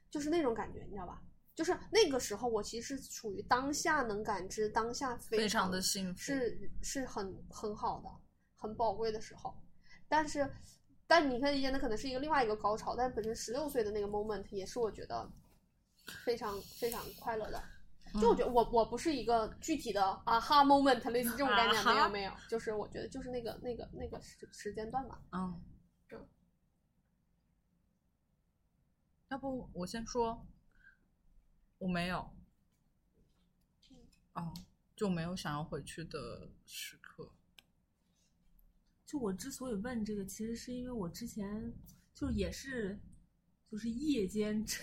Speaker 4: 就是那种感觉，你知道吧？就是那个时候我其实是处于当下能感知当下非
Speaker 1: 非常
Speaker 4: 常
Speaker 1: 的幸福。
Speaker 4: 是是很很好的、很宝贵的时候。但是，但你看以前的可能是一个另外一个高潮，但本身十六岁的那个 moment 也是我觉得非常非常快乐的。
Speaker 1: 嗯
Speaker 4: 就我觉得我我不是一个具体的啊哈 moment 类似这种概念，
Speaker 1: 啊哈
Speaker 4: 没有没有，就是我觉得就是那个那个那个时时间段吧。
Speaker 1: 嗯
Speaker 4: 对，
Speaker 1: 要不我先说，我没有，
Speaker 6: 嗯
Speaker 1: 哦，就没有想要回去的时刻。
Speaker 6: 就我之所以问这个，其实是因为我之前就也是，就是夜间 乘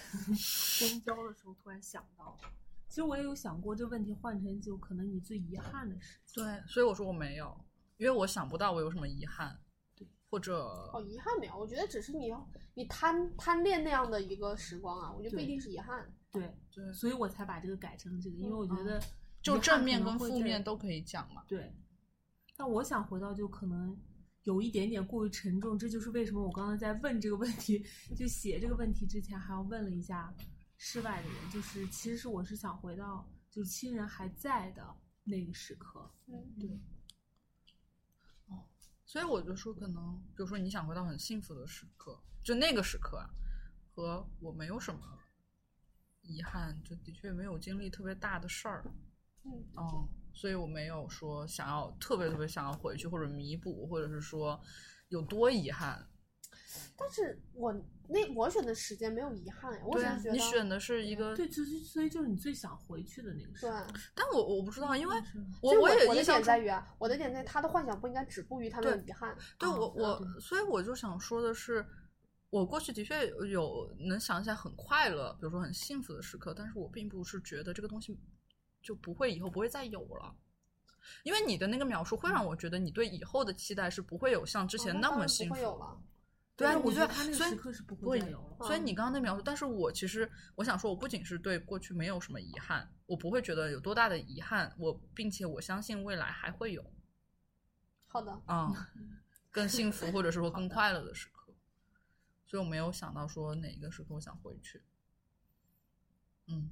Speaker 6: 公交的时候突然想到的。其实我也有想过这问题，换成就可能你最遗憾的事情。
Speaker 1: 对，所以我说我没有，因为我想不到我有什么遗憾，
Speaker 6: 对，
Speaker 1: 或者
Speaker 4: 哦，遗憾没有，我觉得只是你要你贪贪恋那样的一个时光啊，我觉得不一
Speaker 6: 对
Speaker 4: 定是遗憾。
Speaker 6: 对
Speaker 1: 对，
Speaker 6: 所以我才把这个改成这个，因为我觉得
Speaker 1: 就
Speaker 6: 遗憾
Speaker 1: 正
Speaker 6: 可
Speaker 1: 面
Speaker 6: 能
Speaker 1: 跟
Speaker 6: 会
Speaker 1: 负
Speaker 6: 在
Speaker 1: 面都可以讲嘛。
Speaker 6: 对。但我想回到就可能有一点点过于沉重，这就是为什么我刚刚在问这个问题，就写这个问题之前还要问了一下室外的人，就是其实我是想回到就是亲人还在的那个时刻，
Speaker 4: 嗯，
Speaker 6: 对，
Speaker 1: 所以我就说，可能比如说你想回到很幸福的时刻，就那个时刻啊，和我没有什么遗憾，就的确没有经历特别大的事儿，
Speaker 4: 嗯，
Speaker 1: 嗯，所以我没有说想要特别特别想要回去或者弥补，或者是说有多遗憾。
Speaker 4: 但是我那我选的时间没有遗憾呀，我
Speaker 1: 对
Speaker 4: 只
Speaker 1: 啊
Speaker 4: 是觉，得
Speaker 1: 你选的是一个，
Speaker 6: 对，就是所以就是你最想回去的那个时
Speaker 4: 对
Speaker 6: 刻。。
Speaker 1: 但我我不知道，因为
Speaker 6: 是
Speaker 1: 嗯我
Speaker 4: 所以我
Speaker 1: 也
Speaker 4: 的
Speaker 1: 印象
Speaker 4: 点在
Speaker 1: 中
Speaker 4: 于啊，我的点在于他的幻想不应该止步于他们的
Speaker 1: 对
Speaker 4: 遗憾。啊
Speaker 1: 对
Speaker 6: 嗯
Speaker 1: 我我，
Speaker 6: 对
Speaker 1: 所以我就想说的是，我过去的确有有能想起来很快乐，比如说很幸福的时刻，但是我并不是觉得这个东西就不会以后不会再有了。因为你的那个描述会让我觉得你对以后的期待是不会有像之
Speaker 4: 之
Speaker 1: 前那么幸
Speaker 4: 不
Speaker 1: 福，
Speaker 4: 会有了。
Speaker 1: 对啊，
Speaker 6: 对
Speaker 1: 我
Speaker 6: 我
Speaker 1: 觉
Speaker 6: 觉
Speaker 1: 得
Speaker 6: 得他那个
Speaker 1: 所以
Speaker 6: 时刻是不会
Speaker 1: 不会
Speaker 6: 再有了
Speaker 1: 所以你刚刚那描述，但是我其实我想说，我不仅是对过去没有什么遗憾，我不会觉得有多大的遗憾，我并且我相信未来还会有
Speaker 4: 好的，
Speaker 1: 啊、更幸福或者是说更快乐的时刻。所以我没有想到说哪一个时刻我想回去。嗯，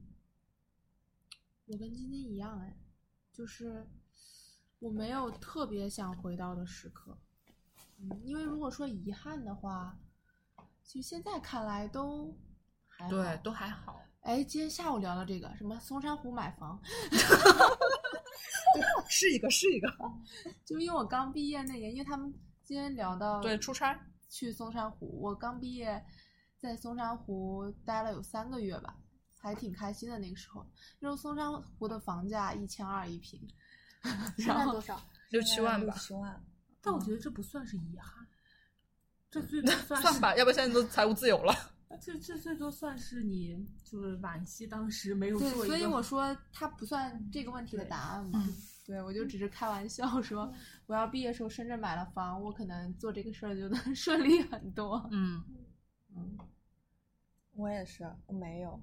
Speaker 3: 我跟今天一样哎，就是我没有特别想回到的时刻，嗯，因为如果说遗憾的话，就现在看来都还好
Speaker 1: 对，都还好。
Speaker 3: 哎，今天下午聊到这个什么松山湖买房，
Speaker 1: 哦是一个是一个，
Speaker 3: 就因为我刚毕业那年，因为他们今天聊到
Speaker 1: 对，出差，
Speaker 3: 去松山湖，我刚毕业，在松山湖待了有三个月吧，还挺开心的那个时候。那时候松山湖的房价一千二一平，
Speaker 4: 现在
Speaker 3: 然后
Speaker 4: 多少？
Speaker 1: 六七万吧
Speaker 5: 六，七万，
Speaker 6: 但我觉得这不算是遗憾，这最多算是
Speaker 1: 算吧，要不现在都财务自由了。
Speaker 6: 这这最多算是你就是惋惜当时没有
Speaker 3: 对，
Speaker 6: 做一个。
Speaker 3: 所以我说它不算这个问题的答案嘛。
Speaker 1: 嗯
Speaker 3: 对，我就只是开玩笑说，我要毕业的时候深圳买了房，我可能做这个事儿就能 顺利很多。
Speaker 1: 嗯，
Speaker 3: 嗯，
Speaker 5: 我也是，我没有。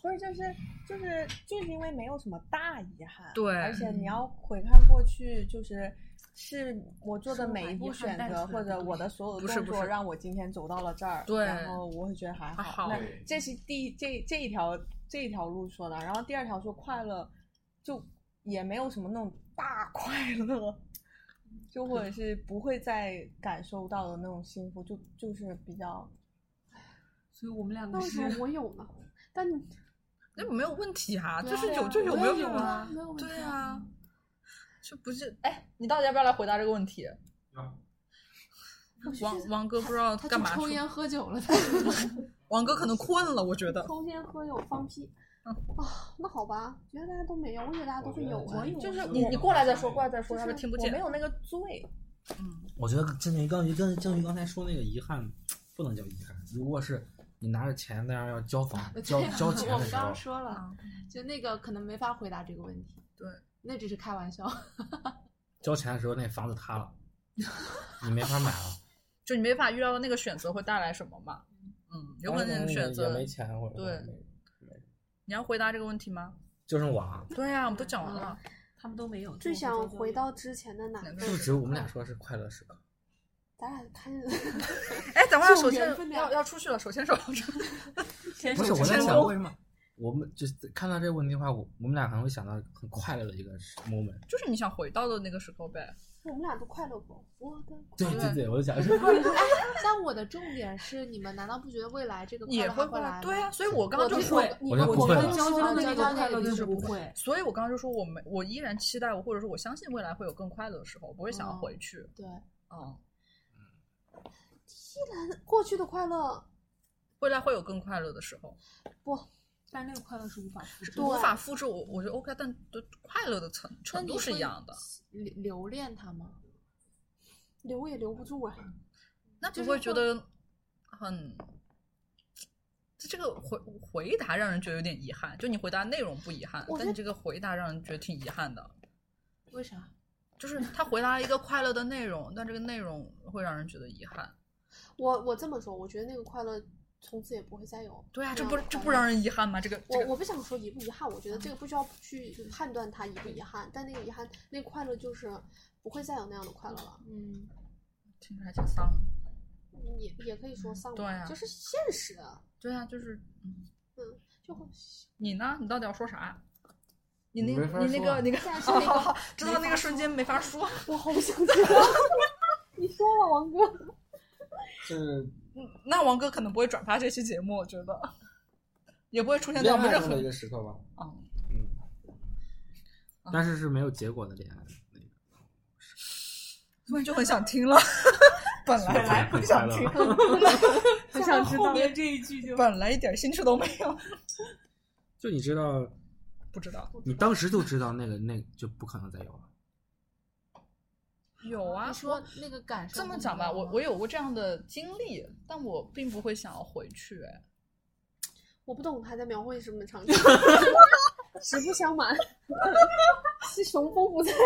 Speaker 5: 所以就是就是就是因为没有什么大遗憾，
Speaker 1: 对
Speaker 5: 而且
Speaker 3: 嗯
Speaker 5: 你要回看过去，就是是我做的
Speaker 6: 是
Speaker 5: 每
Speaker 6: 把
Speaker 5: 一
Speaker 6: 遗
Speaker 5: 步
Speaker 6: 憾
Speaker 5: 选
Speaker 6: 带出
Speaker 5: 择
Speaker 6: 来
Speaker 5: 或
Speaker 6: 的
Speaker 5: 者我
Speaker 6: 对
Speaker 5: 的所有
Speaker 1: 不
Speaker 5: 的
Speaker 1: 是
Speaker 5: 动
Speaker 1: 不
Speaker 5: 作，
Speaker 1: 是
Speaker 5: 让我今天走到了这儿，
Speaker 1: 对
Speaker 5: 然后我会觉得还
Speaker 1: 还好
Speaker 5: 那
Speaker 2: 对
Speaker 5: 这是第一这这一条这一条路说的，然后第二条说快乐，就也没有什么那种大 快乐。就或者是不会再感受到的那种幸福，就就是比较
Speaker 6: 所以我们两
Speaker 4: 那
Speaker 6: 个
Speaker 4: 为什么
Speaker 6: 是
Speaker 4: 我有 呢？但你
Speaker 1: 那没有问题啊，
Speaker 3: 对
Speaker 1: 就
Speaker 3: 啊
Speaker 1: 是
Speaker 3: 对
Speaker 1: 有
Speaker 3: 啊
Speaker 1: 就有，
Speaker 6: 我
Speaker 1: 没有
Speaker 6: 也
Speaker 1: 什
Speaker 6: 有
Speaker 1: 么。
Speaker 6: 啊
Speaker 3: 没有问题
Speaker 1: 对啊，就不是哎，你到底要不要来回答这个问题？王王哥不知道
Speaker 3: 他
Speaker 1: 干
Speaker 3: 就
Speaker 1: 嘛
Speaker 3: 抽
Speaker 1: 去，
Speaker 3: 烟喝酒了，
Speaker 1: 王哥可能困了，我觉得。
Speaker 4: 抽烟喝酒放屁。啊，那好吧，觉得大家都没有，我觉得大家都会有啊。
Speaker 5: 就是
Speaker 1: 你
Speaker 5: 我
Speaker 1: 你过来再说，过来再说，
Speaker 5: 就
Speaker 1: 他
Speaker 5: 是
Speaker 1: 们听不
Speaker 5: 我
Speaker 1: 见
Speaker 5: 没。有那个罪，
Speaker 1: 嗯
Speaker 2: 我觉得正于刚于跟正于刚才说那个遗憾，不能叫遗憾。如果是你拿着钱那样要交 房交交钱
Speaker 3: 啊
Speaker 2: 的
Speaker 3: 我们
Speaker 2: 时
Speaker 3: 刚
Speaker 2: 候
Speaker 3: 刚，说了，就那个可能没法回答这个问题。
Speaker 1: 嗯对，
Speaker 3: 那只是开玩笑。
Speaker 2: 交钱的时候那房子塌了，你没法买了，
Speaker 1: 就你没法预料到那个选择会带来什么嘛。嗯，有可能
Speaker 2: 你
Speaker 1: 你选择
Speaker 2: 哎哦也没钱或者说
Speaker 1: 对
Speaker 2: 没
Speaker 1: 你要回答这个问题吗？
Speaker 2: 就剩我啊，
Speaker 1: 对呀、我们都讲完了。
Speaker 3: 嗯
Speaker 6: 他们都没有。
Speaker 4: 最
Speaker 6: 这
Speaker 4: 想
Speaker 6: 种
Speaker 4: 回到之前的哪
Speaker 1: 哪
Speaker 4: 个
Speaker 1: 个
Speaker 2: 是不是只有我们俩说是快乐时刻？
Speaker 4: 咱俩看，
Speaker 1: 哎，等会儿
Speaker 4: 是
Speaker 1: 首
Speaker 4: 有
Speaker 1: 先
Speaker 4: 缘分的
Speaker 1: 要要出去了，手牵手。
Speaker 6: 牵
Speaker 2: 不
Speaker 6: 手
Speaker 2: 是我
Speaker 6: 之
Speaker 2: 在
Speaker 6: 前
Speaker 2: 想
Speaker 6: 都
Speaker 2: 为什么我们就是看到这个问题的话，我我们俩可能会想到很快乐的一个 moment。
Speaker 1: 就是你想回到的那个时候呗。
Speaker 4: 我们俩都快乐过。我的
Speaker 2: 对
Speaker 1: 对
Speaker 2: 对对，我就想说，
Speaker 3: 但我的重点是，你们难道不觉得未来这个快
Speaker 1: 也
Speaker 3: 乐还
Speaker 1: 会
Speaker 3: 会来吗？
Speaker 1: 对呀、啊所以我刚刚
Speaker 3: 我
Speaker 1: 就
Speaker 3: 不
Speaker 1: 说，
Speaker 3: 会
Speaker 4: 你
Speaker 2: 我觉得
Speaker 4: 我
Speaker 2: 不会
Speaker 4: 刚
Speaker 2: 了
Speaker 4: 刚
Speaker 6: 娇
Speaker 4: 说
Speaker 6: 娇
Speaker 4: 了
Speaker 6: 的
Speaker 4: 娇
Speaker 3: 娇
Speaker 6: 那种
Speaker 4: 娇
Speaker 3: 的
Speaker 6: 快
Speaker 4: 那
Speaker 6: 乐
Speaker 4: 个
Speaker 3: 就
Speaker 6: 就是是
Speaker 3: 不
Speaker 6: 不会。
Speaker 1: 所以我刚刚就说，我们我依然期待，或者说我相信未来会有更快乐的时候，我不会想要回去。
Speaker 3: 对，
Speaker 1: 嗯，
Speaker 4: 过去的快乐，
Speaker 1: 未来会有更快乐的时候，
Speaker 6: 但那个快乐是无法复制的。
Speaker 1: 无法复制我，我觉得 OK，但对快乐的程
Speaker 3: 那
Speaker 1: 程
Speaker 3: 你
Speaker 1: 度是
Speaker 3: 会
Speaker 1: 一样的。
Speaker 3: 留留恋他吗？
Speaker 4: 留也留不住啊。
Speaker 1: 那
Speaker 3: 就
Speaker 1: 不
Speaker 3: 是
Speaker 1: 会觉
Speaker 3: 会
Speaker 1: 得很，这这个回回答让人觉得有点遗憾。就你回答内容不遗憾
Speaker 4: 我，
Speaker 1: 但
Speaker 4: 觉
Speaker 1: 你这个回答让人觉得挺遗憾的。
Speaker 3: 为啥？
Speaker 1: 就是他回答了一个快乐的内容，但这个内容会让人觉得遗憾。
Speaker 4: 我我这么说，我觉得那个快乐从此也不会再有。
Speaker 1: 对啊，
Speaker 4: 那
Speaker 1: 这
Speaker 4: 样
Speaker 1: 不
Speaker 4: 的
Speaker 1: 这
Speaker 4: 快
Speaker 1: 不
Speaker 4: 乐
Speaker 1: 让人遗憾吗？这个这
Speaker 4: 我
Speaker 1: 个
Speaker 4: 我不想说遗不遗憾，我觉得这个不需要去判断它遗不遗憾，但那个遗憾，那个快乐就是不会再有那样的快乐了。
Speaker 3: 嗯，
Speaker 1: 听着还挺丧的。
Speaker 4: 也也可以说丧
Speaker 1: 对
Speaker 4: 吧
Speaker 1: 啊
Speaker 4: 就是现实，
Speaker 1: 对啊，就是嗯，
Speaker 4: 嗯，就 会
Speaker 1: 你呢？你到底要说啥？你
Speaker 2: 你
Speaker 1: 那
Speaker 2: 没法
Speaker 1: 你那
Speaker 2: 说啊
Speaker 1: 个你看，
Speaker 4: 现在是
Speaker 1: 哦
Speaker 4: 那
Speaker 1: 好
Speaker 4: 个
Speaker 1: 好， 知道
Speaker 4: 没
Speaker 1: 那
Speaker 4: 法
Speaker 1: 个瞬间没法说。
Speaker 4: 我好想知道。 你说吧，王哥。
Speaker 2: 就是
Speaker 1: 嗯那王哥可能不会转发这期节目，我觉得也不会出现在
Speaker 2: 恋
Speaker 1: 我们
Speaker 2: 爱
Speaker 1: 任
Speaker 2: 中
Speaker 1: 何
Speaker 2: 的一个时刻吧。
Speaker 1: 嗯
Speaker 2: 嗯，但是是没有结果的恋爱，那个
Speaker 1: 突然就很想听了，本来
Speaker 2: 很快乐。
Speaker 5: 很想知道
Speaker 6: 后面这一句就
Speaker 1: 本来一点兴趣都没有，
Speaker 2: 就你知道，
Speaker 1: 不知道
Speaker 2: 你当时就知道那个那就不可能再有了。
Speaker 1: 有啊
Speaker 3: 你。说那个感受
Speaker 1: 这么
Speaker 3: 不
Speaker 1: 讲
Speaker 3: 一
Speaker 1: 吧，
Speaker 3: 样
Speaker 1: 我
Speaker 3: 吗
Speaker 1: 我有过这样的经历，但我并不会想要回去。哎
Speaker 4: 我不懂他在描绘什么场景。 实不相瞒， 是雄风不在。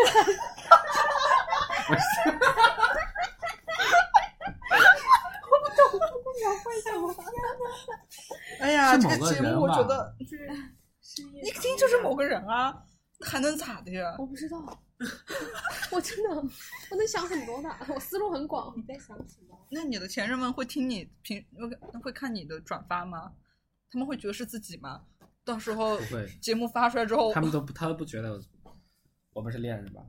Speaker 1: 哎呀，这
Speaker 2: 是
Speaker 1: 个
Speaker 2: 某个
Speaker 1: 节
Speaker 2: 人
Speaker 1: 目我觉
Speaker 2: 吧
Speaker 1: 得
Speaker 3: 是因
Speaker 1: 一听就是某个人啊，那还能咋的呀？
Speaker 4: 我不知道，我真的我能想很多的，我思路很广。你在想什么？
Speaker 1: 那你的前任们会听你平会会看你的转发吗？他们会觉得是自己吗？到时候
Speaker 2: 不会
Speaker 1: 节目发出来之后，
Speaker 2: 他们都不，他都不觉得我们是恋人吧？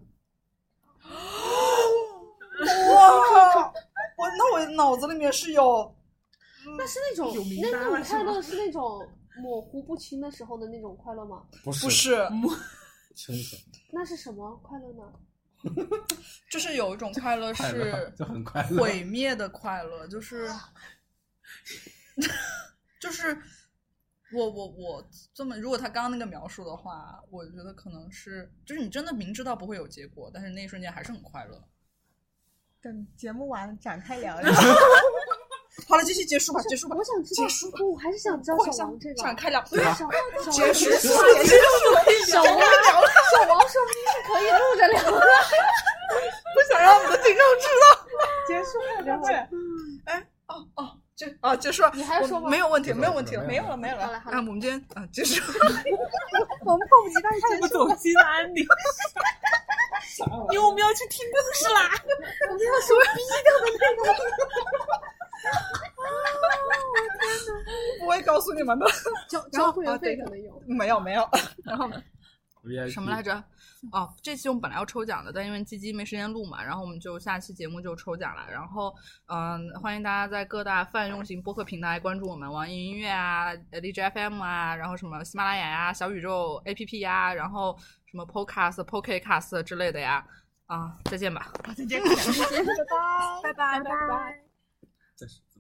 Speaker 1: 哇，我那我脑子里面是有
Speaker 4: 那是那种
Speaker 6: 有明
Speaker 4: 那
Speaker 6: 白
Speaker 4: 那种
Speaker 6: 了是
Speaker 4: 快乐
Speaker 6: 吗
Speaker 4: 是那种模糊不清的时候的那种快乐吗？
Speaker 7: 不是
Speaker 1: 不是，
Speaker 7: 清醒，
Speaker 4: 那是什么快乐
Speaker 1: 啊
Speaker 4: 呢？
Speaker 1: 就是 有一种快乐
Speaker 7: 快乐
Speaker 1: 是
Speaker 7: 就很快乐。
Speaker 1: 毁灭的快乐，就是 就是我我我这么，如果他刚刚那个描述的话，我觉得可能是就是你真的明知道不会有结果，但是那一瞬间还是很快乐。
Speaker 5: 等节目完了展开聊一 聊。
Speaker 1: 好了，继续结束吧，结束吧
Speaker 4: 我，想知
Speaker 1: 结
Speaker 4: 道
Speaker 1: 束吧，
Speaker 4: 我还是想知道
Speaker 1: 快
Speaker 4: 小
Speaker 1: 想
Speaker 4: 王这个。
Speaker 1: 想开 聊，
Speaker 4: 小小王
Speaker 1: 结束，
Speaker 4: 小
Speaker 1: 结束，
Speaker 4: 王，小王说不定是可以录着聊的。
Speaker 1: 不想让我们的听众知道。
Speaker 5: 结束了，对不对？
Speaker 1: 哦哦，就啊，结束了，
Speaker 4: 你还要
Speaker 1: 我
Speaker 4: 说吗
Speaker 1: 没有问题，
Speaker 7: 不是
Speaker 1: 没有问题了，
Speaker 7: 不
Speaker 5: 没
Speaker 7: 是
Speaker 5: 有了，没有
Speaker 4: 好
Speaker 5: 了。
Speaker 4: 了好
Speaker 1: 啊，我
Speaker 4: 了，
Speaker 1: 们今天啊，结束。
Speaker 4: 我们迫不及待
Speaker 6: 太不
Speaker 4: 结束。
Speaker 6: 走心的安迪，因为我们要去听故事啦。
Speaker 4: 我们要说逼掉的那个。
Speaker 1: 不会告诉你们的，
Speaker 4: 交
Speaker 1: 然后
Speaker 4: 交会
Speaker 1: 哦
Speaker 4: 员费
Speaker 1: 对
Speaker 4: 可能有。
Speaker 1: 没有没有。然后
Speaker 7: VIP
Speaker 1: 什么来着？哦，这期我们本来要抽奖的，但因为鸡鸡没时间录嘛，然后我们就下期节目就抽奖了。然后，嗯、欢迎大家在各大泛用型播客平台关注我们，网易音乐啊、呃荔枝 FM 啊，然后什么喜马拉雅呀、小宇宙 APP 呀、然后什么 Podcast、Pocketcast 之类的呀。啊，再见吧。
Speaker 5: 再见，拜拜，拜拜，拜拜。
Speaker 7: 这是